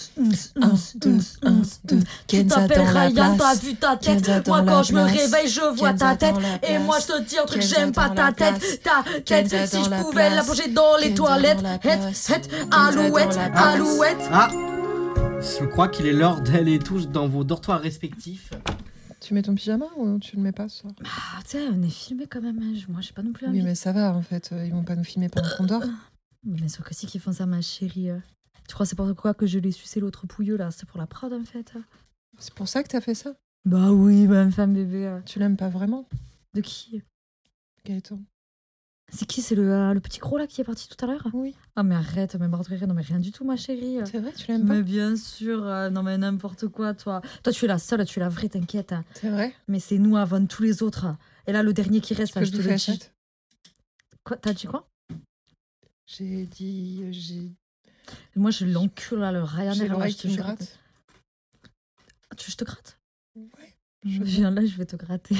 S5: un, deux.
S6: Tu
S5: Kenza
S6: t'appelles
S5: dans la
S6: Ryan, t'as
S5: place.
S6: vu ta
S5: Kenza
S6: tête.
S5: dans
S6: Moi,
S5: la
S6: quand je me
S5: place.
S6: réveille, je vois
S5: Kenza
S6: ta tête.
S5: dans la
S6: Et
S5: place.
S6: moi, je te dis un truc,
S5: Kenza
S6: j'aime pas
S5: dans
S6: ta
S5: la
S6: tête.
S5: place.
S6: Ta tête,
S5: Kenza
S6: si
S5: dans la
S6: je pouvais la
S5: place.
S6: ponger dans les
S5: Kenza
S6: toilettes.
S5: dans la
S6: Het,
S5: place.
S6: het,
S5: Kenza dans
S6: alouette,
S5: la place.
S6: alouette.
S1: Ah Je crois qu'il est l'heure d'aller tous dans vos dortoirs respectifs.
S5: Tu mets ton pyjama ou tu le mets pas ça
S6: Ah, tu sais, on est filmé quand même. hein. Je- Moi, j'ai pas non plus envie.
S5: Oui, mais ça va en fait. euh, Ils vont pas nous filmer pendant qu'on dort.
S6: Mais bien sûr que si qu'ils font ça, ma chérie. euh. Tu crois que c'est pour quoi que je l'ai sucé l'autre pouilleux là C'est pour la prod en fait. euh.
S5: C'est pour ça que t'as fait ça
S6: Bah oui, ma femme bébé. euh.
S5: Tu l'aimes pas vraiment,
S6: De qui
S5: Gaëtan
S6: C'est qui C'est le, euh, le petit gros là qui est parti tout à l'heure
S5: Oui.
S6: Ah mais arrête, mais Barthéry, non mais rien du tout ma chérie. euh.
S5: C'est vrai, tu l'aimes pas
S6: Mais bien sûr, euh, non mais n'importe quoi toi. Toi tu es la seule, tu es la vraie, t'inquiète. hein.
S5: C'est vrai
S6: Mais c'est nous avant tous les autres. Et là le dernier qui
S5: Est-ce
S6: reste, là,
S5: que je
S6: je te
S5: vous
S6: le
S5: fais
S6: dis.
S5: achète
S6: Quoi T'as dit quoi
S5: J'ai dit. euh, J'ai
S6: Moi je l'encule là, le Ryanair.
S5: j'ai
S6: là,
S5: l'oreille
S6: je te
S5: qui me
S6: jure.
S5: gratte.
S6: Ah, Tu veux que je te gratte
S5: Ouais.
S6: Je
S5: Je veux
S6: viens là, je vais te gratter.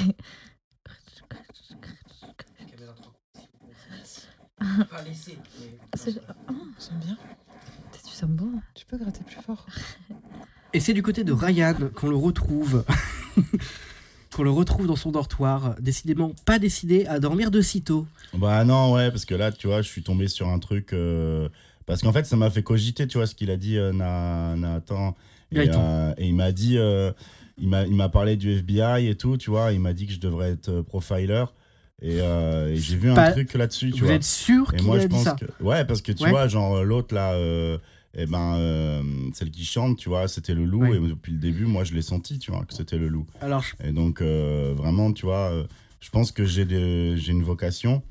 S6: C'est- Ah,
S5: J'aime bien.
S6: t'es- hein. tu sens bon.
S5: Tu peux gratter plus fort.
S1: Et c'est du côté de Ryan qu'on le retrouve. qu'on le retrouve dans son dortoir, décidément pas décidé à dormir de sitôt.
S9: Bah non, ouais, parce que là, tu vois, je suis tombé sur un truc. euh, parce qu'en fait, ça m'a fait cogiter, tu vois, ce qu'il a dit, euh, Na- Nathan. Et,
S1: Gaëtan.
S9: euh, et il m'a dit. euh, il m'a il m'a parlé du FBI et tout, tu vois. Il m'a dit que je devrais être euh, profiler. Et, euh, et j'ai vu
S1: Pas-
S9: un truc là-dessus, tu
S1: Vous
S9: vois.
S1: êtes sûr
S9: Et
S1: qu'il
S9: moi,
S1: a
S9: je
S1: dit
S9: pense
S1: ça
S9: que. Ouais, parce que tu
S1: Ouais.
S9: vois, genre, euh, l'autre là. euh, eh ben, euh, celle qui chante, tu vois, c'était le loup.
S1: Ouais.
S9: Et depuis le début, moi, je l'ai senti, tu vois, que c'était le loup.
S1: Alors, je-
S9: Et donc, euh, vraiment, tu vois, euh, je pense que j'ai de- j'ai une vocation.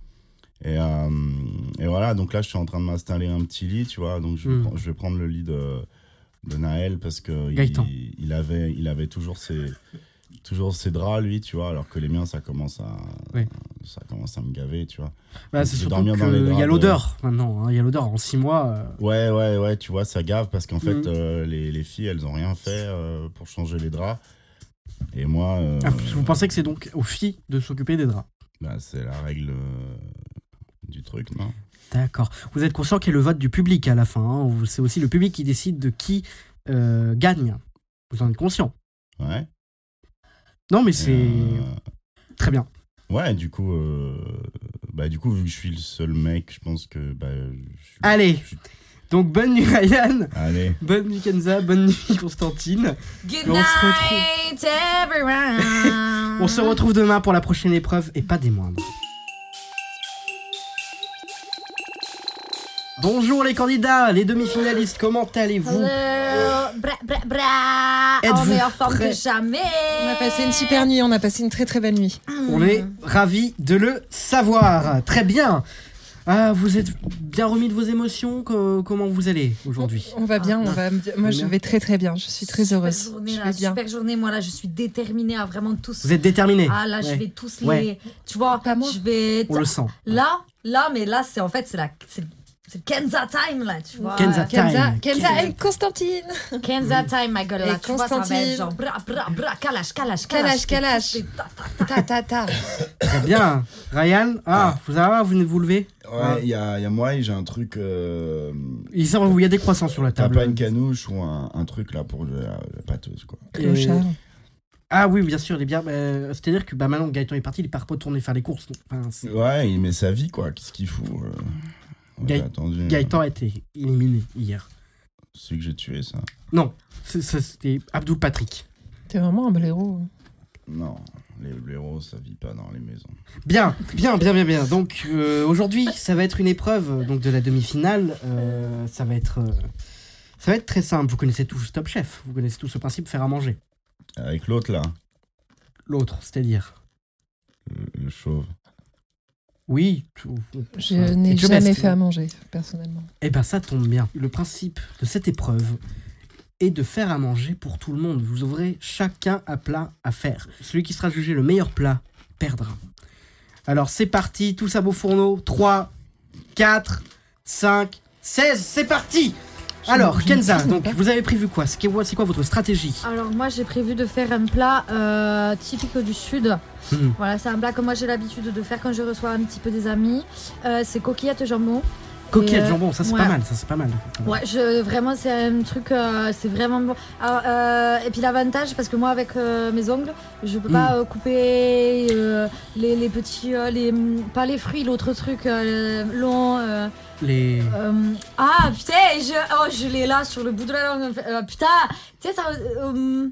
S9: Et, euh, et voilà, donc là, je suis en train de m'installer un petit lit, tu vois. Donc, je, vais
S1: Mm.
S9: prendre- je vais prendre le lit de, de Naël parce que
S1: Gaëtan.
S9: il, il avait, il avait toujours ses, toujours ses draps, lui, tu vois, alors que les miens, ça commence à,
S1: Oui.
S9: ça commence à me gaver, tu vois.
S1: bah,
S9: Je
S1: c'est
S9: vais
S1: surtout
S9: dormir dans les
S1: qu'il y
S9: draps
S1: a
S9: de-
S1: l'odeur maintenant. hein, Il y a l'odeur. En six mois, euh,
S9: Ouais, ouais, ouais, tu vois, ça gave parce qu'en
S1: Mm.
S9: fait, euh, les, les filles, elles ont rien fait euh, pour changer les draps. Et moi, euh,
S1: Ah, Vous pensez que c'est donc aux filles de s'occuper des draps
S9: bah, c'est la règle euh, du truc, non
S1: D'accord. Vous êtes conscient qu'il y a le vote du public à la fin. hein. Vous- C'est aussi le public qui décide de qui euh, gagne. Vous en êtes conscient
S9: Ouais.
S1: Non, mais c'est
S9: Euh,
S1: très bien.
S9: Ouais, du coup, euh, bah, du coup, vu que je suis le seul mec, je pense que. Bah, je suis-
S1: Allez.
S9: je suis-
S1: Donc bonne nuit Ryan,
S9: Allez.
S1: bonne nuit Kenza, bonne nuit Constantine.
S6: Good
S1: Et on se retrouve-
S6: night everyone.
S1: On se retrouve demain pour la prochaine épreuve et pas des moindres. Bonjour les candidats, les demi-finalistes, comment allez-vous
S6: Hello. Bra, bra, bra.
S1: Êtes-vous
S6: En meilleure forme
S1: prêts
S6: que jamais.
S5: On a passé une super nuit, on a passé une très très belle nuit.
S1: On est ravis de le savoir. Très bien. Ah, vous êtes bien remis de vos émotions Co- Comment vous allez aujourd'hui Ah.
S5: On va bien, on va. Moi, je vais très très bien. Je suis très
S6: Super
S5: heureuse.
S6: journée,
S5: Je
S6: là,
S5: vais bien.
S6: Super journée, moi là, je suis déterminée à vraiment tous.
S1: Vous êtes déterminés
S6: Ah là, je
S1: Ouais.
S6: vais tous
S1: Ouais.
S6: les. Tu vois,
S5: Pas moi.
S6: je vais.
S1: On le sent.
S6: Ah. Là, là, mais là, c'est en fait, c'est la, c'est C'est Kenza time là, tu vois.
S1: Kenza
S5: Kenza,
S1: time.
S5: Kenza et Constantine.
S6: Kenza time, ma gueule. Là,
S5: Et
S6: tu vois, ça va être
S5: Constantine.
S6: genre bra bra bra, calage, calage, calage.
S5: Kalash, Kalash. Ta, ta, ta.
S1: Très bien. Ryan, ah, vous, ah, vous vous levez
S9: Ouais, il y, a, il y a moi et j'ai un truc. euh,
S1: Il sort- il y a des croissants sur la
S9: T'as
S1: table.
S9: pas une canouche ou un, un truc là pour la, la pâteuse quoi.
S5: Clochard.
S1: Euh, Ah oui, bien sûr, les bières. euh, C'est-à-dire que bah, maintenant que Gaëtan est parti, il est pas retourné faire les courses. Enfin, c'est-
S9: Ouais, il met sa vie quoi. Qu'est-ce qu'il fout euh, ouais,
S1: Gaë-
S9: j'ai attendu. euh,
S1: Gaëtan a été éliminé hier.
S9: Celui que j'ai tué ça.
S1: Non, c'est- c'est- c'était Abdul Patrick.
S5: T'es vraiment un blaireau.
S9: Non, les blaireaux ça vit pas dans les maisons.
S1: Bien, bien, bien, bien, bien. Donc euh, aujourd'hui, ça va être une épreuve euh, donc de la demi-finale. Euh, ça va être, euh, ça va être très simple. Vous connaissez tous Top Chef. Vous connaissez tous ce principe faire à manger.
S9: Avec l'autre là,
S1: L'autre, c'est-à-dire.
S9: le, le chauve.
S1: Oui. tout-
S5: Je
S1: Et
S5: n'ai
S1: tu
S5: jamais
S1: restes.
S5: fait à manger, personnellement.
S1: Eh ben ça tombe bien. Le principe de cette épreuve est de faire à manger pour tout le monde. Vous aurez chacun un plat à faire. Celui qui sera jugé le meilleur plat perdra. Alors c'est parti, tous à beau fourneau. 3, 4, 5, 16, c'est parti Alors Kenza, donc vous avez prévu quoi C'est quoi, c'est quoi votre stratégie
S6: Alors moi j'ai prévu de faire un plat euh, typique du sud.
S1: Mhm.
S6: Voilà, c'est un plat que moi j'ai l'habitude de faire quand je reçois un petit peu des amis. Euh, c'est coquillette jambon.
S1: Coquillette
S6: euh,
S1: jambon, ça c'est
S6: ouais.
S1: pas mal, ça c'est pas mal.
S6: Ouais, je, vraiment c'est un truc, euh, c'est vraiment bon. Ah, euh, et puis l'avantage, parce que moi avec euh, mes ongles, je peux
S1: Mm.
S6: pas euh, couper euh, les, les petits, euh, les, pas les fruits, l'autre truc euh, long. euh,
S1: Les...
S6: euh, ah putain, je, oh, je l'ai là sur le bout de la langue. Euh, putain, tu sais, ça. euh,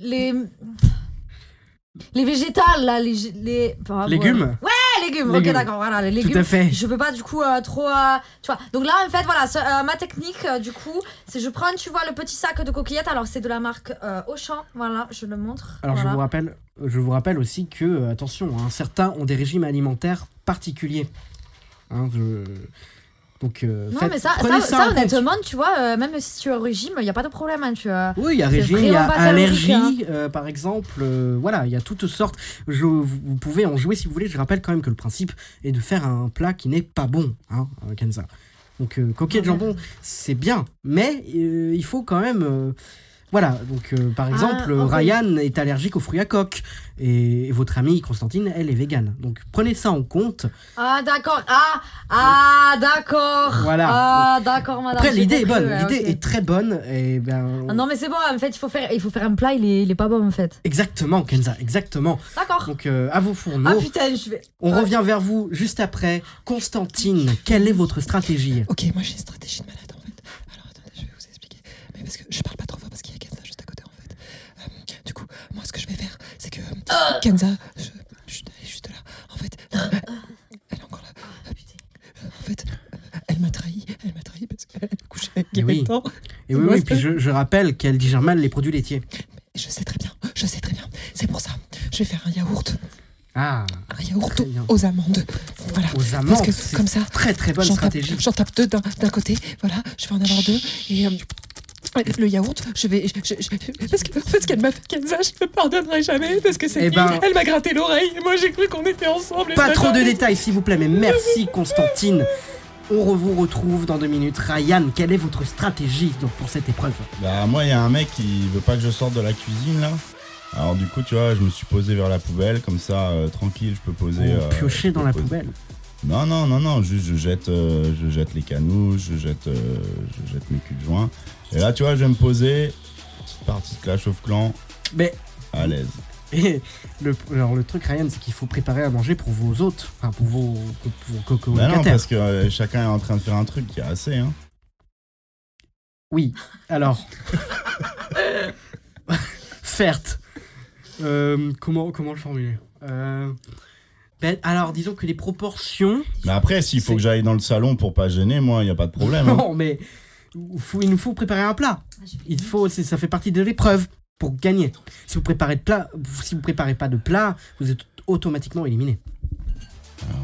S6: les. Les végétales, là, les. les enfin, voilà.
S1: Légumes
S6: Ah, légumes,
S1: Légumes.
S6: ok, d'accord, voilà, les légumes.
S1: Tout à fait.
S6: Je peux pas du coup euh, trop. euh, tu vois. Donc là, en fait, voilà, ce- euh, ma technique, euh, du coup, c'est je prends, tu vois, le petit sac de coquillettes. Alors, c'est de la marque euh, Auchan. Voilà, je le montre.
S1: Alors
S6: voilà.
S1: je vous rappelle, je vous rappelle aussi que euh, attention, hein, certains ont des régimes alimentaires particuliers. Hein, je- Donc euh,
S6: Non,
S1: faites-
S6: mais ça,
S1: prenez
S6: ça,
S1: en
S6: ça,
S1: compte.
S6: honnêtement, tu vois, euh, même si tu es au régime, il n'y a pas de problème. Hein, tu vois.
S1: Oui, il y a
S6: c'est
S1: régime, il y a
S6: vraiment pas calorique,
S1: allergie,
S6: hein.
S1: euh, par exemple. euh, voilà, il y a toutes sortes. Je, vous, vous pouvez en jouer si vous voulez. Je rappelle quand même que le principe est de faire un plat qui n'est pas bon, hein, euh, Kenza. Donc euh, coquille de
S6: Ouais.
S1: jambon, c'est bien, mais euh, il faut quand même. euh, voilà, donc euh, par exemple, euh,
S6: Ah, ok.
S1: Ryan est allergique aux fruits à coque et, et votre amie Constantine, elle est végane. Donc prenez ça en compte.
S6: Ah, d'accord. Ah, ah, d'accord.
S1: Voilà.
S6: Ah, d'accord, madame.
S1: Après,
S6: j'ai
S1: l'idée est
S6: compris,
S1: bonne,
S6: ouais,
S1: l'idée
S6: ok.
S1: est très bonne. Et ben,
S6: Ah non, mais c'est bon, en fait, il faut faire, il faut faire un plat, il est, il est pas bon, en fait.
S1: Exactement, Kenza, exactement.
S6: D'accord.
S1: Donc euh, à vos fourneaux.
S6: Ah putain, je vais.
S1: On
S6: Ouais.
S1: revient vers vous juste après. Constantine, quelle est votre stratégie
S5: Ok, moi j'ai une stratégie de malade en fait. Alors attendez, je vais vous expliquer. Mais parce que je parle pas trop fort parce qu'il y a Kenza juste à côté en fait. Euh, du coup, moi ce que je vais faire, c'est que euh, Kenza, je, chut, elle est juste là. En fait, euh, elle est encore là. Euh,
S6: Ah, putain.
S5: En fait, euh, elle m'a trahi. Elle m'a trahi parce qu'elle a couché avec
S1: Eh oui.
S5: Gaëtan.
S1: Et oui, oui, puis je, je rappelle qu'elle digère mal les produits laitiers.
S5: Et je sais très bien, je sais très bien. C'est pour ça, je vais faire un yaourt.
S1: Ah,
S5: Un yaourt
S1: Très bien.
S5: aux amandes. Voilà.
S1: aux amandes,
S5: Parce que
S1: c'est
S5: comme ça,
S1: très très bonne
S5: J'en tape-
S1: stratégie.
S5: J'en tape deux d'un d'un côté, voilà, je vais en avoir deux. Et euh, le yaourt, je vais. je- je- je- parce que, en fait, ce qu'elle m'a fait, Kenza, je ne pardonnerai jamais parce que
S1: Eh
S5: c'est qui
S1: ben-
S5: Elle m'a gratté l'oreille et moi j'ai cru qu'on était ensemble. et ce
S1: Pas trop de
S5: matin-
S1: détails s'il vous plaît, mais merci Constantine. On re- vous retrouve dans deux minutes. Ryan, quelle est votre stratégie donc, pour cette épreuve
S9: Bah moi il y a un mec qui veut pas que je sorte de la cuisine là. Alors du coup tu vois je me suis posé vers la poubelle comme ça euh, tranquille je peux poser. euh,
S1: Piocher
S9: je
S1: dans
S9: peux
S1: la
S9: poser-
S1: poubelle.
S9: Non non non non juste je jette euh, je jette les canouches je jette euh, je jette mes culs de joint. Et là tu vois je vais me poser petite partie de clash of clans
S1: Mais
S9: à l'aise.
S1: et le, alors, le truc, Ryan, c'est qu'il faut préparer à manger pour vos hôtes, enfin pour vos, pour vos co- co-
S9: Bah non
S1: colocataires.
S9: parce que euh, chacun est en train de faire un truc qui est assez hein.
S1: Oui, alors. Certes. Euh, comment, comment le formuler Euh, ben, Alors, disons que les proportions.
S9: Mais après s'il faut
S1: C'est-
S9: que j'aille dans le salon pour pas gêner moi il y a pas de problème. hein.
S1: Non, mais faut- il nous faut préparer un plat. Il faut, c'est- ça fait partie de l'épreuve pour gagner. Si vous préparez de plat, si vous préparez pas de plat, vous êtes automatiquement éliminé.
S9: Ah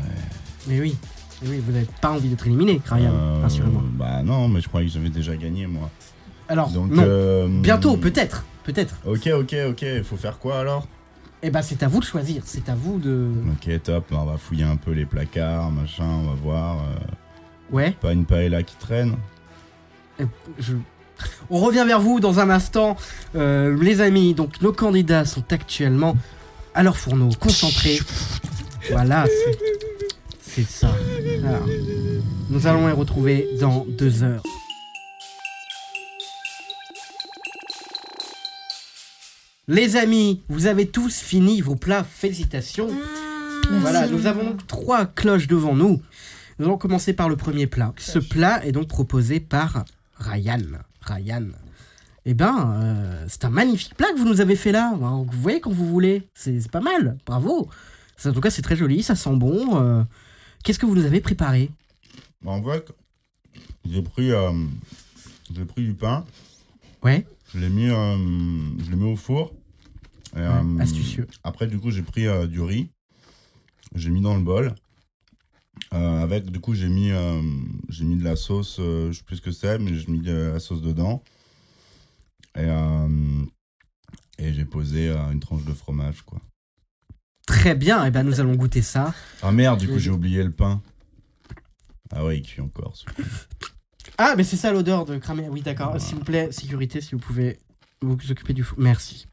S1: Mais oui, mais oui, vous n'avez pas envie d'être éliminé, Ryan,
S9: Euh,
S1: rassurez-moi.
S9: bah non mais je croyais que j'avais déjà gagné moi.
S1: Alors,
S9: Donc
S1: non.
S9: euh,
S1: bientôt, peut-être, peut-être.
S9: Ok, ok, ok, faut faire quoi alors
S1: Eh ben, c'est à vous de choisir. C'est à vous de.
S9: Ok, top, bah, on va fouiller un peu les placards, machin, on va voir. euh.
S1: Ouais.
S9: Pas une paella qui traîne.
S1: Je- On revient vers vous dans un instant, Euh, les amis. Donc nos candidats sont actuellement à leur fourneau, concentrés. Voilà, c'est- c'est ça. Alors, nous allons les retrouver dans deux heures. Les amis, vous avez tous fini vos plats. Félicitations. Voilà, nous avons donc trois cloches devant nous. Nous allons commencer par le premier plat. Ce plat est donc proposé par Ryan. Ryan. Eh ben, euh, c'est un magnifique plat que vous nous avez fait là. Vous voyez quand vous voulez. C'est c'est pas mal. Bravo. Ça, En tout cas, c'est très joli. Ça sent bon. euh. Qu'est-ce que vous nous avez préparé
S9: Bah, en fait, j'ai pris, euh, j'ai pris du pain.
S1: Ouais.
S9: Je l'ai mis, euh, je l'ai mis au four. Et, euh,
S1: astucieux.
S9: Après, du coup, j'ai pris euh, du riz. J'ai mis dans le bol. Euh, avec, du coup, j'ai mis, euh, j'ai mis de la sauce. euh, je sais plus ce que c'est, mais j'ai mis de la sauce dedans. Et, euh, et j'ai posé euh, une tranche de fromage, quoi.
S1: Très bien. Eh ben, nous allons goûter ça.
S9: Ah merde, du coup, j'ai oublié le pain. Ah ouais, il cuit encore. ce coup.
S1: Ah, mais c'est ça l'odeur de cramer. Oui, d'accord. S'il vous plaît, sécurité, si vous pouvez vous occuper du fou. Merci.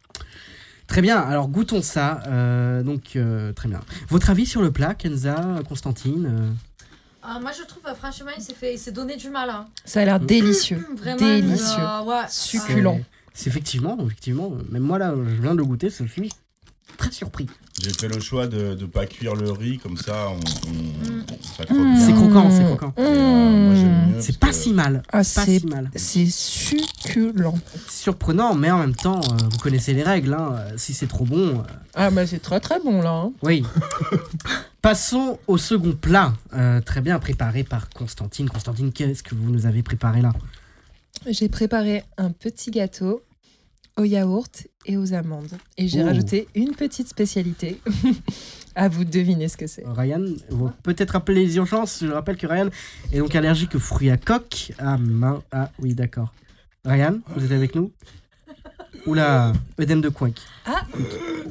S1: Très bien, alors goûtons ça. Euh, donc, euh, très bien. Votre avis sur le plat, Kenza, Constantine euh,
S6: Ah, moi je trouve euh, franchement il s'est fait, il s'est donné du mal. hein.
S5: Ça a
S1: Mmh.
S5: l'air délicieux.
S6: Vraiment,
S5: délicieux.
S6: euh, ouais.
S5: Succulent.
S1: C'est effectivement, effectivement. euh, Même moi, là, je viens de le goûter, je suis très surpris.
S9: J'ai fait le choix de ne pas cuire le riz, comme ça, on, on- ça croque bien. euh,
S1: C'est croquant, c'est croquant.
S9: C'est
S1: pas si mal.
S5: Mmh. Ah,
S1: pas
S5: c'est
S1: si mal.
S5: c'est succulent.
S1: Surprenant, mais en même temps, euh, vous connaissez les règles. hein, euh, Si c'est trop bon, euh,
S5: Ah, mais c'est très très bon là. hein.
S1: Oui. Passons au second plat, euh, très bien préparé par Constantine. Constantine, qu'est-ce que vous nous avez préparé là
S5: J'ai préparé un petit gâteau au yaourt et aux amandes. Et j'ai
S1: Oh.
S5: rajouté une petite spécialité. à vous de deviner ce que c'est.
S1: Euh, Ryan, vous peut-être rappeler les urgences. Je rappelle que Ryan est donc allergique aux fruits à coque. Ah, main. Ah, oui, d'accord. Ryan, vous êtes avec nous Oula, œdème de coinque.
S5: Ah,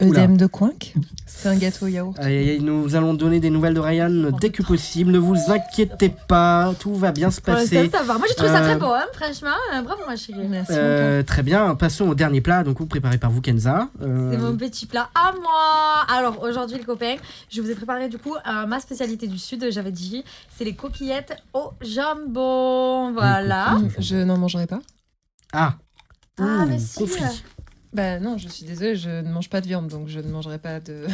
S1: Oula.
S5: œdème de coinque C'est un gâteau au yaourt.
S1: Aïe, aïe, aïe, nous allons donner des nouvelles de Ryan dès que possible. Ne vous inquiétez pas, tout va bien se
S6: Pour
S1: passer.
S6: l'instant, ça va. Moi j'ai trouvé ça
S1: Euh,
S6: très beau, hein, franchement. Euh, Bravo ma chérie. Merci.
S1: euh, très bien, passons au dernier plat, donc vous préparé par vous, Kenza. Euh,
S6: C'est mon petit plat à moi. Alors aujourd'hui, les copains, je vous ai préparé du coup euh, ma spécialité du sud. J'avais dit, c'est les coquillettes au jambon. Voilà.
S5: Mmh, Je n'en mangerai pas.
S1: Ah,
S6: Ah, mais
S1: Ouh,
S6: si.
S1: confit.
S5: Bah non, je suis désolée, je ne mange pas de viande, donc je ne mangerai pas de...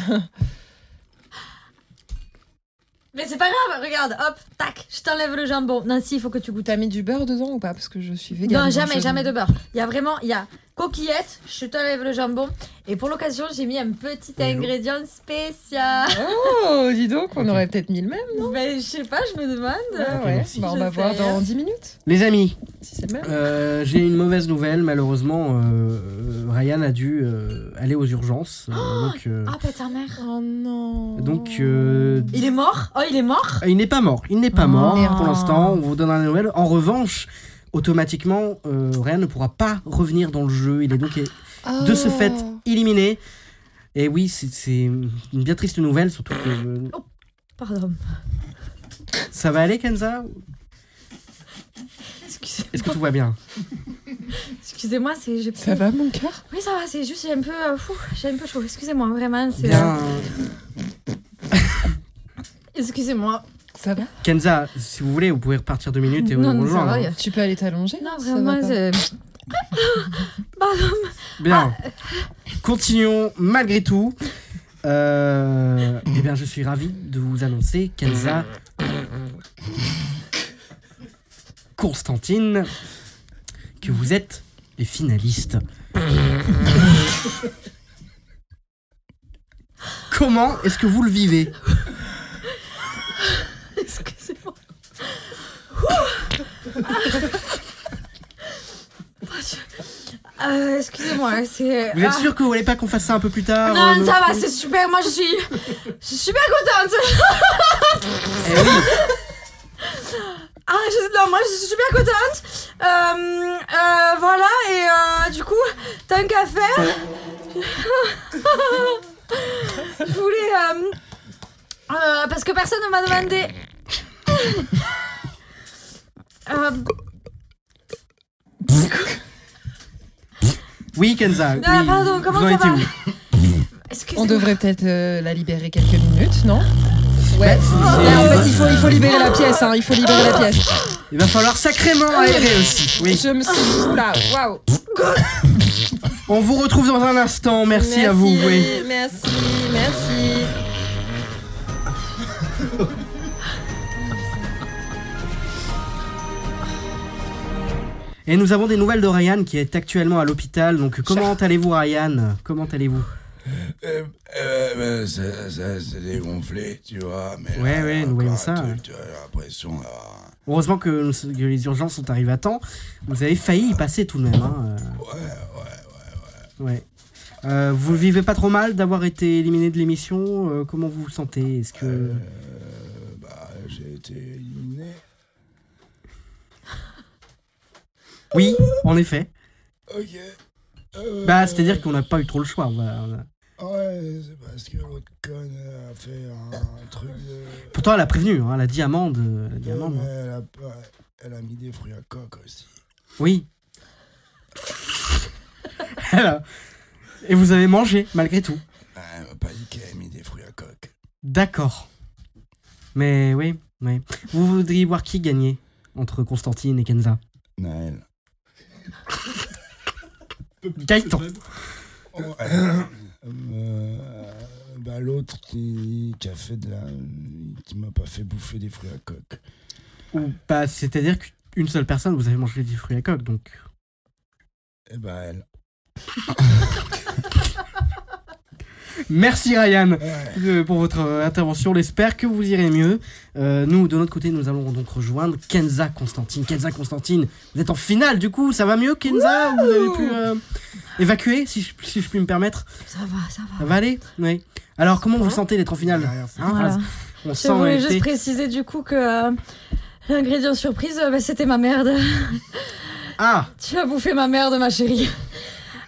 S6: Mais c'est pas grave. Regarde, hop, tac, je t'enlève le jambon. Nancy, il faut que tu goûtes.
S5: T'as mis du beurre dedans ou pas Parce que je suis végane.
S6: Non,
S5: donc
S6: jamais,
S5: je-
S6: jamais de beurre. Il y a vraiment, il y a coquillettes. Je t'enlève le jambon. Et pour l'occasion, j'ai mis un petit ingrédient spécial.
S5: Oh, dis donc, on aurait peut-être mis le même.
S6: Mais je sais pas, je me demande.
S5: ouais.
S1: Ah, merci.
S5: Bah, on
S6: Je
S5: va
S6: sais.
S5: voir dans 10 minutes,
S1: Les amis,
S5: si c'est le même.
S1: Euh, j'ai une mauvaise nouvelle, malheureusement, euh, Ryan a dû euh, aller aux urgences. euh, donc, euh,
S6: Ah, ta mère.
S5: Oh
S6: Ah.
S5: non.
S1: donc, euh, ah,
S6: Il est mort. Oh, il est mort.
S1: il n'est pas mort. Il n'est
S6: Oh,
S1: pas mort
S5: merde.
S1: pour l'instant. On vous donnera des nouvelles. En revanche, automatiquement, euh, Ryan ne pourra pas revenir dans le jeu. Il est donc é-
S6: Oh.
S1: de ce fait
S5: Oh.
S1: éliminé. Et oui, c'est- c'est une bien triste nouvelle, surtout que euh,
S6: Pardon.
S1: ça va aller, Kenza.
S6: Excusez-
S1: Est-ce que tout va bien
S6: Excusez-moi, c'est j'ai
S5: Ça va mon cœur
S6: Oui, ça va, c'est juste j'ai un peu euh, fou, j'ai un peu chaud. Excusez-moi, vraiment, c'est
S1: Bien,
S6: Excusez-moi.
S5: Ça va
S1: Kenza. Si vous voulez, vous pouvez repartir deux minutes et
S6: Non, non,
S1: nous
S6: ça
S1: rejoindre. hein.
S6: va, y a-
S5: Tu peux aller t'allonger
S6: Non,
S5: hein. ça va
S6: vraiment,
S5: pas
S6: c'est Pardon.
S1: Bien. Continuons malgré tout. Euh, eh bien, je suis ravi de vous annoncer qu'Elsa, Constantine, que vous êtes les finalistes. Comment est-ce que vous le vivez
S6: Excusez-moi. Ouh. Ah. Euh, excusez-moi, c'est
S1: Vous êtes
S6: Ah.
S1: sûr que vous voulez pas qu'on fasse ça un peu plus tard euh,
S6: Non,
S1: le-
S6: ça va, c'est super. Moi, je suis, je suis super contente.
S1: Eh oui,
S6: Ah, je, non, moi je suis super contente. Euh, euh, voilà, et euh, du coup, tant qu'à faire. je voulais. euh, euh, parce que personne ne m'a demandé. Euh,
S1: Oui, Kenza.
S6: Ah,
S1: oui.
S6: pardon, comment
S1: Vous en
S6: ça
S1: étiez
S6: va
S1: où
S5: On devrait peut-être euh, la libérer quelques minutes, non Ouais.
S1: c'est-
S5: Mais en fait, il faut, il faut libérer
S1: Ah.
S5: la pièce, hein, il faut libérer la pièce.
S1: Il va falloir sacrément aérer aussi. Oui.
S5: Je me suis.
S18: bah,
S5: Là, waouh.
S1: On vous retrouve dans un instant. Merci, à vous. Oui.
S5: Merci, merci.
S1: Et nous avons des nouvelles de Ryan qui est actuellement à l'hôpital. Donc comment allez-vous, Ryan Comment allez-vous
S22: Euh, euh, ben, ça, ça s'est dégonflé, tu vois. Mais
S1: Ouais,
S22: là,
S1: ouais,
S22: encore
S1: nous voyons
S22: un
S1: ça.
S22: truc, tu as l'impression d'avoir
S1: Heureusement que, nous- que les urgences sont arrivées à temps. Vous avez failli y passer tout de même. hein, euh. Ouais. Euh, vous le vivez pas trop mal d'avoir été éliminé de l'émission Euh, Comment vous vous sentez Est-ce que
S22: Bah, j'ai été éliminé.
S1: oui, en effet.
S22: Ok. Euh,
S1: Bah, c'est-à-dire qu'on n'a pas eu trop le choix. on va- on a-
S22: Ouais, c'est parce que votre conne a fait un, truc de.
S1: Pourtant, elle a prévenu. hein, elle a dit amende. euh, elle a dit
S22: Ouais,
S1: amende,
S22: mais
S1: hein.
S22: elle, a, pas- elle a mis des fruits à coque aussi.
S1: Oui. Alors, Et vous avez mangé malgré tout.
S22: Ouais, elle m'a pas dit qu'elle a mis des fruits à coque.
S1: D'accord. Mais oui, oui. Vous voudriez voir qui gagner entre Constantine et Kenza
S22: Naël.
S1: Gaëtan.
S22: Euh, bah, l'autre qui, qui a fait de la. qui m'a pas fait bouffer des fruits à coque.
S1: Ou bah, c'est-à-dire qu'une seule personne, vous avez mangé des fruits à coque, donc.
S22: Eh
S9: ben,
S22: bah, elle.
S1: Merci Ryan euh, pour votre euh, intervention. On espère que vous irez mieux. Euh, nous, de notre côté, nous allons donc rejoindre Kenza Constantine. Kenza Constantine, vous êtes en finale du coup. Ça va mieux, Kenza Vous avez pu euh, évacuer, si je, si je puis me permettre
S6: Ça va, ça va.
S1: Ça va aller Oui. Alors, comment vous sentez d'être en finale Hein
S6: Ah, Voilà.
S1: On
S6: Je
S1: sent
S6: voulais
S1: euh,
S6: juste
S1: t'es-
S6: préciser du coup que euh, l'ingrédient surprise, euh, bah, c'était ma merde.
S1: Ah
S6: Tu as bouffé ma merde, ma chérie.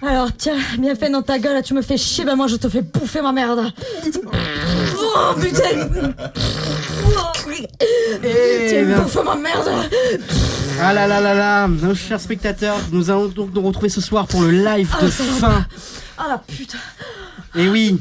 S6: Alors tiens, bien fait dans ta gueule, là, tu me fais chier, ben moi je te fais bouffer ma merde. Oh putain Tu
S1: ben-
S6: me bouffes ma merde
S1: Ah là là là là, nos chers spectateurs, nous allons donc nous retrouver ce soir pour le live
S6: Ah,
S1: de
S6: ça va
S1: fin.
S6: Ah la putain
S1: Et oui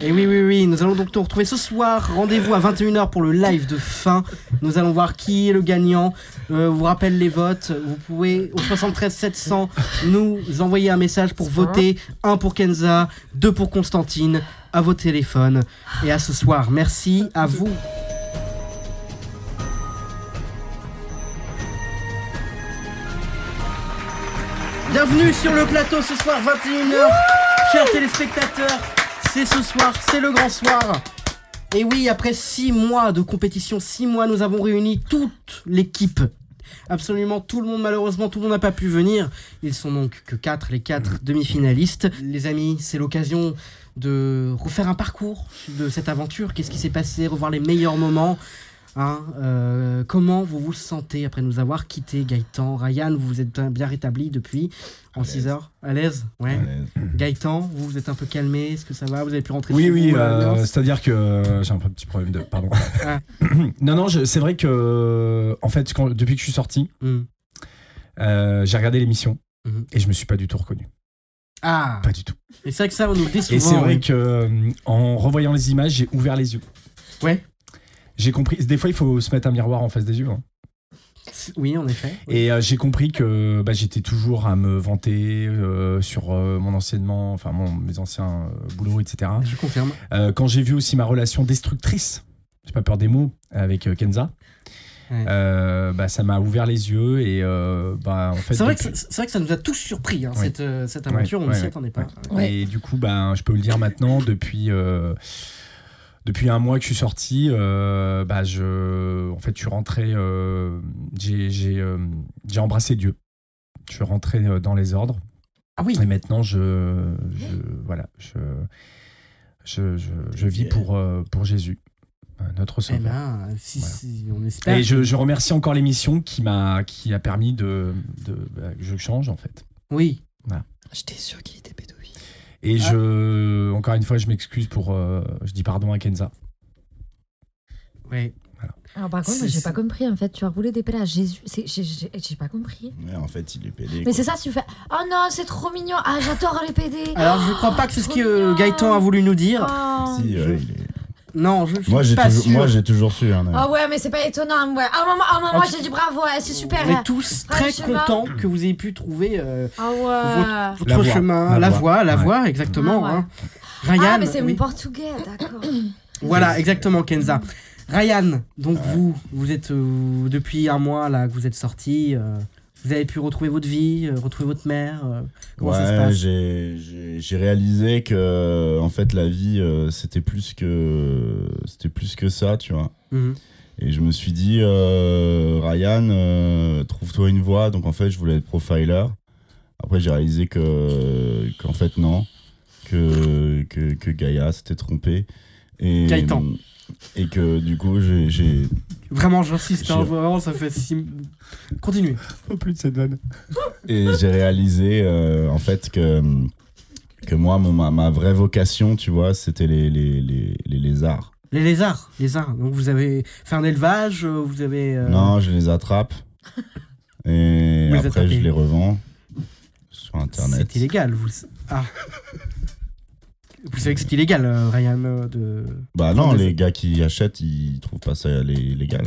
S1: Et oui, oui, oui, nous allons donc nous retrouver ce soir. Rendez-vous à 21h pour le live de fin. Nous allons voir qui est le gagnant. Euh, vous rappelle les votes. Vous pouvez au 73 700 nous envoyer un message pour voter. Un pour Kenza, deux pour Constantine. À vos téléphones. Et à ce soir. Merci à vous. Bienvenue sur le plateau ce soir 21h. Chers téléspectateurs, c'est ce soir, c'est le grand soir. Et oui, après six mois de compétition, six mois, nous avons réuni toute l'équipe. Absolument tout le monde, malheureusement, tout le monde n'a pas pu venir. Ils sont donc que quatre, les quatre demi-finalistes. Les amis, c'est l'occasion de refaire un parcours de cette aventure. Qu'est-ce qui s'est passé Revoir les meilleurs moments. Hein, euh, comment vous vous sentez après nous avoir quitté Gaëtan Ryan, vous vous êtes bien- bien rétabli depuis en 6 heures À l'aise Ouais. Gaëtan, vous vous êtes un peu calmé Est-ce que ça va Vous avez pu rentrer
S7: Oui,
S1: chez
S7: oui,
S1: vous,
S7: euh,
S1: l'ambiance
S7: c'est-à-dire que euh, j'ai un peu- petit problème de. Pardon. non, non, je- c'est vrai que, euh, en fait, quand- depuis que je suis sorti,
S1: Hmm.
S7: euh, j'ai regardé l'émission
S1: Mhm.
S7: et je me suis pas du tout reconnu.
S1: Ah
S7: Pas du tout.
S1: Et c'est vrai que ça, on nous le dit souvent. hein.
S7: Et c'est vrai
S1: oui.
S7: que euh, en revoyant les images, j'ai ouvert les yeux.
S1: Ouais.
S7: J'ai compris. Des fois, il faut se mettre un miroir en face des yeux. hein.
S1: Oui, en effet.
S7: Et euh, j'ai compris que bah, j'étais toujours à me vanter euh, sur euh, mon anciennement, enfin mon- mes anciens euh, boulots, etc.
S1: Je confirme.
S7: quand j'ai vu aussi ma relation destructrice, j'ai pas peur des mots, avec euh, Kenza, euh, bah, ça m'a ouvert les yeux et euh, bah, en fait.
S1: C'est vrai, que
S7: depuis-
S1: c'est c'est vrai que ça nous a tous surpris, hein,
S7: Oui.
S1: cette, euh, cette aventure,
S7: Ouais,
S1: on ne
S7: ouais,
S1: s'y
S7: ouais,
S1: attendait pas.
S7: ouais. Et du coup, ben, je peux le dire maintenant, depuis, euh, depuis un mois que je suis sorti, euh, bah, je, en fait, je suis rentré, euh, j'ai j'ai, euh, j'ai embrassé Dieu. Je suis rentré euh, dans les ordres.
S1: Ah oui.
S7: Et maintenant, je, je voilà, je, je, je, je vis pour, euh, pour Jésus, euh, notre
S1: Eh ah.
S7: Sauveur.
S1: ben, si, si, on espère.
S7: Et je, je remercie encore l'émission qui m'a qui a permis de, de bah, que je change en fait.
S1: Oui.
S7: Voilà.
S5: J'étais sûr qu'il était pédophiles.
S7: Et
S1: Ah.
S7: je encore une fois je m'excuse pour euh, je dis pardon à Kenza.
S1: Ouais.
S19: Alors par contre,
S9: C'est-
S19: j'ai
S9: c'est-
S19: pas compris en fait. Tu as roulé des pelles à Jésus. C'est- j'ai- J'ai j'ai pas compris.
S9: Ouais, en fait, il est pédé.
S19: Mais
S9: quoi.
S19: c'est ça, tu fais. Oh non, c'est trop mignon. Ah, j'adore les PD.
S1: Alors, je crois pas que c'est ce que euh, Gaëtan a voulu nous dire.
S19: Oh.
S9: Si, euh,
S1: Non, je, je
S9: Moi,
S1: suis
S9: j'ai
S1: pas
S9: toujours,
S1: sûr.
S9: moi, j'ai toujours su. hein,
S19: Ah ouais, mais c'est pas étonnant. Ouais. Ah, À un moment, à un moment
S1: En tout-
S19: j'ai dit bravo, ouais, c'est super.
S1: On est
S19: euh,
S1: tous
S19: bravo,
S1: très
S19: je sais pas.
S1: contents que vous ayez pu trouver euh,
S19: Ah
S1: votre,
S19: ouais.
S1: votre chemin, la, voie, la voie, exactement.
S19: Ah ouais.
S1: hein. Ryan,
S19: ah, mais c'est
S1: oui.
S19: mon portugais, d'accord.
S1: Voilà, exactement,
S9: Mm-hmm.
S1: Kenza. Ryan, donc vous, vous êtes euh, depuis un mois là que vous êtes sorti, euh, vous avez pu retrouver votre vie, euh, retrouver votre mère. euh, comment ça se
S9: Ouais,
S1: passe
S9: j'ai- j'ai j'ai réalisé que en fait la vie euh, c'était plus que c'était plus que ça, tu vois.
S1: Mhm.
S9: Et je me suis dit euh, Ryan, euh, trouve-toi une voie. Donc en fait, je voulais être profiler. Après, j'ai réalisé que qu'en fait non, que que, que Gaïa s'était trompée et
S1: Gaëtan.
S9: et que du coup j'ai- j'ai
S1: Vraiment, j'insiste, hein,
S9: J'ai-
S1: vraiment, ça fait six. Continuez.
S7: plus de cette vanne.
S9: et j'ai réalisé euh, en fait que que moi mon, ma, ma vraie vocation tu vois c'était les les, les, les lézards
S1: Les lézards, lézards. Donc vous avez fait un élevage, euh, vous avez. euh,
S9: non je les attrape et
S1: Vous les
S9: après
S1: attrapez.
S9: je les revends sur internet
S1: C'est illégal, vous. Ah. vous savez que c'est illégal, euh, Ryan, euh, de.
S9: bah non
S1: Des-
S9: les gars qui achètent ils trouvent pas ça lé- légal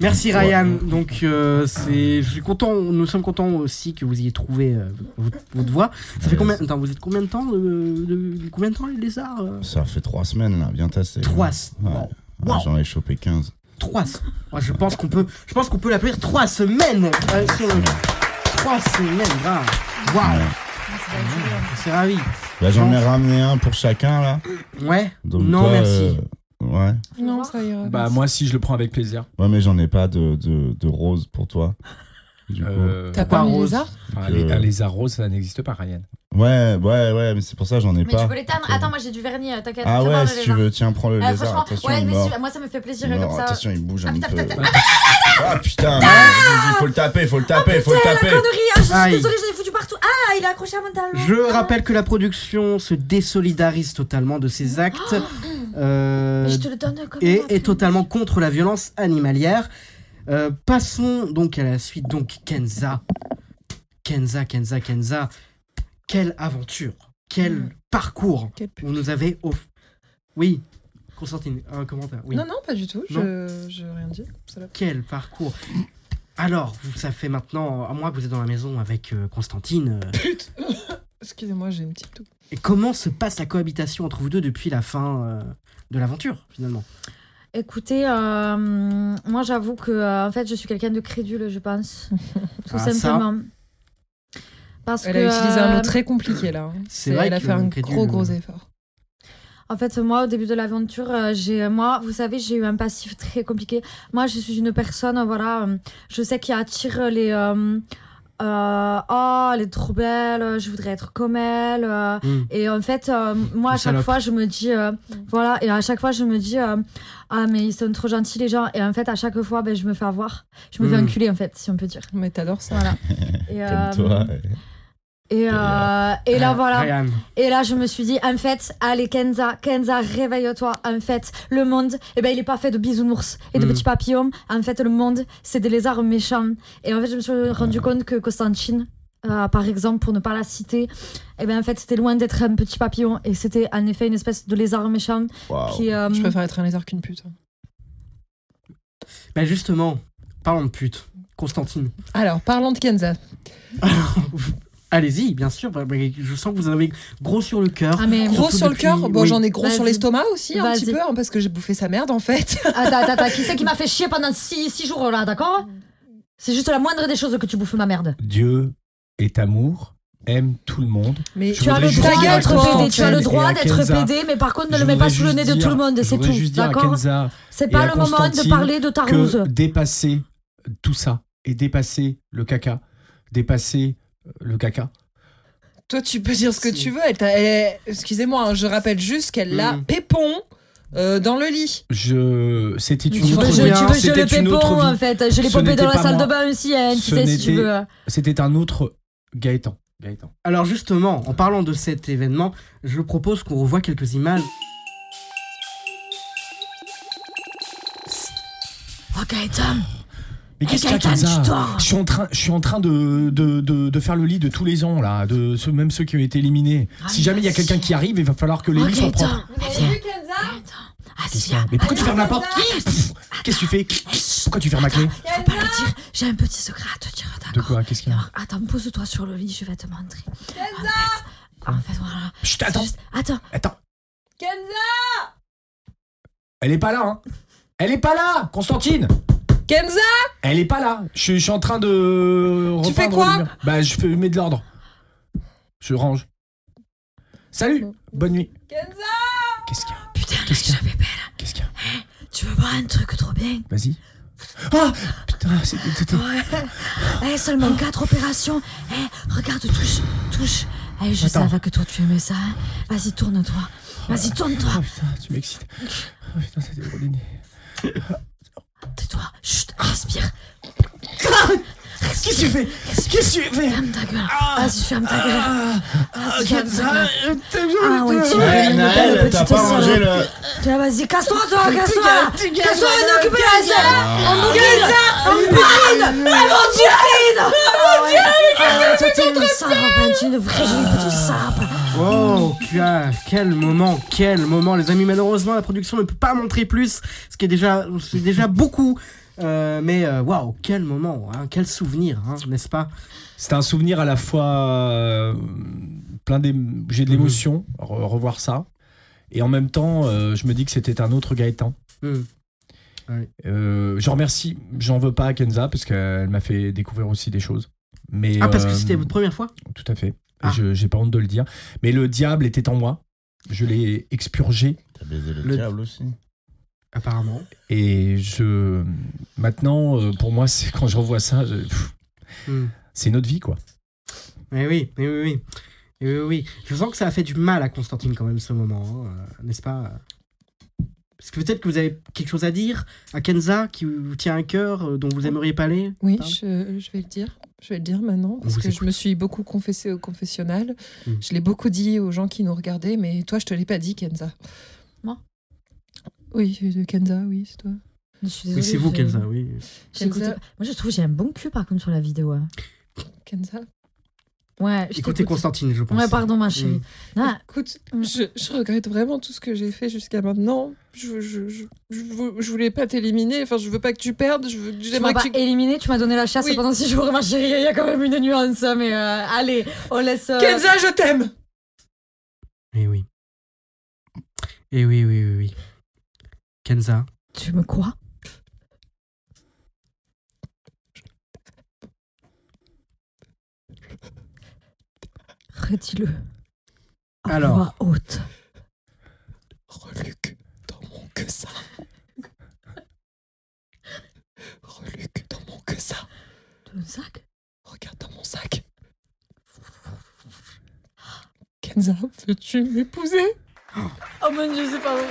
S1: Merci Ryan. Donc euh, c'est, je suis content. Nous sommes contents aussi que vous ayez trouvé euh, votre, votre voix. Ça fait
S9: Ouais.
S1: combien Attends, vous êtes combien de temps euh, de, de- Combien de temps les lézards euh
S9: ça fait trois semaines là bien tassé
S1: Trois
S9: Ouais.
S1: semaines.
S9: Ouais, j'en ai chopé 15
S1: Trois. se- Ouais, je pense qu'on peut, je pense qu'on peut l'appeler trois semaines. Euh, sur- Trois semaines, grave. Waouh. C'est ravi.
S9: bah j'en ai ramené un pour chacun là
S1: Ouais.
S9: donc
S1: non,
S9: toi,
S1: merci.
S9: euh, ouais
S18: Non, ça ira.
S7: Bah moi si je le prends avec plaisir.
S9: ouais mais j'en ai pas de, de, de rose pour toi du coup
S7: Euh,
S18: T'as pas mis les arts
S7: Ah,
S9: Que-
S7: les- Un lézard rose ça n'existe pas Ryan.
S9: Ouais, ouais, ouais, mais c'est pour ça j'en ai
S6: Mais
S9: pas.
S6: tu peux l'éteindre. Attends, moi j'ai du vernis, euh, t'inquiète.
S9: ah
S6: je
S9: ouais,
S6: parle
S9: si
S6: des
S9: tu
S6: arts.
S9: veux, tiens, prends le
S6: Euh,
S9: lézard.
S6: franchement,
S9: Attention,
S6: ouais,
S9: il
S6: mais
S9: meurt.
S6: si- moi ça me fait plaisir
S9: Il
S6: euh,
S9: meurt.
S6: comme ça.
S9: Attention, il bouge
S6: Ah,
S9: un
S6: putain,
S9: peu.
S6: putain,
S9: Ah putain, mais vas-y, faut le taper, faut le taper, faut le
S6: Oh, La
S9: taper.
S6: connerie, ah, je suis
S1: Aïe.
S6: désolée, je l'ai foutu partout. Ah, il a accroché à mon talon. Ah.
S1: Je rappelle que la production se désolidarise totalement de ces actes. euh,
S6: Mais je te le donne comme
S1: et est totalement contre la violence animalière. Euh, passons donc à la suite. Donc Kenza, Kenza, Kenza, Kenza, quelle aventure, quel
S18: Mm.
S1: parcours
S18: Quel
S1: vous nous avez offert. Oui, Constantine, un commentaire. Oui.
S18: Non, non, pas du tout.
S1: Non.
S18: Je, je rien dit. Ça va.
S1: Quel parcours. Alors, vous- ça fait maintenant un mois que vous êtes dans la maison avec euh, Constantine. euh,
S18: Excusez-moi, j'ai une petite toux.
S1: et comment se passe la cohabitation entre vous deux depuis la fin euh, de l'aventure finalement
S6: Écoutez, euh, moi j'avoue que euh, en fait je suis quelqu'un de crédule, je pense. Tout
S1: Ah, ça.
S6: simplement. Parce
S18: Elle
S6: que.
S18: a utilisé un
S6: euh,
S18: mot très compliqué là. hein.
S1: C'est vrai
S18: Elle a
S1: que
S18: fait un
S1: crédule- euh,
S18: gros gros effort.
S6: En fait, moi, au début de l'aventure, euh, j'ai, moi, vous savez, j'ai eu un passif très compliqué. Moi, je suis une personne, euh, voilà, euh, je sais qui attire les, euh, euh, oh, elle est trop belle, euh, je voudrais être comme elle. euh.
S1: Mm.
S6: Et en fait, euh, moi, à
S1: Une
S6: chaque
S1: salope.
S6: fois, je me dis, euh, voilà, et à chaque fois, je me dis, euh, ah, mais ils sont trop gentils les gens. Et en fait, à chaque fois, ben, je me fais avoir, je me fais
S1: Mm.
S6: enculer, en fait, si on peut dire.
S18: Mais t'adores ça.
S6: Voilà. Et, euh,
S9: Comme toi. ouais.
S6: Et, euh, et là,
S1: Euh,
S6: voilà.
S1: Ryan.
S6: Et là, je me suis dit, en fait, allez, Kenza, Kenza, réveille-toi. En fait, le monde, eh ben, il est pas fait de bisounours et de
S18: Hmm.
S1: Mm.
S6: petits papillons. En fait, le monde, c'est des lézards méchants. Et en fait, je me suis
S18: Ah.
S6: rendu compte que Constantine, euh, par exemple, pour ne pas la citer, eh ben, en fait, c'était loin d'être un petit papillon. Et c'était en effet une espèce de lézard méchant
S9: Waouh.
S6: qui. euh,
S18: Je préfère être un lézard qu'une pute. hein.
S1: Bah justement, parlons de pute, Constantine.
S18: Alors, parlons de Kenza.
S1: Allez-y, bien sûr. bah, bah, Je sens que vous en avez gros sur le cœur.
S6: Ah, mais.
S18: Gros
S1: Surtout
S18: sur le
S1: depuis-
S18: cœur, bon
S1: oui.
S18: j'en ai gros sur
S6: Vas-y.
S18: l'estomac aussi un
S6: Vas-y.
S18: petit peu hein, parce que j'ai bouffé sa merde en fait.
S6: Attends, attends, attends, qui c'est qui m'a fait chier pendant 6 jours là, d'accord C'est juste la moindre des choses que tu bouffes ma merde.
S7: Dieu est amour, aime tout le monde.
S18: Mais
S7: Je
S6: Tu as
S7: voudrais
S6: le
S7: juste
S6: droit
S7: dire à
S6: d'être PD, tu as le
S7: Constantine et
S6: droit
S7: à
S6: d'être
S7: Kenza,
S6: PD, mais par contre ne
S7: je
S6: le mets pas
S7: voudrais
S6: sous le
S7: juste
S6: nez de tout
S7: dire-
S6: le monde,
S7: je
S6: c'est
S7: voudrais
S6: tout,
S7: juste dire à
S6: d'accord
S7: Kenza
S6: C'est
S7: et
S6: pas
S7: à
S6: le moment de
S7: Constantine
S6: parler de ta ruse.
S7: que dépasser tout ça et dépasser le caca, dépasser euh, le caca.
S18: Toi tu peux dire ce que
S1: Si.
S18: tu veux. elle t'a- elle- Excusez-moi, hein, je rappelle juste qu'elle l'a
S1: Mm.
S18: pépon euh, dans le lit.
S7: Je, c'était
S1: Tu
S7: une
S1: veux-
S6: Tu
S7: autre
S6: veux,
S7: vie.
S6: je, tu veux, je le hein.
S7: C'était une
S6: pépon
S7: autre vie.
S6: en fait, je l'ai
S7: Ce
S6: popé dans la
S7: n'était pas
S6: salle
S7: moi.
S6: de bain aussi, hein, tu
S7: Ce
S6: sais si tu
S7: n'était-
S6: veux.
S7: C'était un autre Gaëtan. Gaëtan.
S1: Alors justement, en parlant de cet événement, je propose qu'on revoie quelques images.
S6: Oh, Gaëtan
S7: Mais qu'est-ce qu'il y a
S6: Gaëtan,
S7: comme ça
S6: tu dors
S7: Je suis en train, je suis en train de, de, de, de faire le lit de tous les ans là, de ceux, même ceux qui ont été éliminés. si jamais il y a quelqu'un qui arrive, il va falloir que les
S6: Oh,
S7: lits soient
S6: Gaëtan
S7: propres.
S6: Viens. Ah,
S7: Qu'est-ce
S6: hein.
S7: qu'il y a Mais pourquoi tu fermes la porte Pff, Qu'est-ce que tu fais Pourquoi tu fermes la clé
S6: Faut pas le dire, j'ai un petit secret à te dire.
S7: De quoi Qu'est-ce qu'il y a
S6: Attends, pose-toi sur le lit, je vais te montrer. En fait, en fait, voilà.
S7: Chut, attends.
S6: Attends.
S7: Attends.
S6: Kenza
S7: Elle est pas là, hein Elle est pas là, Constantine
S5: Kenza
S7: Elle est pas là. Je, je suis en train de.
S5: Tu
S7: repeindre
S5: fais quoi
S7: le mur. Bah, je fais- mets de l'ordre. Je range. Salut Bonne nuit. Qu'est-ce qu'il y a
S6: Putain,
S7: qu'est-ce qu'il y a Qu'est-ce qu'il y a
S6: Tu veux voir un truc trop bien
S7: Vas-y. Ah Putain, c'est. putain.
S6: Ouais. Eh, seulement 4 opérations. Eh, regarde, touche, touche. Eh, je
S7: Attends.
S6: savais que toi tu aimais ça. hein. Vas-y, tourne-toi. Vas-y, tourne-toi.
S7: Oh putain, tu m'excites. Oh putain, c'était trop déni.
S6: Tais-toi. Chut, respire.
S7: Qu'est-ce que tu fais Qu'est-ce que tu fais
S6: Ferme ta gueule. Vas-y, ferme ta gueule.
S7: Ah,
S6: Vas-y, ferme
S7: Kenza,
S6: ta gueule.
S7: euh, t'as vu
S6: Ah ouais, tu m'as mis une
S9: Eh, Naël,
S6: belle
S9: t'as
S6: petite
S9: pas mangé
S6: salope.
S9: le-
S6: Tiens, vas-y, casse-toi, toi,
S9: Mais
S6: casse-toi.
S9: tu gagnes, tu
S6: Casse-toi, Ah,
S9: gagnes,
S6: on est occupé la
S9: tu
S6: salle.
S9: gagnes.
S6: On bouquine. On bouquine. On bouquine. Ah ouais. Ah, toi, t'es une salope, hein, tu es une vraie jolie petite salope.
S1: Oh, que- quel moment, quel moment, les amis. Malheureusement, la production ne peut pas montrer plus, ce qui est déjà, c'est déjà beaucoup. Euh, mais euh, waouh, quel moment, hein, quel souvenir, hein, n'est-ce pas
S7: C'était un souvenir à la fois euh, plein d'ém- j'ai
S1: Mhm.
S7: de l'émotion, re- revoir ça. Et en même temps, euh, je me dis que c'était un autre Gaëtan.
S1: Mhm.
S7: Euh, je remercie, j'en veux pas à Kenza parce qu'elle m'a fait découvrir aussi des choses. Mais,
S1: Ah, parce que
S7: euh,
S1: c'était votre Ah. première fois
S7: Tout à fait. Je J'ai pas honte de le dire. Mais le diable était en moi. Je l'ai expurgé.
S9: T'as baisé le,
S7: Le-
S9: diable aussi.
S1: Apparemment.
S7: Et je. Maintenant, euh, pour moi, c'est quand je revois ça, je- pff,
S1: Hmm.
S7: c'est notre vie, quoi.
S1: Eh oui, eh oui, oui. Eh oui, oui. Je sens que ça a fait du mal à Constantine quand même ce moment, hein, euh, n'est-ce pas Parce que peut-être que vous avez quelque chose à dire à Kenza qui vous tient à cœur, euh, dont
S6: Ah.
S1: vous aimeriez parler.
S5: Oui,
S1: pardon
S5: je, je vais le dire. Je vais le dire maintenant, parce
S1: vous
S5: que je me suis beaucoup confessée au confessionnal.
S1: Mm.
S5: Je l'ai beaucoup dit aux gens qui nous regardaient, mais toi, je te l'ai pas dit, Kenza.
S6: Moi
S5: Oui, euh, Kenza, oui, c'est toi.
S6: Je suis
S1: Oui,
S6: désolée,
S1: c'est vous,
S6: je-
S1: Kenza, oui.
S6: j'ai écouté-
S5: Kenza.
S6: Moi, je trouve que j'ai un bon cul par contre sur la vidéo. hein.
S5: Kenza
S6: Ouais, je
S1: Écoutez
S6: t'écoute.
S1: Constantine, je pense.
S6: Ouais, pardon, ma chérie.
S1: Mm.
S6: Ah,
S5: Écoute, je, je regrette vraiment tout ce que j'ai fait jusqu'à maintenant. Je, je, je, je vou- je voulais pas t'éliminer, enfin, je veux pas que tu perdes. Je veux,
S6: Tu m'as
S5: j'aimerais
S6: pas
S5: que tu.
S6: éliminé, tu m'as donné la chasse
S5: Oui.
S6: pendant 6 jours, ma chérie. Il y a quand même une nuance, hein, mais euh, allez, on laisse. euh,
S5: Kenza, je t'aime
S1: Eh oui. Eh oui, oui, oui, oui. Kenza.
S6: Tu me quoi Redis-le. à
S1: Alors.
S6: voix haute.
S5: Reluc dans mon que ça. Reluc dans mon que ça.
S6: Ton sac
S5: Regarde dans mon sac. Kenza, veux-tu m'épouser
S6: Oh mon dieu, c'est pas vrai.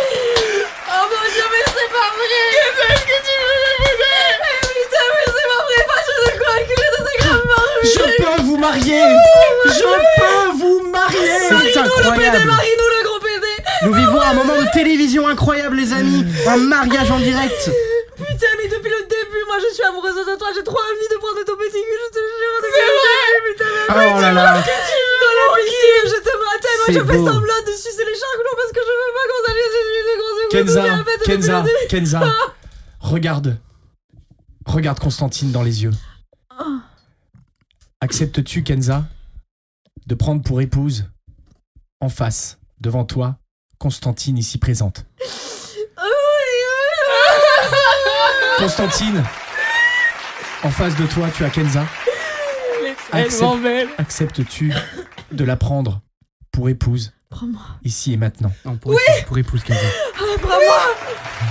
S6: Oh mon dieu, mais c'est pas vrai. est-ce que tu veux m'épouser Mais putain, mais c'est pas vrai. Pas sûr de quoi que les deux sont gravement
S7: Je
S6: ruinés.
S7: peux vous marier Je peux vous
S6: Eh,
S7: marier
S1: C'est incroyable
S6: Marino le gros pédé.
S1: Nous vivons un moment de télévision incroyable, les amis Un mariage en direct
S6: Putain, mais depuis le début, moi je suis amoureuse de toi. J'ai trop envie de prendre ton petit cul, je te jure. C'est vrai. Putain, mais
S1: Oh là là
S6: que tu veux dans la piscine, je te matais. Moi
S1: C'est
S6: je fais
S1: beau.
S6: semblant de sucer les charglots parce que je veux pas qu'on s'allie ces nuits de gros yeux.
S7: Kenza,
S6: Vous avez la fête depuis
S7: Kenza,
S6: le début.
S7: Kenza, regarde. Regarde Constantine dans les yeux.
S5: Oh.
S7: Acceptes-tu, Kenza, de prendre pour épouse, en face, devant toi, Constantine ici présente Constantine, en face de toi, tu as Kenza.
S5: Elle est
S7: Accepte-
S5: tellement belle.
S7: Acceptes-tu de la prendre pour épouse,
S6: Prends-moi.
S7: ici et maintenant
S1: Non, pour, épouse, pour épouse, Kenza.
S6: Prends-moi. Ah,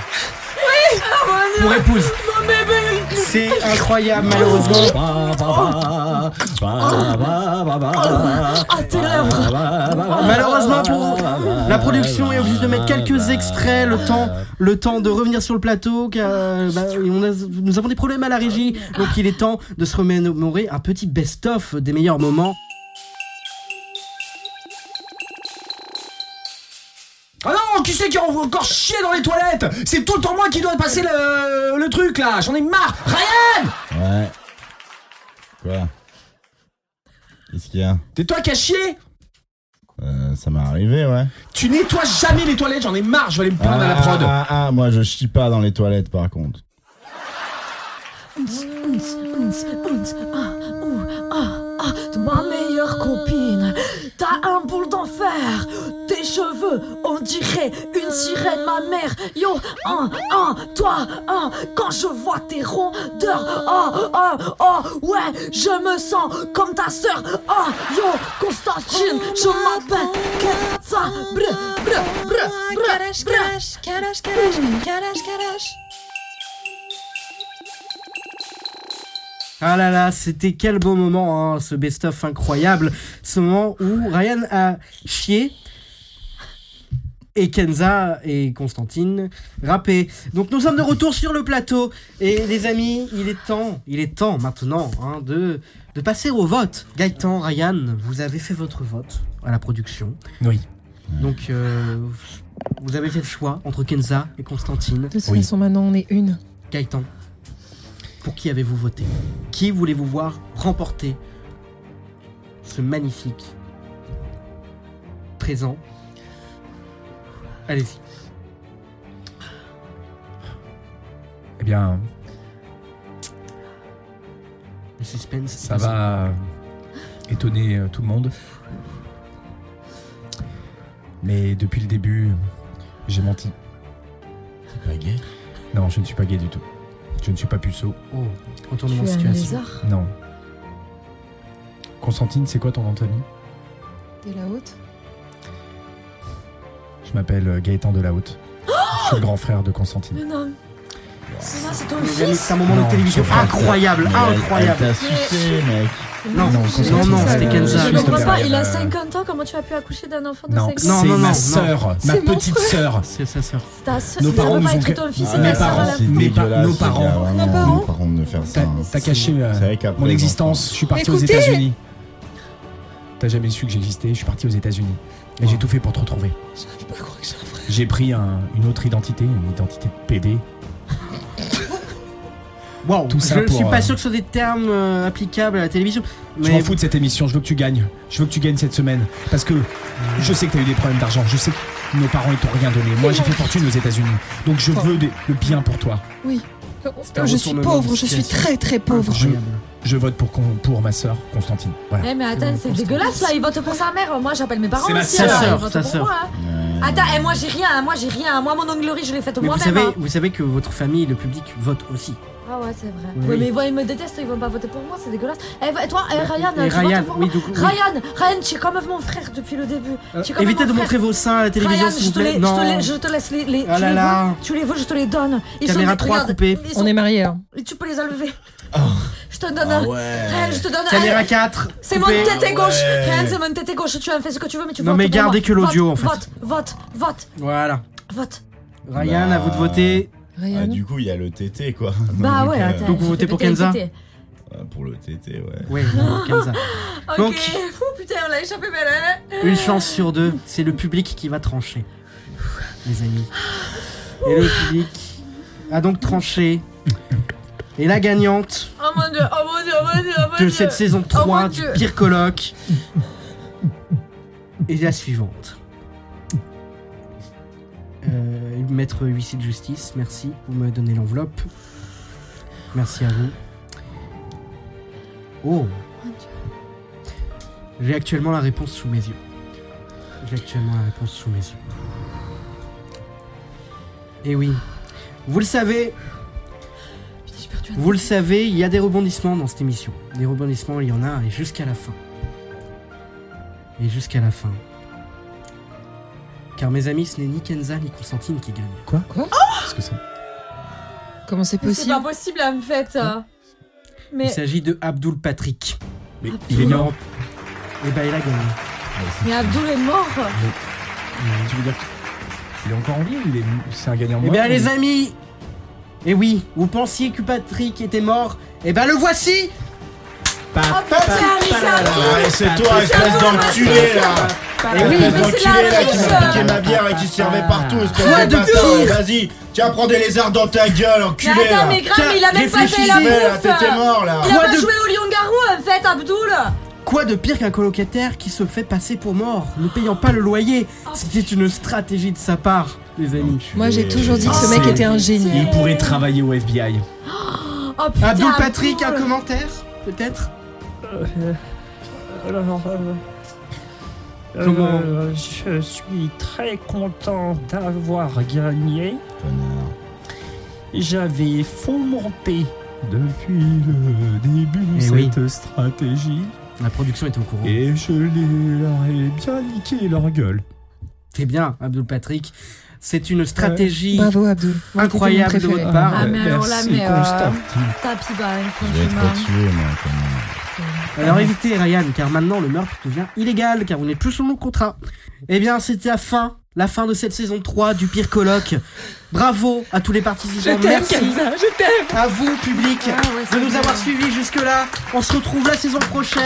S6: Oui. Ah, mon Dieu.
S1: Pour épouse Ah,
S6: Mon bébé.
S1: C'est incroyable, malheureusement
S20: bah,
S6: Ah, tes
S20: bah,
S6: lèvres.
S1: ah, Malheureusement pour la production est obligée de mettre quelques extraits, le temps, le temps de revenir sur le plateau, car euh, bah, on a- nous avons des problèmes à la régie, donc il est temps de se remémorer un petit best-of des meilleurs moments.
S7: Ah non,
S20: qui c'est qui envoie encore chier dans les toilettes C'est tout le temps moi qui dois passer le, le truc là. J'en ai marre. Ryan
S9: Ouais. Quoi Qu'est-ce qu'il y a
S20: T'es toi qui as chié
S9: Euh, Ça m'est arrivé, ouais.
S20: Tu nettoies jamais les toilettes. J'en ai marre. Je vais aller me plaindre à la
S9: Ah,
S20: prod.
S9: Ah, ah, moi je chie pas dans les toilettes par contre.
S6: de ma meilleure copine. T'as un boule d'enfer. Tes cheveux, on dirait une sirène, ma mère. Yo, un, un, toi, un. Quand je vois tes rondeurs, oh, oh, oh, ouais, je me sens comme ta sœur. Oh, yo, Constantine, je m'appelle Ketsa. Brr, brr, brr, brr, brr.
S5: Karash, karash, karash, karash.
S1: Ah là là, c'était quel beau moment, hein, ce best-of incroyable. Ce moment où Ryan a chié et Kenza et Constantine rappé. Donc nous sommes de retour sur le plateau. Et les amis, il est temps, il est temps maintenant hein, de, de passer au vote. Gaëtan, Ryan, vous avez fait votre vote à la production.
S7: Oui.
S1: Donc euh, vous avez fait le choix entre Kenza et Constantine.
S5: De toute façon, maintenant, on est une.
S1: Gaëtan, pour qui avez-vous voté Qui voulez-vous voir remporter ce magnifique présent Allez-y.
S7: Eh bien,
S1: Le suspense.
S7: ça va euh, étonner euh, tout le monde. Mais depuis le début, j'ai menti.
S9: Pas gay
S7: Non, je ne suis pas gay du tout. Je ne suis pas puceau.
S1: Oh, retournement
S6: Tu
S1: de
S6: es un
S1: situation.
S6: lézard
S7: Non. Constantine, c'est quoi ton nom de famille
S5: T'es la haute
S7: Je m'appelle euh, Gaëtan de la Haute. Je suis le grand frère de Constantine.
S6: Mais non. Mais non, c'est ton
S1: Les amis,
S6: fils.
S1: C'est un moment de
S7: Non,
S1: télévision
S7: sauf Kenza.
S1: incroyable,
S9: Mais elle-
S1: incroyable.
S9: Elle t'a sucé, mec.
S1: Non, non, non,
S7: Constantine, c'est,
S1: c'était
S7: euh,
S1: Kenza.
S7: je
S6: Je
S7: suis
S6: comprends pas, il a
S7: Euh,
S6: 50 ans, comment tu as pu accoucher d'un enfant de
S7: Non,
S6: 5
S7: c'est
S6: ans
S1: non, non, non.
S7: ma sœur, ma
S6: C'est mon
S7: petite sœur.
S1: C'est sa sœur.
S6: Ta sœur-
S7: Nos
S6: Ça
S7: parents
S6: peut
S7: nous
S6: pas
S7: ont
S6: être
S7: fait- Ah,
S6: ton fils et
S7: Mes
S6: ta
S9: Ouais,
S6: sœur à
S7: parents,
S6: la
S9: Ah, c'est
S7: mes pa-
S9: dégueulasse,
S7: nos
S9: ce
S7: parents.
S9: gars, vraiment,
S5: Nos parents.
S9: nos parents de faire ça.
S7: T'as,
S9: hein.
S7: t'as caché euh,
S9: C'est vrai qu'après,
S7: mon
S9: les
S7: existence. Je suis parti aux
S5: Écoutez
S7: États-Unis. T'as jamais su que j'existais. Je suis parti aux États-Unis. Et j'ai tout fait pour te retrouver.
S5: J'arrive pas à croire que j'ai un frère.
S7: J'ai pris un- une autre identité, une identité de PD.
S1: Wow,
S7: Tout ça
S1: je
S7: pour,
S1: suis pas
S7: euh,
S1: sûr que ce soit des termes euh, applicables à la télévision.
S7: Je m'en
S1: Mais
S7: fous de cette émission, je veux que tu gagnes. Je veux que tu gagnes cette semaine. Parce que je sais que t'as eu des problèmes d'argent, je sais que nos parents ils t'ont rien donné. Moi j'ai fait fortune aux États-Unis. Donc je veux des- le bien pour toi.
S1: un
S5: Je suis
S1: retournement
S5: pauvre,
S1: de
S5: je suis
S1: situation.
S5: très très pauvre.
S1: incroyable.
S7: Je vote pour, con- pour ma sœur, Constantine. Voilà.
S6: Eh mais attends, c'est dégueulasse là, il vote pour sa mère. Moi j'appelle mes parents
S7: C'est ma
S6: aussi.
S7: sœur,
S6: alors, ils
S1: sœur,
S6: votent
S1: sa
S6: pour
S1: sœur.
S6: moi, hein. Attends, et moi j'ai rien, hein, moi j'ai rien. Moi mon onglerie je l'ai faite
S1: Mais vous
S6: moi-même.
S1: savez,
S6: hein.
S1: vous savez que votre famille, le public vote aussi.
S6: Ah ouais, c'est vrai.
S1: Oui.
S6: Oui, mais ils vont- ils me détestent, ils vont pas voter pour moi, c'est dégueulasse. Eh, va- toi, eh, Ryan,
S1: Et
S6: tu
S1: Ryan,
S6: votes pour
S1: oui,
S6: moi.
S1: du coup, oui.
S6: Ryan, Ryan, tu es quand même mon frère depuis le début.
S1: Euh,
S6: Tu es quand même
S1: Évitez
S6: mon
S1: de
S6: frère.
S1: montrer vos seins à la télévision,
S6: Ryan,
S1: s'il
S6: je
S1: vous
S6: te,
S1: plaît.
S6: les, je,
S1: Non.
S6: te les- je te laisse les. les-
S1: Ah
S6: tu,
S1: là
S6: les
S1: là.
S6: veux, tu les veux, je te les donne. Ils
S1: Caméra
S6: sont des-
S1: 3
S6: regarde,
S1: coupée.
S6: ils sont-
S5: On est mariés. hein.
S6: Tu peux les enlever.
S1: Ah.
S6: Je te donne un. Ryan, je te donne un.
S1: Caméra 4.
S6: C'est mon
S1: coupée.
S6: tête et gauche.
S9: ouais.
S6: Ryan, c'est mon tête et gauche. Tu en fais ce que tu veux, mais tu
S1: Ah Non,
S6: votes
S1: mais
S6: pour
S1: gardez
S6: moi.
S1: que l'audio,
S6: Vote,
S1: en fait.
S6: Vote, vote,
S1: Voilà.
S6: vote, vote.
S1: Ryan,
S9: Bah,
S1: à vous de voter.
S5: Ryan.
S9: Ah, du coup, il y a le TT, quoi.
S6: Bah
S9: Donc,
S6: ouais,
S9: euh,
S6: attends.
S1: donc vous
S6: je
S1: votez
S6: vais
S1: pour
S6: péter les
S1: Kenza
S6: tétés.
S9: ah, Pour le TT, ouais.
S1: Ouais, Kenza.
S6: Ok,
S1: Donc-
S6: fou putain, on l'a échappé belle. hein.
S1: Une chance sur deux, c'est le public qui va trancher. Les amis. Et le public a donc tranché. Et la gagnante
S6: Oh mon dieu, oh mon dieu, oh mon dieu, oh mon
S1: de
S6: dieu.
S1: cette saison
S6: Oh mon
S1: 3 du
S6: Dieu.
S1: pire colloque est la suivante. Euh, maître huissier de justice, merci. Vous me donnez l'enveloppe. Merci à vous. Oh J'ai actuellement la réponse sous mes yeux. J'ai actuellement la réponse sous mes yeux. Et oui. Vous le savez,
S6: Putain, j'ai perdu un
S1: vous le savez, il y a des rebondissements dans cette émission. Des rebondissements, il y en a, et jusqu'à la fin. Et jusqu'à la fin. Car mes amis, ce n'est ni Kenza ni Constantine qui gagnent.
S7: Quoi
S5: Quoi
S7: Qu'est-ce que c'est
S5: Comment c'est
S6: C'est pas
S5: possible
S6: possible en fait. ça.
S1: Il
S6: Mais,
S1: s'agit de Abdul Patrick.
S7: Mais il est mort.
S1: Et bah, il a gagné.
S6: mais Abdul est mort.
S1: Eh
S7: Tu veux dire qu'il est encore en vie ou il est- c'est un gagnant
S1: Eh
S7: mort
S1: bien
S7: ou-
S1: les amis Et oui, vous pensiez que Patrick était mort Eh ben le voici
S6: Oh putain, mais c'est Abdul.
S7: Ah,
S9: Ouais, c'est toi, espèce d'enculé, là
S22: Et
S6: Eh oui,
S22: espèce
S6: mais c'est la
S22: d'enculé, là,
S6: triche,
S22: qui m'a piqué
S6: euh.
S22: ma bière et qui se servait partout, espèce
S1: Quoi de
S22: bâtard.
S1: pire
S22: Vas-y, tiens, prends des lézards dans ta gueule, enculé
S6: Mais attends,
S22: là.
S6: mais grave, il a même pas fait
S22: Réfléchissez,
S6: la
S22: là,
S6: bouffe euh
S22: T'étais mort, là
S6: Il a
S1: Quoi
S6: pas
S1: de-
S6: joué au lion-garou en fait, Abdoul
S1: Quoi de pire qu'un colocataire qui se fait passer pour mort, ne payant pas le loyer C'était une stratégie de sa part, les amis.
S5: Moi, j'ai toujours dit que
S1: Ah,
S5: ce mec était un génie.
S7: Il pourrait travailler au FBI.
S6: Oh putain
S1: Abdoul Patrick, un
S6: Abdoul.
S1: commentaire Peut-être
S23: Comment
S7: Euh,
S23: Je suis très content d'avoir gagné. J'avais fomenté depuis le début
S1: Eh Oh.
S23: cette stratégie.
S1: La production était au courant.
S23: Et je les leur ai bien niqué leur gueule.
S1: C'est bien, Abdoul Patrick. C'est une stratégie
S5: Bravo, Abdul. Moi,
S1: incroyable
S5: t'étais
S1: de
S5: mon
S1: votre
S5: préféré.
S1: part.
S6: Ah, mais alors là,
S23: Merci,
S6: mais. euh,
S23: Constantine.
S6: Tapis bas,
S9: Je vais être
S6: franchement.
S9: tué, moi, quand même.
S1: Alors évitez Ryan, car maintenant le meurtre devient illégal, car vous n'êtes plus sous mon contrat. Eh bien, c'était la fin, la fin de cette saison 3 du pire colloque. Bravo à tous les participants, merci
S5: je t'aime
S1: à vous public de nous avoir suivis jusque là. On se retrouve la saison prochaine.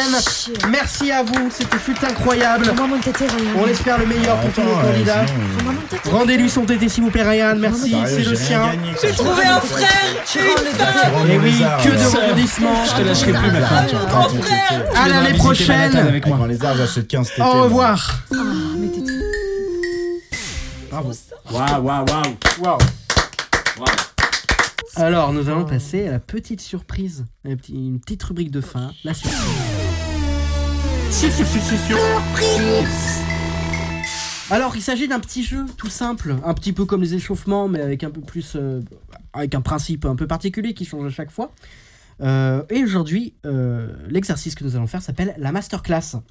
S1: Merci à vous, c'était fut incroyable. On espère le meilleur pour tous nos
S9: Attends,
S1: candidats.
S9: euh, sinon, euh,
S1: Rendez-lui son tété s'il vous plaît Ryan, merci,
S9: Sérieux,
S1: c'est le
S9: j'ai rien
S1: sien.
S9: gagné, quoi.
S18: J'ai trouvé un frère, une femme,
S1: Et oui,
S9: Lézard, hein.
S1: que de
S9: alors.
S1: rebondissements.
S7: Je te lâcherai plus maintenant.
S9: Attends,
S18: grand
S9: attends,
S18: frère.
S1: À l'année prochaine.
S7: Avec moi.
S9: Quand les arbres j'achète 15 tétés,
S1: Au
S9: moi.
S1: revoir.
S7: Waouh, waouh, waouh.
S1: Alors, nous allons passer à la petite surprise, un petit- une petite rubrique de fin, la surprise. Alors, il s'agit d'un petit jeu tout simple, un petit peu comme les échauffements, mais avec un peu plus, euh, avec un principe un peu particulier qui change à chaque fois. Euh, et aujourd'hui, euh, l'exercice que nous allons faire s'appelle la masterclass.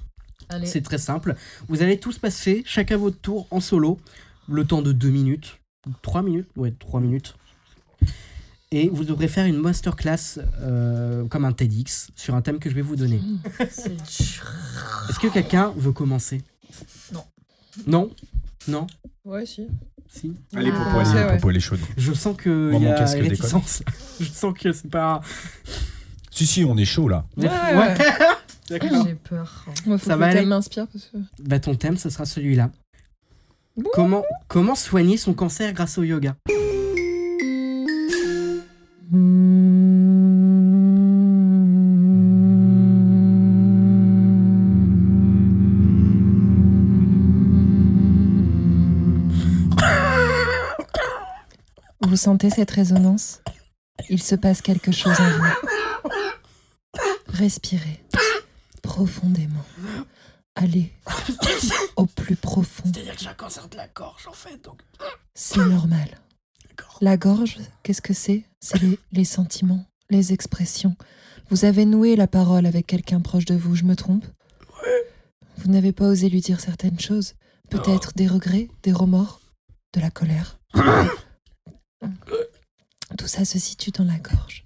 S19: Allez.
S1: C'est très simple. Vous allez tous passer, chacun votre tour, en solo, le temps de 2 minutes, 3 minutes, ouais, 3 minutes. Et vous devrez faire une masterclass euh, comme un TEDx sur un thème que je vais vous donner.
S19: C'est dur.
S1: Est-ce que quelqu'un veut commencer
S19: Non.
S1: Non Non
S18: Ouais, si.
S1: Si
S7: Allez, Popo,
S18: Ah,
S7: allez,
S18: ouais.
S7: Popo, elle est chaude.
S1: Je sens que
S7: Bon,
S1: il y
S7: mon
S1: a
S7: casque déconne.
S1: réticence. je sens que c'est pas.
S7: Si, si, on est chaud là.
S5: Ouais, ouais.
S1: D'accord.
S19: J'ai peur.
S5: Moi, faut
S1: Ça
S5: que
S1: va
S5: le thème
S1: aller.
S5: m'inspire parce que.
S1: Bah, ton thème, ce sera celui-là. Comment, comment soigner son cancer grâce au yoga
S5: Vous sentez cette résonance Il se passe quelque chose en vous. Respirez profondément. Allez au plus profond.
S1: C'est-à-dire que j'ai un cancer de la gorge, en fait. Donc...
S5: C'est normal. La gorge, qu'est-ce que c'est C'est les, les sentiments, les expressions. Vous avez noué la parole avec quelqu'un proche de vous, je me trompe Vous n'avez pas osé lui dire certaines choses. Peut-être des regrets, des remords, de la colère. Tout ça se situe dans la gorge.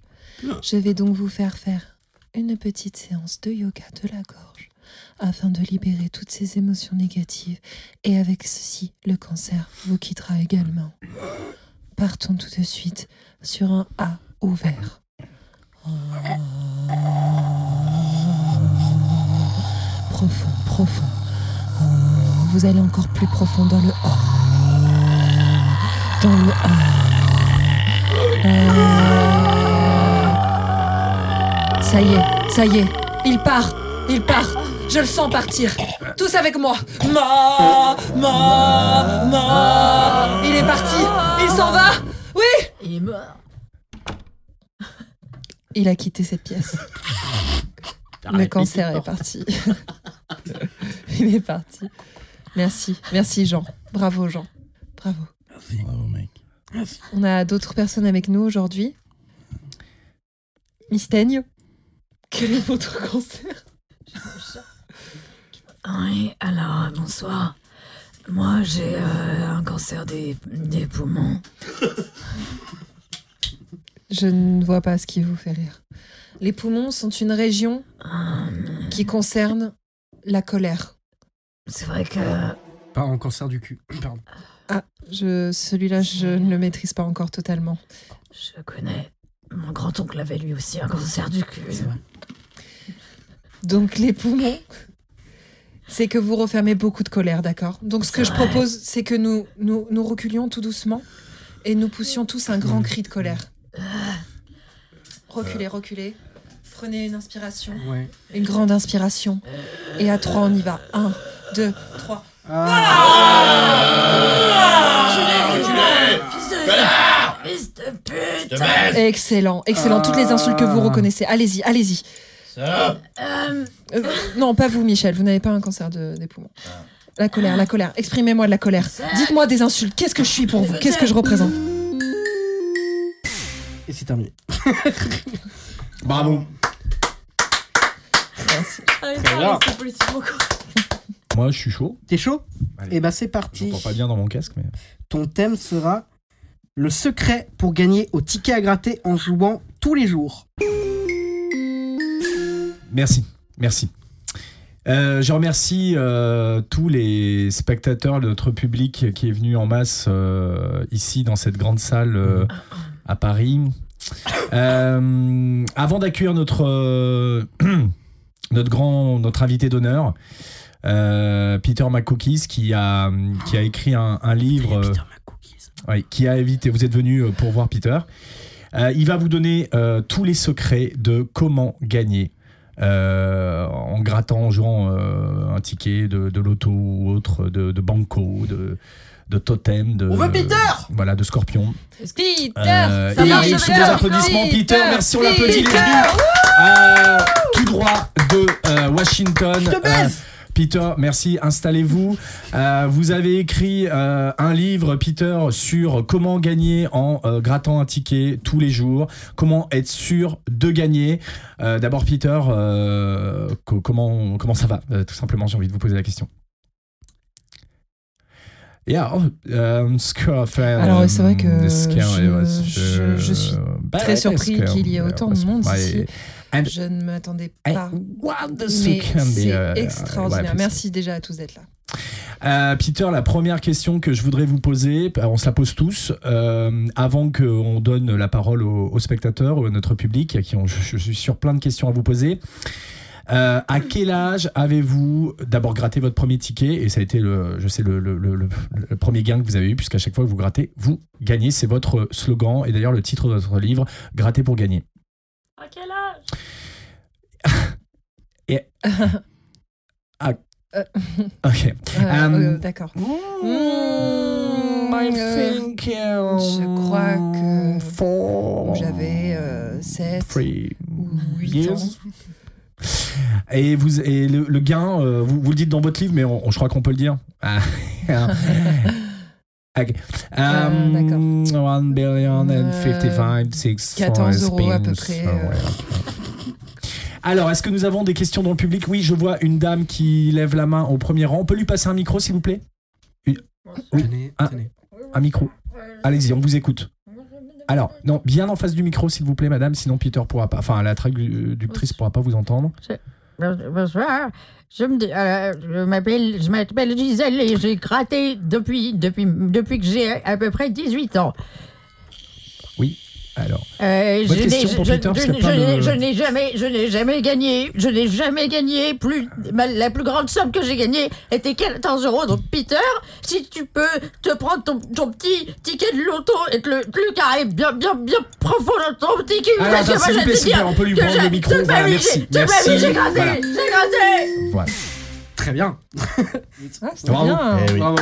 S5: Je vais donc vous faire faire une petite séance de yoga de la gorge afin de libérer toutes ces émotions négatives. Et avec ceci, le cancer vous quittera également. Partons tout de suite sur un A ouvert. Profond, profond. Vous allez encore plus profond dans le A. Dans le A. Ça y est, ça y est. Il part, il part. Je le sens partir. Tous avec moi. Ma, ma, ma. Il est parti. Il s'en va. Oui.
S19: Il est mort.
S5: Il a quitté cette pièce. Le cancer est parti. Il est parti. Merci. Merci Jean. Bravo Jean. Bravo.
S22: Bravo, mec.
S5: On a d'autres personnes avec nous aujourd'hui. Mistaigne. Quel est votre cancer
S24: hein. Oui, alors bonsoir. Moi, j'ai euh, un cancer des, des poumons.
S5: Je ne vois pas ce qui vous fait rire. Les poumons sont une région qui concerne la colère.
S24: Euh, C'est vrai que
S1: Pas en cancer du cul. Pardon.
S5: Ah, je, celui-là, je ne le maîtrise pas encore totalement.
S24: je connais. Mon grand-oncle avait lui aussi un cancer du cul.
S1: C'est vrai.
S5: Donc les poumons c'est que vous refermez beaucoup de colère, d'accord Donc ce que je
S18: vrai.
S5: propose, c'est que nous, nous nous reculions tout doucement et nous poussions tous un grand cri de colère. Reculez, reculez. Prenez une inspiration.
S1: Ouais.
S5: Une grande inspiration. Et à trois, on y va. Un, deux, trois. Excellent, excellent. Toutes les insultes que vous reconnaissez. Allez-y, allez-y. Euh, non, pas vous, Michel. Vous n'avez pas un cancer de- des poumons. La colère, la colère. Exprimez-moi de la colère. Dites-moi des insultes. Qu'est-ce que je suis pour vous Qu'est-ce que je représente
S1: Et c'est terminé.
S7: Bravo.
S6: Ah,
S1: Très bien.
S7: Moi, je suis chaud.
S1: T'es chaud Et bah c'est parti.
S7: J'entends pas bien dans mon casque, mais.
S1: Ton thème sera le secret pour gagner au ticket à gratter en jouant tous les jours.
S7: Merci, merci. Euh, je remercie euh, tous les spectateurs, notre public qui est venu en masse euh, ici dans cette grande salle euh, à Paris. Euh, avant d'accueillir notre, euh, notre grand notre invité d'honneur, euh, Peter McCookies, qui a, qui a écrit un, un livre.
S1: Eh,
S7: euh, Ouais, qui a évité. Vous êtes venu euh, pour voir Peter. Euh, il va vous donner euh, tous les secrets de comment gagner euh, en grattant, en jouant euh, un ticket de, de loto ou autre, de, de banco, de, de totem, de.
S18: On veut Peter
S7: Voilà, de scorpion.
S18: Peter
S7: Euh, il arrive sous des applaudissements. Peter, merci, on l'applaudit, les
S18: Peter,
S7: amis. Euh, tout droit de euh, Washington. Euh, Peter, merci, installez-vous. Euh, vous avez écrit euh, un livre, Peter, sur comment gagner en euh, grattant un ticket tous les jours, comment être sûr de gagner. Euh, D'abord, Peter, euh, co- comment, comment ça va Euh, Tout simplement, j'ai envie de vous poser la question. Yeah, oh, um, Scarface,
S5: Alors, c'est vrai que
S7: um, this guy
S5: je-
S7: was,
S5: je- je suis
S7: bad
S5: Très
S7: at
S5: surpris
S7: this guy.
S5: qu'il y ait autant de
S7: Yeah,
S5: monde
S7: was-
S5: ici.
S7: And-
S5: Je ne m'attendais
S7: I
S5: pas.
S7: want the
S5: Mais
S7: soup candy,
S5: c'est
S7: euh, ouais,
S5: extraordinaire.
S7: plus-
S5: Merci déjà à tous d'être là.
S7: Euh, Peter, la première question que je voudrais vous poser, euh, on se la pose tous, euh, avant qu'on donne la parole aux, aux spectateurs, ou à notre public, à qui on- je, je suis sur plein de questions à vous poser. Euh, à quel âge avez-vous d'abord gratté votre premier ticket Et ça a été, le, je sais, le, le- le- le- le premier gain que vous avez eu, puisqu'à chaque fois que vous grattez, vous gagnez. C'est votre slogan et d'ailleurs le titre de votre livre, Gratter pour gagner.
S6: À quel âge
S7: Et... Ah.
S5: Euh,
S7: Ok.
S5: Euh,
S7: Euh,
S5: euh, D'accord. Mmh, euh, je crois
S7: que
S5: j'avais 7
S7: Three
S5: ou 8
S7: years.
S5: ans.
S7: Et, vous, et le, le gain, euh, vous, vous le dites dans votre livre, mais on- on- je crois qu'on peut le dire. Ah, ok.
S5: Ah,
S7: Um, one billion and fifty-five, six, four
S5: 14 Euh, euros à peu
S7: spins.
S5: près,
S7: Ah,
S5: euh.
S7: ouais, ok. Alors, est-ce que nous avons des questions dans le public Oui, je vois une dame qui lève la main au premier rang. On peut lui passer un micro, s'il vous plaît Une- oui, Ah. un, un micro. Allez-y, on vous écoute. Alors, non, bien en face du micro, s'il vous plaît, madame, sinon Peter pourra pas. Enfin, la traductrice pourra pas vous entendre.
S25: Bonsoir. Je me dis- euh, je m'appelle, je m'appelle Gisèle et j'ai gratté depuis, depuis, depuis que j'ai à peu près 18 ans.
S7: Oui, alors.
S25: Euh, je
S7: Votre
S25: n'ai-
S7: question
S25: je-
S7: pour
S25: je-
S7: Peter, parce
S25: je
S7: qu'il y a plein
S25: je n'ai-
S7: de-
S25: je n'ai jamais, je n'ai jamais gagné, je n'ai jamais gagné plus. ma- la plus grande somme que j'ai gagnée était 14 euros. Donc Peter, si tu peux te prendre ton, ton petit ticket de loto et te le, te le carrer bien, bien, bien profond dans ton petit cul.
S7: Alors,
S25: parce que
S7: attends,
S25: moi,
S7: s'il
S25: je
S7: vous
S25: vais
S7: plaît,
S25: te
S7: s'il vous
S25: dire
S7: plaît, on peut lui
S25: que
S7: prendre le
S25: j'ai-
S7: micro,
S25: toute ma
S7: voilà,
S25: vie,
S7: merci,
S25: j'ai- toute ma vie,
S7: merci,
S25: j'ai gratté,
S7: voilà.
S25: j'ai gratté.
S7: Voilà. Très bien.
S5: Ah,
S7: Bravo. Eh oui.
S1: Bravo.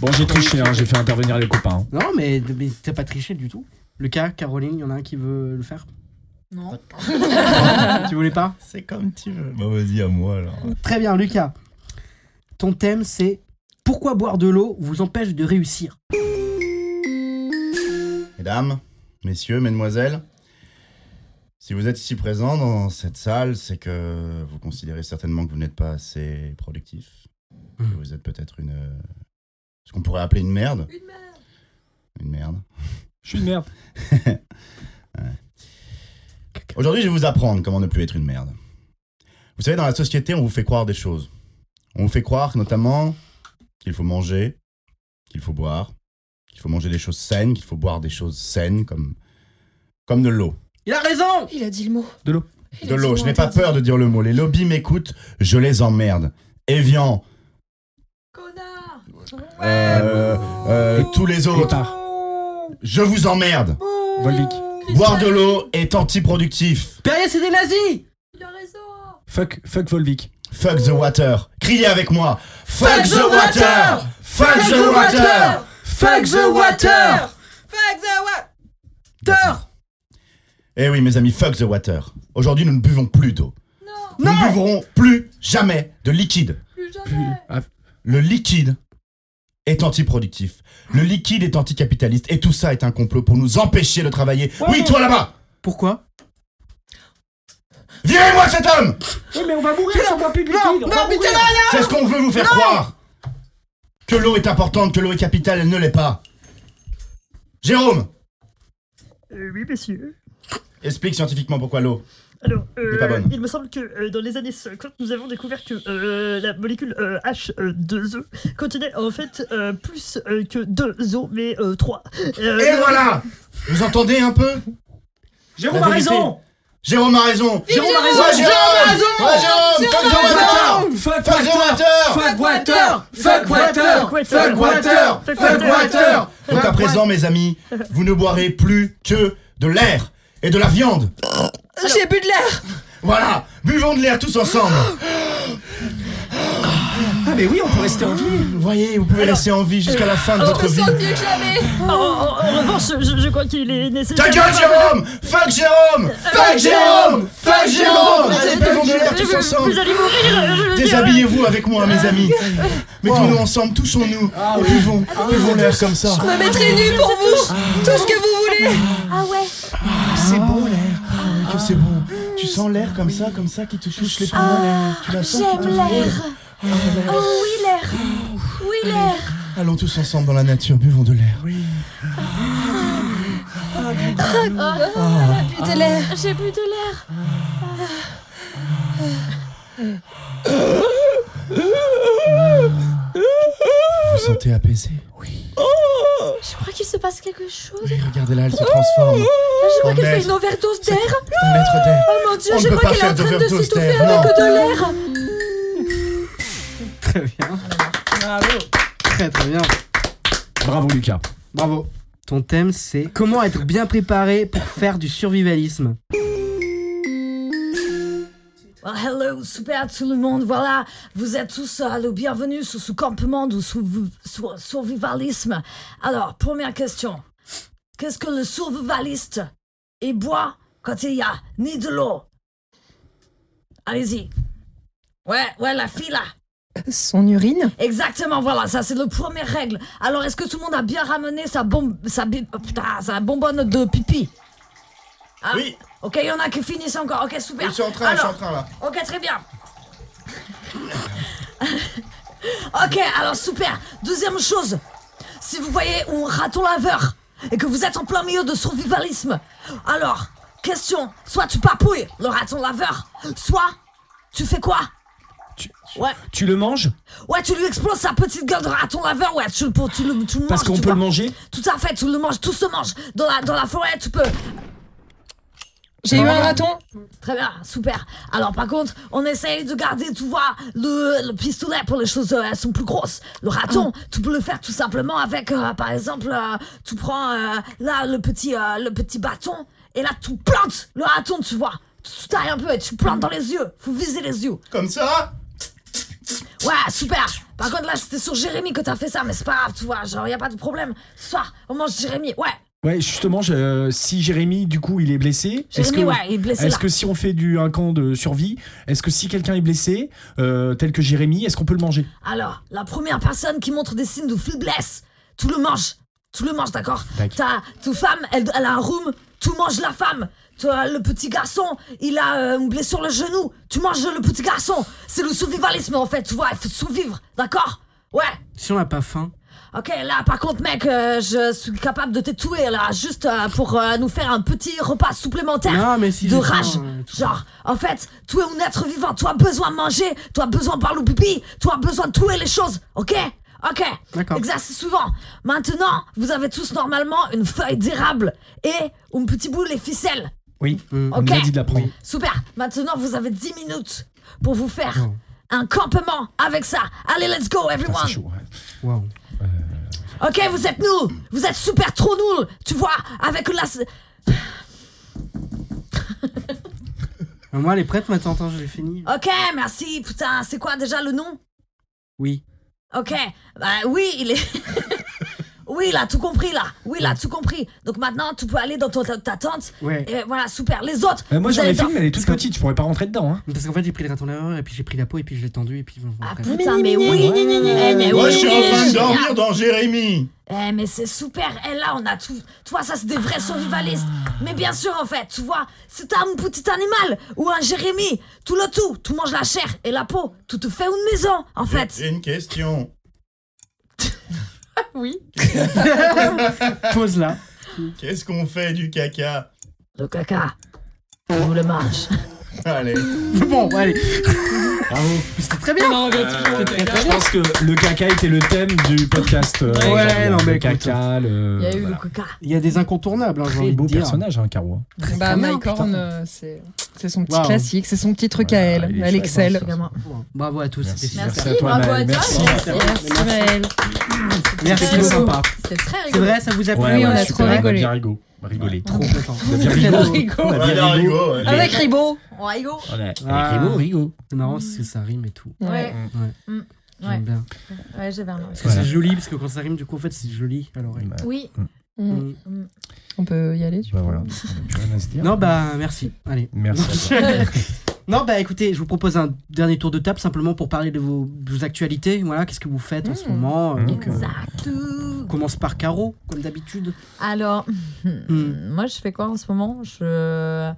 S7: Bon, j'ai triché, hein, j'ai fait intervenir les copains. hein.
S1: Non, mais, mais t'as pas triché du tout. Lucas, Caroline, il y en a un qui veut le faire
S26: Non.
S1: tu voulais pas
S26: C'est comme tu veux.
S9: Bah vas-y, à moi alors.
S1: Très bien, Lucas. Ton thème, c'est pourquoi boire de l'eau vous empêche de réussir
S9: Mesdames, messieurs, mesdemoiselles, si vous êtes ici présents dans cette salle, c'est que vous considérez certainement que vous n'êtes pas assez productif. que vous êtes peut-être une. euh, ce qu'on pourrait appeler une merde. Une merde. Une merde.
S7: Je suis une merde.
S9: Aujourd'hui, je vais vous apprendre comment ne plus être une merde. Vous savez, dans la société, on vous fait croire des choses. On vous fait croire notamment qu'il faut manger, qu'il faut boire, qu'il faut manger des choses saines, qu'il faut boire des choses saines comme, comme de l'eau.
S1: Il a raison
S5: Il a dit le mot.
S7: De l'eau.
S9: De l'eau, je n'ai pas peur de dire le mot. Les lobbies m'écoutent, je les emmerde. Evian, euh, euh, tous les autres. Je vous emmerde.
S7: Volvic.
S9: Boire de l'eau est antiproductif.
S1: Pérez, c'est des nazis
S7: Fuck, fuck Volvic.
S9: Fuck the water. Criez avec moi. Fuck the water. Fuck the water.
S1: Fuck the water.
S27: Fuck the what
S1: Water.
S9: Eh oui, mes amis, fuck the water. Aujourd'hui, nous ne buvons plus d'eau. Nous ne buverons plus jamais de liquide.
S7: Ah,
S9: Le liquide est antiproductif. Le liquide est anticapitaliste. Et tout ça est un complot pour nous empêcher de travailler. oui, toi là-bas
S1: Pourquoi
S9: Virez-moi cet homme
S28: Oui, mais on va mourir si on boit plus de liquide. on va mourir.
S9: C'est ce qu'on veut vous faire
S28: Non.
S9: croire Que l'eau est importante, que l'eau est capitale, elle ne l'est pas. Jérôme,
S29: Euh, oui, messieurs.
S9: explique scientifiquement pourquoi l'eau.
S29: Alors,
S9: est pas
S29: euh,
S9: bonne.
S29: il me semble que euh, dans les années 50, nous avons découvert que euh, la molécule euh, H2O contenait en fait euh, plus euh, que 2 O, mais euh, 3.
S9: Et voilà Vous entendez un peu
S29: Jérôme
S9: La
S29: a
S9: vérité.
S29: raison.
S9: Jérôme a raison
S29: Vive Jérôme a raison.
S9: Ouais, Jérôme Ouais,
S29: Jérôme
S9: Jérôme
S29: a
S9: Fuck
S29: raison.
S9: the water Fuck the water
S29: Fuck water. Fuck water.
S9: Fuck water
S29: Fuck
S9: Fuck water
S29: water.
S9: Donc à présent, mes amis, vous ne boirez plus que de l'air et de la viande
S27: J'ai bu de l'air
S9: Voilà Buvons de l'air tous ensemble
S30: Ah mais oui, on peut rester en vie.
S9: Vous voyez, vous pouvez rester en vie jusqu'à la fin de votre vie.
S29: En, en- en revanche, je, je crois qu'il est nécessaire.
S9: Ta gueule, Jérôme Fuck Jérôme Fuck Jérôme Fuck Jérôme
S29: Vous
S9: Allez,
S29: êtes-
S9: buvons de l'air tous
S29: vous-
S9: ensemble
S29: vous allez mourir, je veux dire.
S9: Déshabillez-vous avec moi, mes amis
S27: Ah.
S9: Mettons-nous ensemble, touchons-nous et Buvons, buvons l'air comme ça
S27: Je me mettrai nu pour vous Tout ce que vous voulez
S29: Ah ouais
S9: C'est bon l'air Ah oui, que c'est bon Tu sens l'air comme ça, comme ça, qui te touche les poumons Tu la sens qui
S29: Ah, j'aime
S9: te-
S29: l'air.
S9: Ah, l'air.
S29: Oh oui, l'air. Oui, l'air.
S9: Allons tous ensemble dans la nature, buvons de l'air
S29: Ah,
S9: Ah.
S29: J'ai bu de l'air. J'ai bu de l'air.
S9: Vous vous sentez apaisé
S29: Je crois qu'il se passe quelque chose.
S9: Regardez là, elle se
S29: Ah,
S9: transforme
S29: Je crois
S9: En
S29: qu'elle fait
S9: être.
S29: une overdose d'air.
S9: En être d'air
S29: Oh mon dieu,
S9: On ne
S29: je
S9: peut
S29: crois
S9: pas
S29: qu'elle est en
S9: faire
S29: train de
S9: d'overdose
S29: s'étouffer
S9: d'air, non.
S29: avec de l'air.
S1: Très bien.
S27: Bravo
S1: Très très bien.
S7: Bravo Lucas.
S1: Bravo. Ton thème c'est comment être bien préparé pour faire du survivalisme.
S6: Well, hello, super tout le monde, voilà, vous êtes tous euh, le bienvenue sur ce campement du surv- sur- survivalisme. Alors, première question, qu'est-ce que le survivaliste il boit quand il y a ni de l'eau Allez-y. Ouais, ouais, la fille là.
S5: Son urine
S6: Exactement, voilà, ça c'est la première règle. Alors, est-ce que tout le monde a bien ramené sa bombe, sa, bi- oh, putain, sa bonbonne de pipi Oui. Ok, il y en a qui finissent encore. Ok, super.
S9: Je suis en train, je suis en
S6: Alors,
S9: train là
S6: Ok, très bien. ok, alors super. Deuxième chose, si vous voyez un raton laveur et que vous êtes en plein milieu de survivalisme, alors, question, soit tu papouilles le raton laveur, soit tu fais quoi Ouais.
S30: Tu le manges
S25: Oh,
S6: Ouais, tu lui exploses sa petite gueule de raton laveur, ouais, tu, le- pour- tu, le- tu le
S30: Parce
S6: manges,
S30: qu'on
S6: tu
S30: peut le
S6: vois.
S30: manger
S6: Tout à fait, tu le manges, tout se mange. Dans la, dans la forêt, tu peux.
S5: J'ai eu un raton.
S6: Très bien, super. Alors par contre, on essaye de garder, tu vois, le, le pistolet pour les choses, euh, elles sont plus grosses. Le raton, tu peux le faire tout simplement avec, euh, par exemple, euh, tu prends euh, là le petit, euh, le petit bâton et là tu plantes le raton, tu vois. Tu tailles un peu et tu plantes dans les yeux. Faut viser les yeux.
S9: Comme ça
S6: Ouais, super. Par contre là, c'était sur Jérémy que t'as fait ça, mais c'est pas grave, tu vois. Genre y a pas de problème. Ce soir, on mange Jérémy. Ouais.
S7: Ouais, justement, je- euh, si Jérémy, du coup, il est blessé,
S6: Jérémy,
S7: que,
S6: ouais, il est blessé,
S7: est-ce
S6: là.
S7: que si on fait du, un camp de survie, est-ce que si quelqu'un est blessé, euh, tel que Jérémy, est-ce qu'on peut le manger
S6: Alors, la première personne qui montre des signes de faiblesse, tu le manges. Tu le manges, d'accord Ta ta femme, elle, elle a un rhume, tu manges la femme. Toi, le petit garçon, il a euh, une blessure le genou, tu manges le petit garçon. C'est le survivalisme en fait, tu vois, il faut survivre, d'accord Ouais.
S1: Si on n'a pas faim,
S6: Ok, là par contre mec, euh, je suis capable de t'étouer là, juste euh, pour euh, nous faire un petit repas supplémentaire
S1: Non, mais si
S6: de
S1: j'ai faim,
S6: rage.
S1: euh,
S6: Genre, en fait, tu es un être vivant, tu as besoin de manger, tu as besoin de parler au pipi, tu as besoin de tuer les choses, ok Ok
S1: D'accord.
S6: Exercice suivant. Maintenant, vous avez tous normalement une feuille d'érable et un petit bout les ficelles.
S7: Oui, on
S6: Ok.
S7: nous a dit de la prendre. Ah,
S1: Oh.
S6: Super Maintenant, vous avez 10 minutes pour vous faire
S31: un campement avec ça. Allez, let's go, everyone. Ok, vous êtes nuls. Vous êtes super trop nuls. Tu vois, avec la.
S1: Moi, les prêtres m'attendent, attends, je l'ai fini.
S31: Ok, merci. Putain, c'est quoi déjà le nom
S1: Oui.
S31: Ok. Bah oui, il est. oui, il a tout compris là. Oui, il a tout compris. Donc maintenant, tu peux aller dans ton- ta, ta tente.
S1: Ouais.
S31: Et voilà, super. Les autres.
S7: Euh, moi
S31: vous
S7: j'en
S31: allez
S7: ai fait
S31: dans-
S7: une, mais elle est toute petite, je pourrais pas rentrer dedans. Hein.
S1: Parce qu'en fait, j'ai pris les ratons d'erreur, et puis j'ai pris la peau, et puis je l'ai tendue, et puis. Ah
S31: putain, mais oui. Eh, mais
S32: Moi,
S31: oui, Ah.
S32: je suis
S31: oui,
S32: en train
S31: oui,
S32: de dormir
S31: génial.
S32: dans Jérémy.
S31: Eh, mais c'est super. Et là, on a tout. Tu vois, ça, c'est des vrais survivalistes.
S32: Ah.
S31: Mais bien sûr, en fait, tu vois, c'est un petit animal ou un Jérémy. Tout le tout. Tu manges la chair et la peau. Tu te fais une maison, en fait.
S32: J'ai une question.
S31: Oui.
S1: Pose là.
S32: Qu'est-ce qu'on fait du caca
S31: Le caca. On le mange.
S32: Allez.
S1: Bon, allez.
S7: Bravo. Euh,
S1: C'était très bien.
S7: je pense que le caca était le thème du podcast. euh,
S1: Ouais,
S7: aujourd'hui,
S1: non, mais
S7: le
S1: écoute.
S7: caca, le.
S1: Il y a eu le
S7: voilà.
S31: coca.
S1: Il y a des incontournables, hein, j'ai
S7: Très
S1: envie
S7: beau
S1: de dire.
S7: personnage, hein, Caro.
S5: Bah,
S1: Putain,
S5: Mike Horn, euh, c'est c'est son petit
S1: Waouh.
S5: classique, c'est son petit truc à elle. Elle excelle.
S1: Bravo à tous. c'était super.
S5: Merci. Merci à toi, Bravo Maëlle. à toi, Merci. merci. Merci, Maëlle.
S1: Merci, c'était
S5: C'était très beau.
S1: sympa.
S5: C'était très
S1: C'est
S5: rigolo.
S1: vrai, ça vous a plu
S5: Ouais, Oui, ouais, on a
S7: super, trop on a rigolé. bien rigolé. Rigolé.
S1: Trop content.
S7: On a bien rigolé. On a
S1: Ah, Ouais,
S7: bien rigolé.
S1: rigolé, ouais.
S5: Avec Ribo.
S31: Rigo.
S1: Ah.
S7: Avec Rigo, Rigo.
S1: C'est marrant parce que ça rime et tout.
S6: Ouais. Ouais.
S31: Mm.
S1: J'aime bien.
S6: Ouais, j'avais un nom.
S1: Parce que c'est joli, parce que quand ça rime, du coup, en fait, c'est joli à l'oreille.
S7: Euh,
S6: Oui.
S1: Mm.
S5: On peut y aller
S7: Bah voilà, on n'a plus rien à se dire.
S1: Non, bah, merci. Allez.
S7: Merci
S1: Non.
S7: à toi.
S1: Non, bah écoutez, je vous propose un dernier tour de table simplement pour parler de vos, de vos actualités. Voilà, qu'est-ce que vous faites en
S6: Mm.
S1: ce moment euh,
S7: Mm.
S1: donc, euh, on commence par Caro, comme d'habitude.
S6: Alors, moi, je fais quoi en ce moment Je. Euh,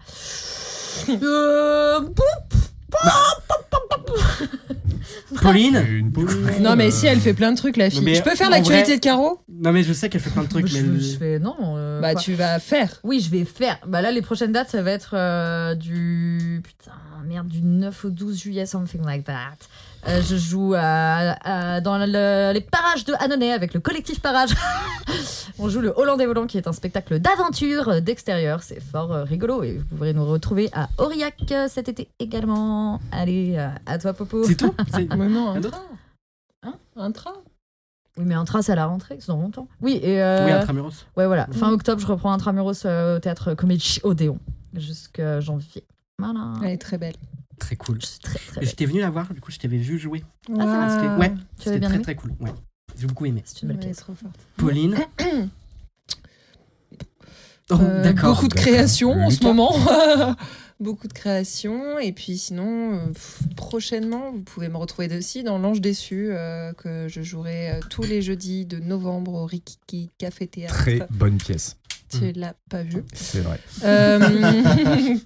S1: Pauline
S5: Non, mais si, elle fait plein de trucs, la fille.
S1: Mais
S5: Je peux faire
S1: en
S5: l'actualité
S1: vrai-
S5: de Caro
S1: Non, mais je sais qu'elle fait plein de trucs, mais. le-
S6: Je fais non. euh,
S5: Bah,
S6: quoi.
S5: tu vas faire.
S6: Oui, je vais faire. Bah là, les prochaines dates, ça va être euh, du. Putain, merde, du 9 au 12 juillet, something like that. Euh, je joue à- à- dans le- les parages de Annonay avec le collectif Parage. On joue le Hollandais volant qui est un spectacle d'aventure euh, d'extérieur. C'est fort euh, rigolo et vous pourrez nous retrouver à Aurillac euh, cet été également. Allez, euh, à toi, Popo.
S1: C'est tout C'est-
S5: Mais non, hein.
S1: un
S5: un
S1: autre
S5: train. Un train
S6: Oui, mais un train, c'est à la rentrée, c'est dans longtemps. Oui, et. euh,
S1: Oui, Intramuros.
S6: Ouais, voilà. Fin
S1: Mm.
S6: octobre, je reprends Intramuros euh, au théâtre Comédie Odéon jusqu'à janvier. Voilà.
S5: Elle est très belle.
S1: Très cool.
S6: Très, très
S1: J'étais venu la voir, du coup, je t'avais vu jouer.
S5: Ah, ça va.
S1: C'était- Ouais,
S6: Tu
S1: c'était
S6: avais bien
S1: très
S6: aimé
S1: très cool. Ouais. J'ai beaucoup aimé.
S6: C'est une belle pièce.
S5: trop forte.
S1: Pauline. Oh,
S5: Euh,
S1: D'accord.
S5: beaucoup de créations en ce
S1: Lucas.
S5: moment. beaucoup de créations. Et puis sinon, euh, pff, prochainement, vous pouvez me retrouver aussi dans L'Ange déçu, euh, que je jouerai euh, tous les jeudis de novembre au Rikiki Café Théâtre.
S7: Très bonne pièce.
S5: Tu l'as pas vu.
S7: C'est vrai.
S5: Euh,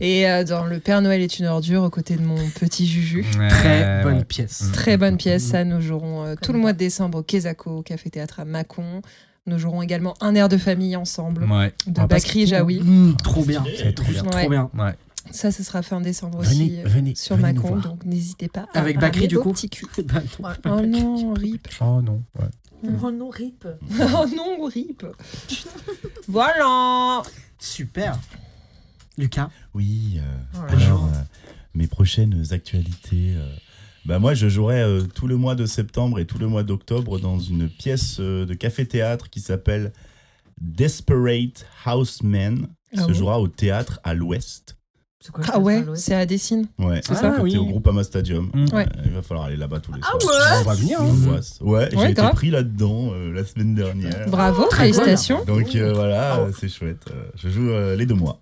S5: et euh, dans Le Père Noël est une ordure aux côtés de mon petit Juju.
S7: Ouais,
S1: Très
S7: Euh, ouais. Mm.
S1: bonne pièce.
S5: Très bonne pièce, ça nous jouerons euh, tout le mois de décembre au Kézako, au Café Théâtre à Mâcon. Nous jouerons également un air de famille ensemble
S7: Ouais.
S5: de
S7: Ah, parce
S5: Bakri et
S7: que-
S5: Jaoui.
S1: Mmh, trop bien.
S7: C'est trop bien.
S5: Ouais.
S1: Trop bien.
S7: Ouais.
S5: Ça, ce sera fin décembre
S7: Venez,
S5: aussi euh,
S7: venez,
S5: sur
S7: venez
S5: Macron,
S7: nous voir.
S5: donc n'hésitez pas. à
S1: Avec Bakri,
S5: ramener
S1: du
S5: vos
S1: coup
S5: petits culs.
S1: Bah, non.
S5: Oh non, rip.
S7: Oh non. Ouais.
S5: Oh
S31: non, rip.
S5: oh non, rip. voilà.
S1: Super. Lucas.
S9: Oui. euh,
S1: Oh là
S9: alors, euh, mes prochaines actualités. euh, bah moi, je jouerai euh, tout le mois de septembre et tout le mois d'octobre dans une pièce euh, de café-théâtre qui s'appelle Desperate Housemen. qui
S5: Ah
S9: se
S5: oui.
S9: jouera au théâtre à l'ouest.
S5: Ah ouais, c'est à Dessine.
S9: Ouais,
S5: C'est ça.
S9: à côté
S5: Ah oui.
S9: au Groupama Stadium.
S5: Mm. Ouais.
S9: Euh, il va falloir aller là-bas tous les
S5: Ah
S9: soirs.
S5: ouais On va venir, hein.
S9: Angoisse. Ouais,
S5: Ouais,
S9: j'ai été
S5: grave.
S9: pris là-dedans euh, la semaine dernière.
S5: Bravo, Très cool. félicitations.
S9: Donc euh, voilà,
S7: Ah.
S9: euh, c'est chouette. Euh, je joue euh, les deux mois.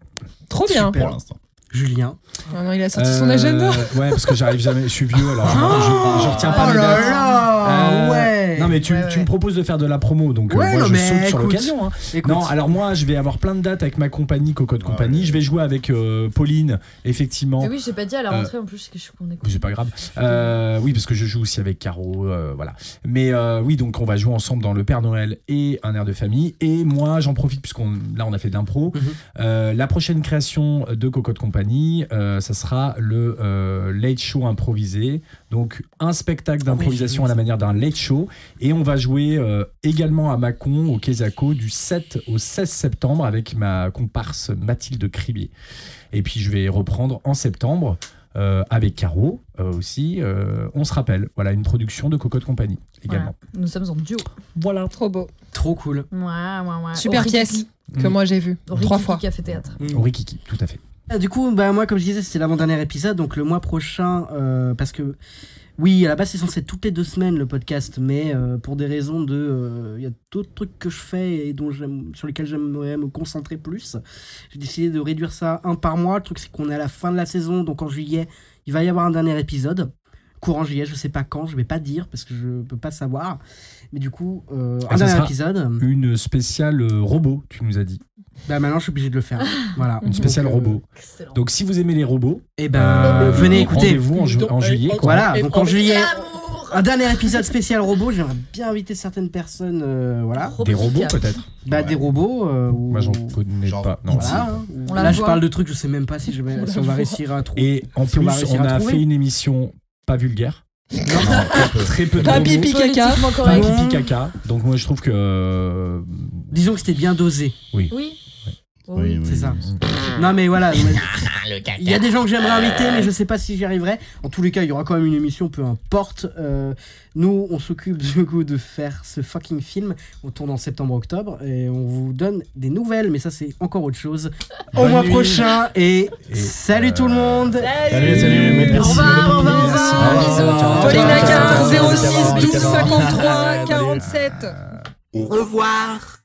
S5: Trop bien.
S9: Pour l'instant.
S1: Julien.
S5: Oh non, il a sorti
S7: Euh,
S5: son agenda.
S7: Ouais, parce que j'arrive jamais, je suis vieux alors je, je- je retiens pas
S1: Oh
S7: mes
S1: là
S7: dates.
S1: là,
S7: Euh,
S1: ouais.
S7: Non mais tu, tu me proposes de faire de la promo donc euh,
S1: Ouais,
S7: moi
S1: non,
S7: je
S1: mais
S7: saute sur
S1: écoute,
S7: l'occasion. hein.
S1: écoute.
S7: Non, alors moi je vais avoir plein de dates avec ma compagnie Cocotte Compagnie. Je vais jouer avec euh, Pauline effectivement.
S6: Mais oui, j'ai pas dit à la
S7: Euh,
S6: rentrée en plus, c'est que je suis qu'on est
S7: C'est pas grave. Euh, oui, parce que je joue aussi avec Caro, euh, voilà. Mais euh, oui, donc on va jouer ensemble dans Le Père Noël et Un air de famille. Et moi, j'en profite puisqu'on là on a fait de l'impro. Euh, la prochaine création de Cocotte Compagnie, euh, ça sera le euh, Late Show improvisé. Donc un spectacle d'improvisation à la manière d'un Late Show. Et on va jouer euh, également à Mâcon, au Kézako, du 7 au 16 septembre avec ma comparse Mathilde Cribier. Et puis je vais reprendre en septembre. euh, avec Caro euh, aussi. euh, on se rappelle, voilà, une production de Cocotte Compagnie également.
S19: Voilà. Nous sommes en duo.
S7: Voilà.
S5: Trop beau.
S1: Trop cool.
S19: Ouais, ouais, ouais.
S5: Super pièce que
S7: Mm.
S5: moi j'ai vue trois fois.
S19: Café Théâtre.
S7: Orikiki, tout à fait.
S1: Ah, Du coup, bah, moi, comme je disais, c'est l'avant-dernier épisode, donc le mois prochain, euh, parce que oui, à la base, c'est censé être toutes les deux semaines le podcast, mais euh, pour des raisons de, euh, il y a d'autres trucs que je fais et dont j'aime- sur lesquels j'aimerais me concentrer plus. J'ai décidé de réduire ça à un par mois. Le truc, c'est qu'on est à la fin de la saison, donc en juillet, il va y avoir un dernier épisode. Courant juillet, je sais pas quand, je vais pas dire parce que je peux pas savoir. Mais du coup, euh, un
S7: Et Ah, ça
S1: dernier
S7: sera
S1: épisode.
S7: Une spéciale euh, robot, tu nous as dit.
S1: Bah maintenant, je suis obligé de le faire. Voilà.
S7: Une spéciale
S1: Donc, euh,
S7: robot. Donc si vous aimez les robots, euh,
S1: eh ben,
S7: Ah,
S1: venez écouter.
S7: Rendez-vous en, ju- en juillet. quoi.
S1: Euh, Voilà, donc en
S7: euh,
S1: juillet. Un dernier épisode spécial robot. J'aimerais bien inviter certaines personnes. euh, voilà.
S7: Des robots, peut-être.
S1: Bah, des robots. euh, ou...
S7: Moi Bah, j'en connais pas. Non.
S1: Voilà, hein.
S7: On la
S1: Là, je
S7: voit.
S1: parle de trucs, je sais même pas si, je vais,
S7: On
S1: si
S7: la
S1: on va
S7: voit.
S1: réussir à trouver.
S7: Et en
S1: si
S7: plus,
S1: va réussir
S7: on
S1: à
S7: a
S1: trouver.
S7: fait une émission pas vulgaire. Très peu de
S1: Pas
S7: gros
S1: pipi
S7: mots.
S1: caca. Politiquement
S7: Pas
S1: correct.
S7: pipi caca. Donc moi je trouve que. euh,
S1: Disons que c'était bien dosé.
S7: Oui.
S19: Oui.
S1: c'est ça. Non mais voilà, il y a des gens que j'aimerais inviter, mais je sais pas si j'y arriverai. En tous les cas, il y aura quand même une émission, peu importe. Euh, nous, on s'occupe du coup de faire ce fucking film. On tourne en septembre-octobre et on vous donne des nouvelles, mais ça c'est encore autre chose. Au
S22: Bonne
S1: mois
S22: nuit.
S1: prochain et, salut tout le monde.
S22: Salut, salut, merci. Au revoir, au revoir, au revoir.
S5: Paulina Carr, 06 12 53 47.
S1: Au revoir.